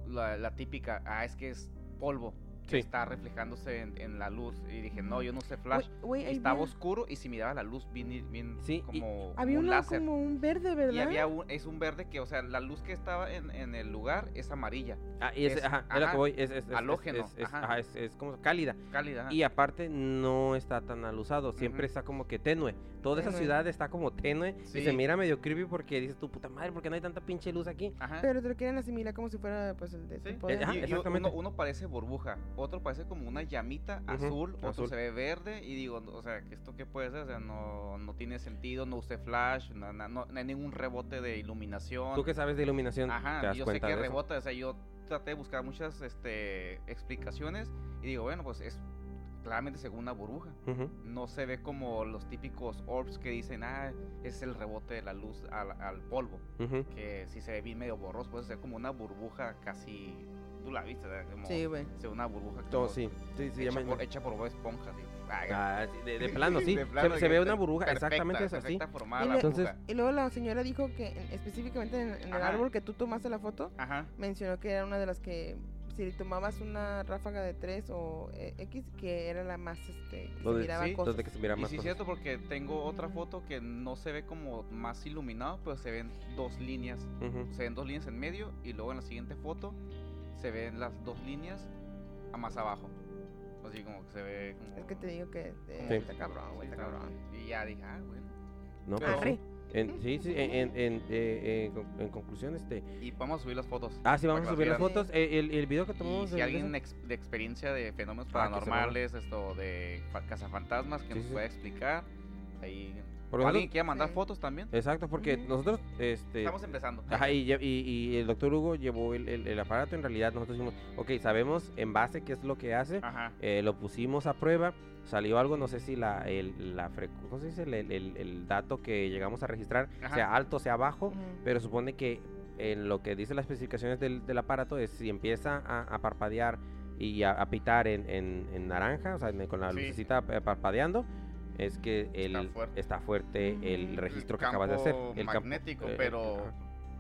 C: la, la típica, ah, es que es polvo. que
D: Sí.
C: Está reflejándose en, en la luz. Y dije, no, yo no usé
B: Güey,
C: flash.
B: güey, ahí
C: Estaba
B: había-
C: oscuro y si miraba la luz bien, bien
D: Sí, y-
C: como
B: Había
C: un
B: uno
C: láser.
B: como un verde, ¿verdad?
C: Y había un, es un verde que, o sea, la luz que estaba en, en el lugar es amarilla,
D: Ah, y es,
C: Es-
D: ajá, es lo
C: ajá,
D: que voy, es, es- es- es-
C: halógeno,
D: es- es-
C: ajá.
D: ajá, es- es como cálida.
C: cálida. ajá.
D: Y aparte no está tan alusado, siempre
C: Ujú.
D: está como que tenue. Toda esa
B: Tenue.
D: ciudad está como tenue y se
C: Sí.
D: mira medio creepy porque dices, tu puta madre, ¿por qué no hay tanta pinche luz aquí?
C: Ajá.
B: Pero te lo quieren asimilar como si fuera pues el de
C: Sí,
B: tipo de-
D: Eh, ajá,
C: y- y uno,
D: exactamente.
C: uno parece burbuja, otro parece como una llamita azul, otro
D: azul.
C: se ve verde y digo, no, o sea, que ¿esto qué puede ser? O sea, no, no tiene sentido, no usé flash, no, no- no- no hay ningún rebote de iluminación.
D: Tú que sabes de iluminación, te
C: Ajá,
D: das
C: yo sé
D: cuenta
C: que
D: de eso?
C: rebota, o sea, yo traté de buscar muchas este, explicaciones y digo, bueno, pues es claramente según una burbuja.
D: Ujú.
C: No se ve como los típicos orbs que dicen, ah, es el rebote de la luz al, al polvo,
D: Ujú.
C: que si se ve bien medio borroso, puede ser como una burbuja casi, tú la viste, ¿verdad? Como-
B: Sí, güey.
C: Sí, una burbuja
D: No,
C: como
D: sí. Sí, sí, ya
C: hecha,
D: me-
C: por, hecha por Bob Esponja. así. Ah,
D: Ah, sí, de, de plano, sí.
C: de
D: Se-
C: plano
D: se,
C: que
D: ve
C: está
D: una burbuja,
C: perfecta,
D: exactamente es así.
C: perfecta formada
B: Y
C: la
B: le-
D: Entonces-
C: burbuja.
B: Y luego la señora dijo que en- específicamente en, en el
C: Ajá.
B: árbol que tú tomaste la foto,
C: Ajá.
B: mencionó que era una de las que si le tomabas una ráfaga de 3 o eh, X, que era la más, este, que se
D: Donde-
B: miraba
C: sí,
B: cosas.
D: Entonces, que se mira
C: Y
D: más
C: sí es
D: cosas.
C: cierto porque tengo otra foto que no se ve como más iluminado, pero se ven dos líneas.
D: Ujú.
C: Se ven dos líneas en medio y luego en la siguiente foto se ven las dos líneas a más abajo. Así como que se ve como...
B: Es que te digo que eh,
D: Sí.
B: está cabrón, güey,
C: Sí,
B: está cabrón.
C: Y ya dije, ah, bueno.
D: No,
C: Pero-
D: pues, sí. En, sí, sí, en, en, en, eh, eh, con- en conclusión, este...
C: Y vamos a subir las fotos.
D: Ah, sí, vamos
C: Para
D: a subir
C: que
D: las
B: las
D: fotos. eh, El, el video que
C: Y
D: tomamos...
C: si
D: de-
C: alguien ex- de experiencia de fenómenos
D: Ah, que se
C: paranormales, esto de fa- cazafantasmas, que
D: Sí,
C: nos
D: sí.
C: pueda explicar. Ahí.
D: Porque
C: ¿O
D: nosotros-
C: alguien quiera mandar
B: Sí.
C: fotos también.
D: Exacto, porque
B: Ujú.
D: nosotros... este
C: Estamos empezando.
D: Eh, Ajá, y, lle- y- y el doctor Hugo llevó el, el- el aparato. En realidad, nosotros dijimos, ok, sabemos en base qué es lo que hace.
C: Ajá.
D: eh, lo pusimos a prueba. Salió algo, no sé si la, el, la frecu- ¿cómo se dice? El, el- el- el dato que llegamos a registrar
C: Ajá.
D: sea ah, alto, sea bajo.
B: Ujú.
D: Pero supone que en lo que dice las especificaciones del, del aparato es si empieza a, a parpadear y a, a pitar en, en- en naranja, o sea, en- con la
C: Sí, sí.
D: lucecita eh, parpadeando, es que el, está fuerte,
C: fuerte. Mm,
D: el
B: Ujú.
D: registro
C: El
D: que acabas de hacer.
C: campo
D: El campo-
C: magnético,
D: eh,
C: pero
D: ajá.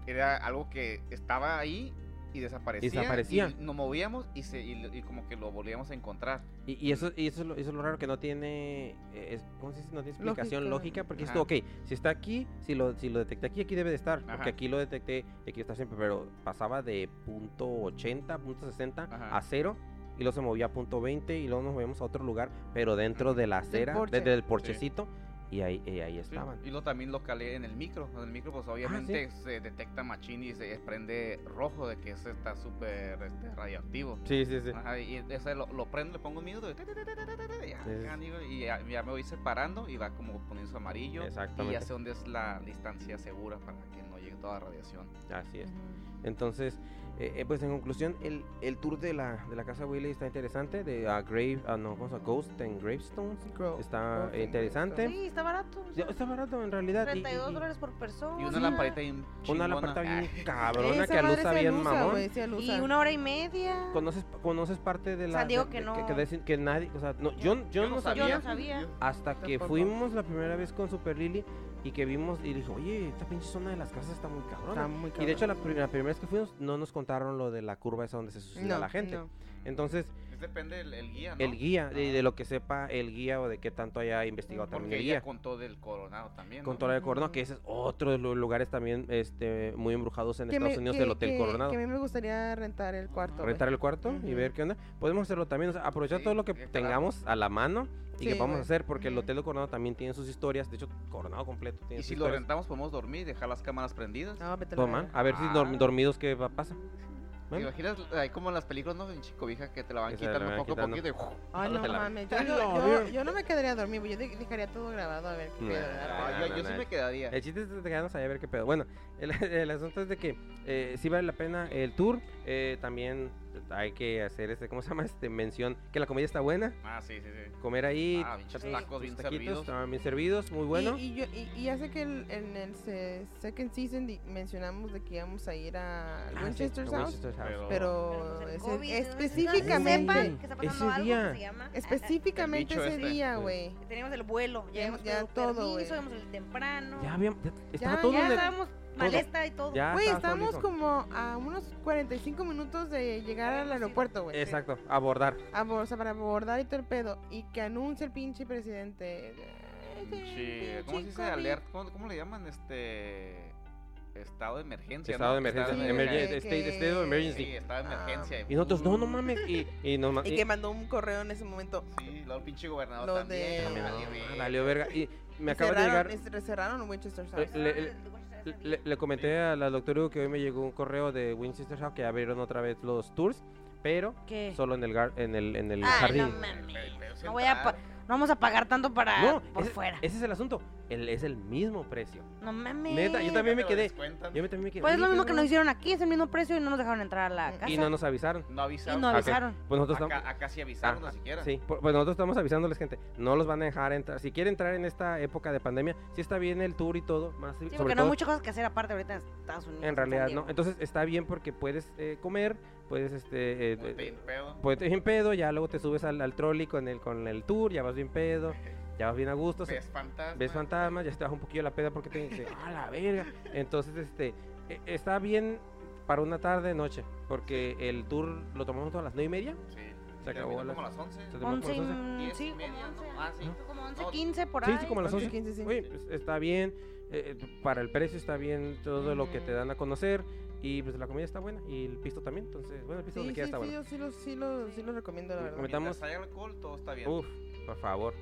C: era algo que estaba ahí y desaparecía.
D: Desaparecía.
C: Y nos movíamos y, se, y, y como que lo volvíamos a encontrar.
D: Y, y eso, y eso, es lo, eso es lo raro que no tiene, eh, es- ¿cómo se dice? No tiene explicación
B: Lógica.
D: lógica, porque
C: Ajá.
D: esto, ok, si está aquí, si lo, si lo detecté aquí, aquí debe de estar,
C: Ajá.
D: porque aquí lo detecté, y aquí está siempre, pero pasaba de punto .80, punto .60
C: Ajá.
D: a cero, y luego se movía a punto .20, y luego nos movemos a otro lugar, pero dentro de la acera,
B: porche.
D: desde el porchecito, y ahí, y ahí
C: Sí,
D: estaban. Ah,
C: Y lo también lo calé en el micro. En el micro, pues obviamente se detecta machín y se prende rojo de que eso está súper este, radioactivo.
D: Sí, sí, sí.
C: Ajá, y ese lo, lo prendo, le pongo un minuto y, ta, ta, ta, ta, ta, ta, ta, y ya,
D: Sí, sí,
C: ya,
D: sí.
C: digo, y ya, ya me voy separando y va como poniéndose amarillo. Y ya
D: Exactamente,
C: sé dónde es la distancia segura para que no llegue toda la radiación.
D: así es.
B: Ujú.
D: Entonces, eh, eh, pues en conclusión, el, el tour de la, de la casa Willy está interesante, de a Grave, ah, no, ¿cómo se llama? Ghost and Gravestones.
B: Grow.
D: Está
B: Grow thing.
D: interesante.
B: Grow.
A: Sí, está barato. o
D: Ya,
A: sea,
D: Está barato en realidad. y- y-
A: 32
D: y
A: dólares por persona.
C: Y
B: Pues
C: una lamparita bien
D: Una
C: chingona.
D: lamparita bien
C: Ah,
D: cabrona
B: Esa
D: que
B: madre
D: alusa
B: sí
D: bien
B: alusa,
D: mamón.
B: güey, sí alusa.
A: Y una hora y media.
D: ¿Conoces, conoces parte de la.
A: San Diego
D: de-
A: que
D: de-
A: no.
D: Que, dicen que nadie. O sea, no, yo, yo,
C: Yo
D: no
C: no
D: sabía.
A: Yo no sabía.
D: Hasta que
B: Tampoco.
D: fuimos la primera vez con Super Lily y que vimos y dijo, oye, esta pinche zona de las casas está muy cabrona.
B: Está muy
D: y de hecho, la,
B: cabrón.
D: pri- la primera vez que fuimos, no nos contaron lo de la curva esa donde se suicida
B: No,
D: la gente.
B: no.
D: Entonces,
C: es depende del el guía, ¿no?
D: el guía, de,
C: Ah.
D: de lo que sepa el guía o de qué tanto haya investigado también
C: Porque
D: el
C: ella
D: guía.
C: contó del coronado también. ¿no?
D: Con Torre de Coronado,
B: Ujú.
D: que ese es otro de los lugares también este, muy embrujados en
B: Que me-
D: Estados Unidos,
B: que-
D: el Hotel
B: que-
D: Coronado.
B: Que a mí me gustaría rentar el cuarto. güey.
D: rentar el cuarto y
B: Ujú.
D: ver qué onda. Podemos hacerlo también, o sea, aprovechar
C: Sí,
D: todo lo que
C: sí, claro.
D: tengamos a la mano y que
B: Sí,
D: vamos a
B: güey.
D: hacer, porque el
B: Ujú.
D: Hotel de Coronado también tiene sus historias, de hecho, Coronado Ah, completo tiene
C: Y
D: sus
C: si lo
D: historias.
C: rentamos, podemos dormir y dejar las cámaras prendidas.
B: No, vete a la
D: Todo mal.
B: verga.
D: A ver si dorm-
C: Ah.
D: dormidos qué va- pasa.
C: ¿Te
D: Bueno.
C: imaginas? Hay como en las películas, ¿no? En Chico Vieja que te la van
D: Que se la
C: quitando
D: van
C: poco a
D: quitando.
C: poquito y ¡uf!
B: Ay, no
D: Vete a la
B: mames. Yo,
D: verga.
B: yo-
D: No,
B: yo-
D: bien.
B: yo no me quedaría a dormir, güey, Yo de- dejaría todo grabado a ver qué
D: Nah.
B: pedo, ¿verdad?
C: Ah, yo-
D: no,
C: yo sí
D: no.
C: me quedaría.
D: El chiste es de quedarnos ahí a ver qué pedo. Bueno, el, el asunto es de que eh, sí vale la pena el tour. eh, también hay que hacer este, ¿cómo se llama? Este mención que la comida está buena.
C: Ah, sí, sí, sí.
D: Comer ahí,
C: Ah, pinches
A: Sí.
C: tacos
D: tus
C: bien
D: Pues taquitos,
C: servidos.
D: estaban bien servidos, muy bueno.
B: Y, y yo- y- y ya sé que el- en el se- second season di- mencionamos de que íbamos a ir a
D: Ah, sí,
B: Winchester's
D: a
B: House,
D: Winchester's House.
C: pero-
B: pero
A: Pero, pues, el
B: ese-
A: COVID, ¿no?
B: específicamente,
A: Que sepan que está pasando
D: Ese
A: algo
D: día.
A: que se llama.
B: específicamente
C: El bicho
B: ese
C: este.
B: día,
D: Sí.
B: güey.
A: Teníamos el vuelo, ya
B: Ya-
A: habíamos
B: ya
A: pedido
B: todo, güey.
A: permiso, habíamos el temprano.
D: Ya habíamos, ya estaba
B: Ya-
D: todo
A: ya
D: en el-
A: estábamos maleta y todo.
D: ya
B: Güey,
D: Ah, estaba todo
B: estábamos
D: listo.
B: como a unos 45 minutos de llegar al aeropuerto, güey.
D: Exacto, abordar.
B: A bo- o sea, para abordar y todo el pedo. Y que anuncia el pinche presidente.
C: Pinche-
B: "Ay, pinche
C: ¿Cómo se dice?
B: COVID".
C: Alert. ¿Cómo, cómo le llaman? Este. Estado de emergencia.
D: Estado de
C: ¿no?
D: emergencia,
B: Sí,
D: emergen-
B: que-
D: state, state of emergency.
C: Sí, estado de
B: Ah.
C: emergencia.
D: Y nosotros, no, no mames. Y, y nos ma-
B: Y
D: y-
B: que mandó un correo en ese momento.
C: Sí, luego el pinche gobernador
B: Lo de-
C: también.
D: También,
C: valió
D: ah,
C: verga.
D: valió verga. Y me
B: Y
D: acaba de
B: cerraron-
D: llegar. Eh,
B: es- Cerraron Winchester House.
D: le- le- Le, le comenté a la doctora Hugo que hoy me llegó un correo de Winchester House que abrieron otra vez los tours. pero
A: ¿Qué?
D: solo en el, gar- en el, en el
A: Ay,
D: jardín.
A: no mames.
C: El pedo es
A: No voy a pa-
C: entrar.
A: no vamos a pagar tanto para
D: No,
A: por
D: ese,
A: fuera.
D: ese es el asunto. El- es el mismo precio.
A: No mames.
D: Neta, yo también
C: Te
D: me
C: lo
D: quedé.
C: descuentan.
D: Yo me- también me quedé.
A: Pues es lo
D: "Oye,
A: mismo que nos
D: cabrón".
A: hicieron aquí, es el mismo precio y no nos dejaron entrar a la casa.
D: Y no nos avisaron.
C: No
A: Y
C: avisaron.
A: no
D: Ah, ok.
A: avisaron.
D: Pues nosotros estamos.
C: Acá, acá sí avisaron,
D: Ah,
C: ni siquiera.
D: Sí, por- pues nosotros estamos avisándoles, gente. No los van a dejar entrar. Si quiere entrar en esta época de pandemia, sí está bien el tour y todo. Más
A: Sí,
D: sobre
A: porque no hay
D: todo-
A: muchas cosas que hacer aparte ahorita en Estados Unidos.
D: En realidad,
A: San
D: no.
A: Diego.
D: Entonces está bien porque puedes eh, comer, puedes este. eh,
C: No te
D: eh,
C: impedo.
D: puedes ir en pedo, ya luego te subes al, al trolley con el, con el tour, ya vas bien pedo, ya vas bien a gusto. se-
C: Ves fantasmas.
D: ves fantasmas, ya te baja un poquillo la peda porque te dice, ¡ah, la verga! Entonces, este, e- está bien para una tarde, noche, porque el tour lo tomamos a las nueve y media.
C: Sí.
D: Se
C: Se
D: acabó
C: acabó
D: la-
C: como a las 11.
D: se tomó-
A: Once y-
D: entonces,
A: mm,
C: diez y
A: sí,
C: media,
A: como
C: ¿no?
A: 11.
C: Ah, sí.
A: ¿no? Como 11,
C: No.
A: 15 por
D: Sí,
A: ahí.
D: sí, como a las
B: 11,
D: 11.
B: 15, sí.
D: Oye, pues, está bien, eh, para el precio está bien todo lo que te
A: Ujú.
D: dan a conocer y pues la comida está buena y el pisto también, entonces, bueno, el pisto
B: Sí,
D: donde
B: sí,
D: quiera está
B: sí,
D: bueno.
B: yo sí los sí los- sí los recomiendo, la verdad.
D: Recomend- comentamos-
C: Mientras haya alcohol, todo está bien.
D: Uf, por favor.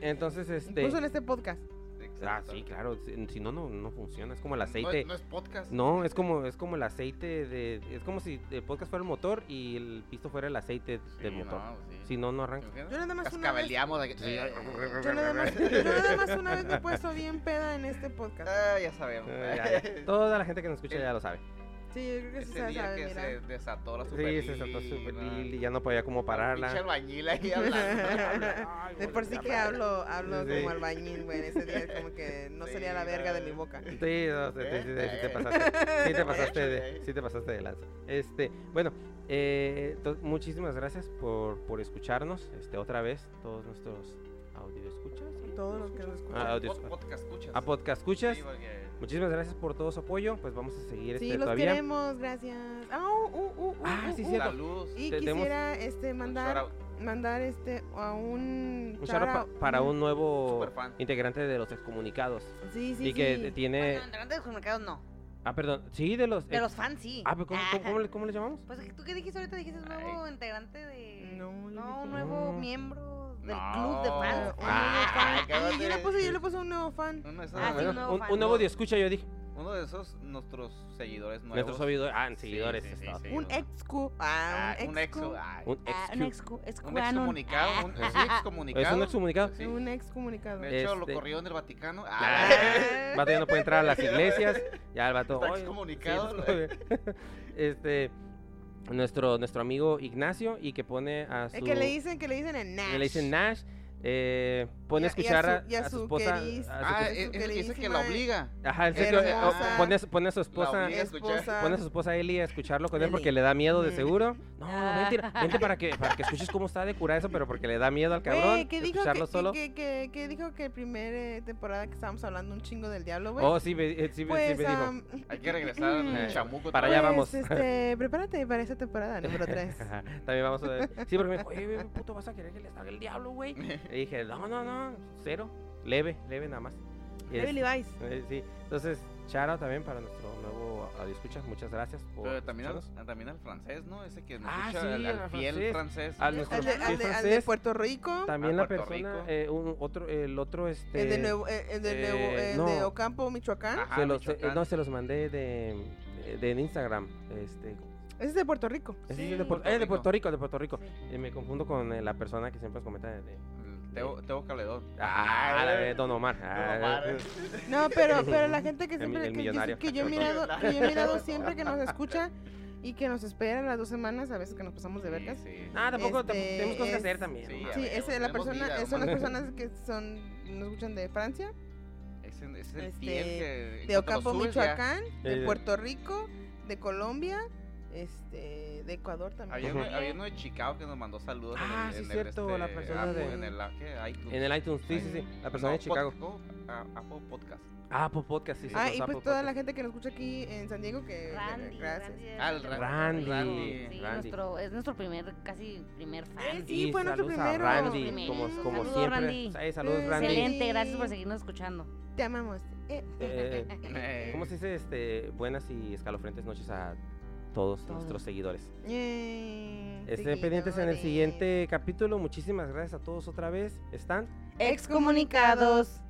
D: Entonces, este...
B: Incluso en este podcast.
D: Ah,
C: Exacto.
D: sí, claro, si si no, no, no funciona, es como el
C: No-
D: aceite.
C: No, es podcast.
D: No, es como, es como el aceite de. Es como si el podcast fuera el motor y el pisto fuera el aceite
C: Sí,
D: del motor.
C: no, sí.
D: Si no, no arranca.
C: ¿Te imaginas?
B: Yo nada más una vez, yo
C: Cascabeleamos aquí.
B: nada más, yo nada más una vez me he puesto bien peda en este podcast.
C: Ah, ya sabemos.
D: Eh, ya, ya. Toda la gente que nos escucha ya lo sabe.
B: Sí, yo creo que sí
C: Ese
B: se
C: día
B: sabe,
C: que
B: mira.
C: se desató la super
D: Sí, se saltó super Lili y ya no podía como
C: Pinche
D: pararla.
C: albañil ahí hablando.
B: De por sí que hablo, hablo
D: Sí.
B: como albañil, güey. en Ese día como que no sería la
C: Sí,
B: verga de mi
C: no.
B: boca.
D: Sí, no, sí, sí, sí, sí,
C: ¿Eh?
D: sí te pasaste. Sí te pasaste de, sí te pasaste de lanza. Este, bueno, eh, to- muchísimas gracias por, por escucharnos. Este, otra vez, todos nuestros audio escuchas.
B: Todos los que nos escuchan.
D: Ah, Dios.
C: Pod- Podcast escuchas.
D: A podcast escuchas.
C: Sí, porque-
D: Muchísimas gracias por todo su apoyo. Pues vamos a seguir este
B: Sí, los
D: todavía.
B: queremos, gracias. Au, uh, uh, uh,
D: Ah,
B: uh,
D: sí,
B: uh.
D: cierto.
C: Saludos.
B: Y
D: Te- tenemos
B: quisiera este mandar
C: Shout out.
B: mandar este a un Mm.
D: Un shout out pa- para un nuevo
C: Superfan.
D: integrante de los excomunicados.
B: Sí, sí,
D: y que
B: sí.
D: tiene.
A: Bueno, delante de los mercados no.
D: Ah, perdón. Sí, de los.
A: De
D: ex-
A: los fans sí.
D: Ah, pero ¿cómo, cómo- cómo le, cómo le llamamos?
B: ah,
A: Pues tú qué dijiste ahorita, dijiste nuevo integrante de.
B: No, yo
A: No,
B: dije-
A: un nuevo
D: No.
A: miembro del
C: No.
A: club de fans.
B: Un
C: Ah,
B: nuevo fan.
C: acabas
B: Y yo le
C: de-
B: puse, yo le puse un nuevo fan.
C: Uno de esos,
A: Ah, sí,
D: Bueno,
A: un nuevo
D: un,
A: fan,
D: un nuevo
A: ¿no?
D: de escucha, yo dije.
C: uno de esos nuestros seguidores nuevos.
D: Nuestros seguidores. Ah, en
C: Sí,
D: seguidores.
C: sí, sí,
D: estaba.
C: sí,
B: Un
C: uno.
B: excu. Ah,
C: Ah,
B: un
C: un exo.
B: excu.
C: ay,
D: Un
A: Ah, un
D: ex.
A: excu-
C: Un
A: excuanum.
C: excomunicado, un,
D: Ah.
C: sí, excomunicado.
D: Es un excomunicado.
C: Sí.
B: Un excomunicado.
C: De hecho, lo
D: Este-
C: corrió en el Vaticano.
D: Ah. El vato ya no puede entrar a las iglesias. Ya el vato.
C: Está
D: "Oye,
C: excomunicado,
D: sí, está- este. Nuestro, nuestro amigo Ignacio y que pone a su.
B: El que le dicen, que le dicen en Nash.
D: que le dicen Nash. eh,
B: Y
D: pone
B: a-
D: a
B: y a
D: escuchar a,
B: su- y a
D: a su
B: su
D: esposa.
B: queris-
D: a su
C: Ah,
D: esposa-
C: es, es el que dice que
B: Queridísima
C: la obliga.
D: Ajá, el sexo, eh, o-
B: Hermosa.
D: pone, a su- pone a su esposa,
C: obliga.
B: Esposa.
D: pone a su esposa Eli a escucharlo con él
B: Eli.
D: porque le da miedo de
B: Mm. Ah.
D: seguro. No, no, vente, vente para que, para que escuches cómo está de cura eso, pero porque le da miedo al cabrón
B: Güey, que dijo
D: escucharlo
B: que,
D: solo.
B: Que, que, que dijo que primera temporada que estábamos hablando un chingo del diablo, güey.
D: oh, sí, me, eh, sí, me- sí
B: pues,
D: me dijo.
B: am,
C: Hay que regresar al
D: Eh,
C: chamuco.
D: para
C: otra
D: allá
C: vez.
D: vamos.
B: pues, este, prepárate para esta temporada número 3.
D: Ajá, También vamos a ver. Sí, porque me dijo, oye, güey, puto, vas a querer que le salga el diablo, güey. Y dije, no, no, no, cero, leve, leve nada más. Y es-
B: Billy Vice.
D: eh, sí, entonces, Charo también para nuestro nuevo audio escuchas, muchas gracias por
C: Pero también al,
D: escucharnos.
C: también al francés, ¿no? Ese que nos
D: Ah,
C: escucha,
D: sí,
C: al, al
D: al
C: fiel francés.
D: Al
C: ¿no?
D: nuestro-
B: Al de,
D: Sí,
B: al de- al de
D: francés.
B: Puerto Rico.
D: También
C: a
D: la
C: Puerto
D: persona,
C: Rico.
D: eh, un, otro, el otro, este...
B: El de Nuevo, el, el de, Nuevo-
D: eh,
B: el
D: no.
B: de Ocampo, Michoacán.
C: Ajá,
D: se los, eh,
C: Michoacán.
D: no, se los mandé de, de, en Instagram. Este,
B: Ese es de Puerto Rico.
D: ese
C: Sí,
D: es de, Puerto,
C: Puerto
D: eh, de
C: Rico.
D: Puerto Rico, de Puerto Rico.
B: Sí.
D: Eh, me confundo con eh, la persona que siempre nos comenta de... de-
C: El Teo, Teo Caledón.
D: ah, la de Don Omar. Ah, eh,
B: No, pero, pero la gente que
D: El mi-
B: siempre
D: el
B: que yo,
D: millonario.
B: que yo he
D: El
B: mirado, que yo he
C: millonario.
B: mirado siempre que nos escucha y que nos espera las dos semanas, a veces que nos pasamos de vergas.
C: Sí,
D: Ah, tampoco, tam-
B: Este,
D: tenemos cosas que
B: es-
D: hacer también.
C: sí,
D: ¿no?
C: a
B: Sí,
C: ver,
B: esa es la
C: tenemos
B: persona,
C: vida,
B: son las
C: hermano.
B: personas que son, nos escuchan de Francia,
C: Ese ese es el
B: Este,
C: fiel que. en
B: de
C: cuanto lo
B: Ocampo,
C: subes, ya.
B: Michoacán,
D: Eh,
B: de Puerto Rico, de Colombia, este, de Ecuador
C: Había
B: también.
C: uno, había uno de Chicago que nos mandó saludos. en
D: Ah,
C: el,
D: sí,
C: en
D: cierto,
C: el,
D: la persona
C: Apple,
D: de-
C: En el, ah, ¿qué? iTunes.
D: En el iTunes, sí, sí, sí. La persona de
C: No,
D: Chicago.
C: pod- ¿cómo? Ah, Apple Podcast.
D: Ah, por podcast, sí. sí,
B: Ah,
D: los
B: y
D: Apple
B: pues toda la
D: Podcast.
B: gente que nos escucha aquí en San Diego, que
A: Randy,
B: gracias.
A: Randy,
C: Ah, el
A: Randy.
D: Randy.
C: Randy.
A: Sí,
D: Randy.
A: Nuestro, es nuestro primer, casi primer fan.
B: Sí, fue nuestro
D: saludos a
B: primero.
D: Randy,
A: Primero.
D: como, como
A: Saludos,
D: siempre.
A: Randy.
D: Ay, saludos, Randy.
A: Excelente, gracias por seguirnos escuchando.
B: Te amamos. Eh,
D: Eh,
C: Eh,
D: ¿Cómo se dice? Este, buenas y escalofriantes noches a todos
A: Todos.
D: nuestros seguidores.
B: eh,
D: Estén pendientes en el
B: seguidores.
D: siguiente capítulo. Muchísimas gracias a todos otra vez. Están
A: Excomunicados.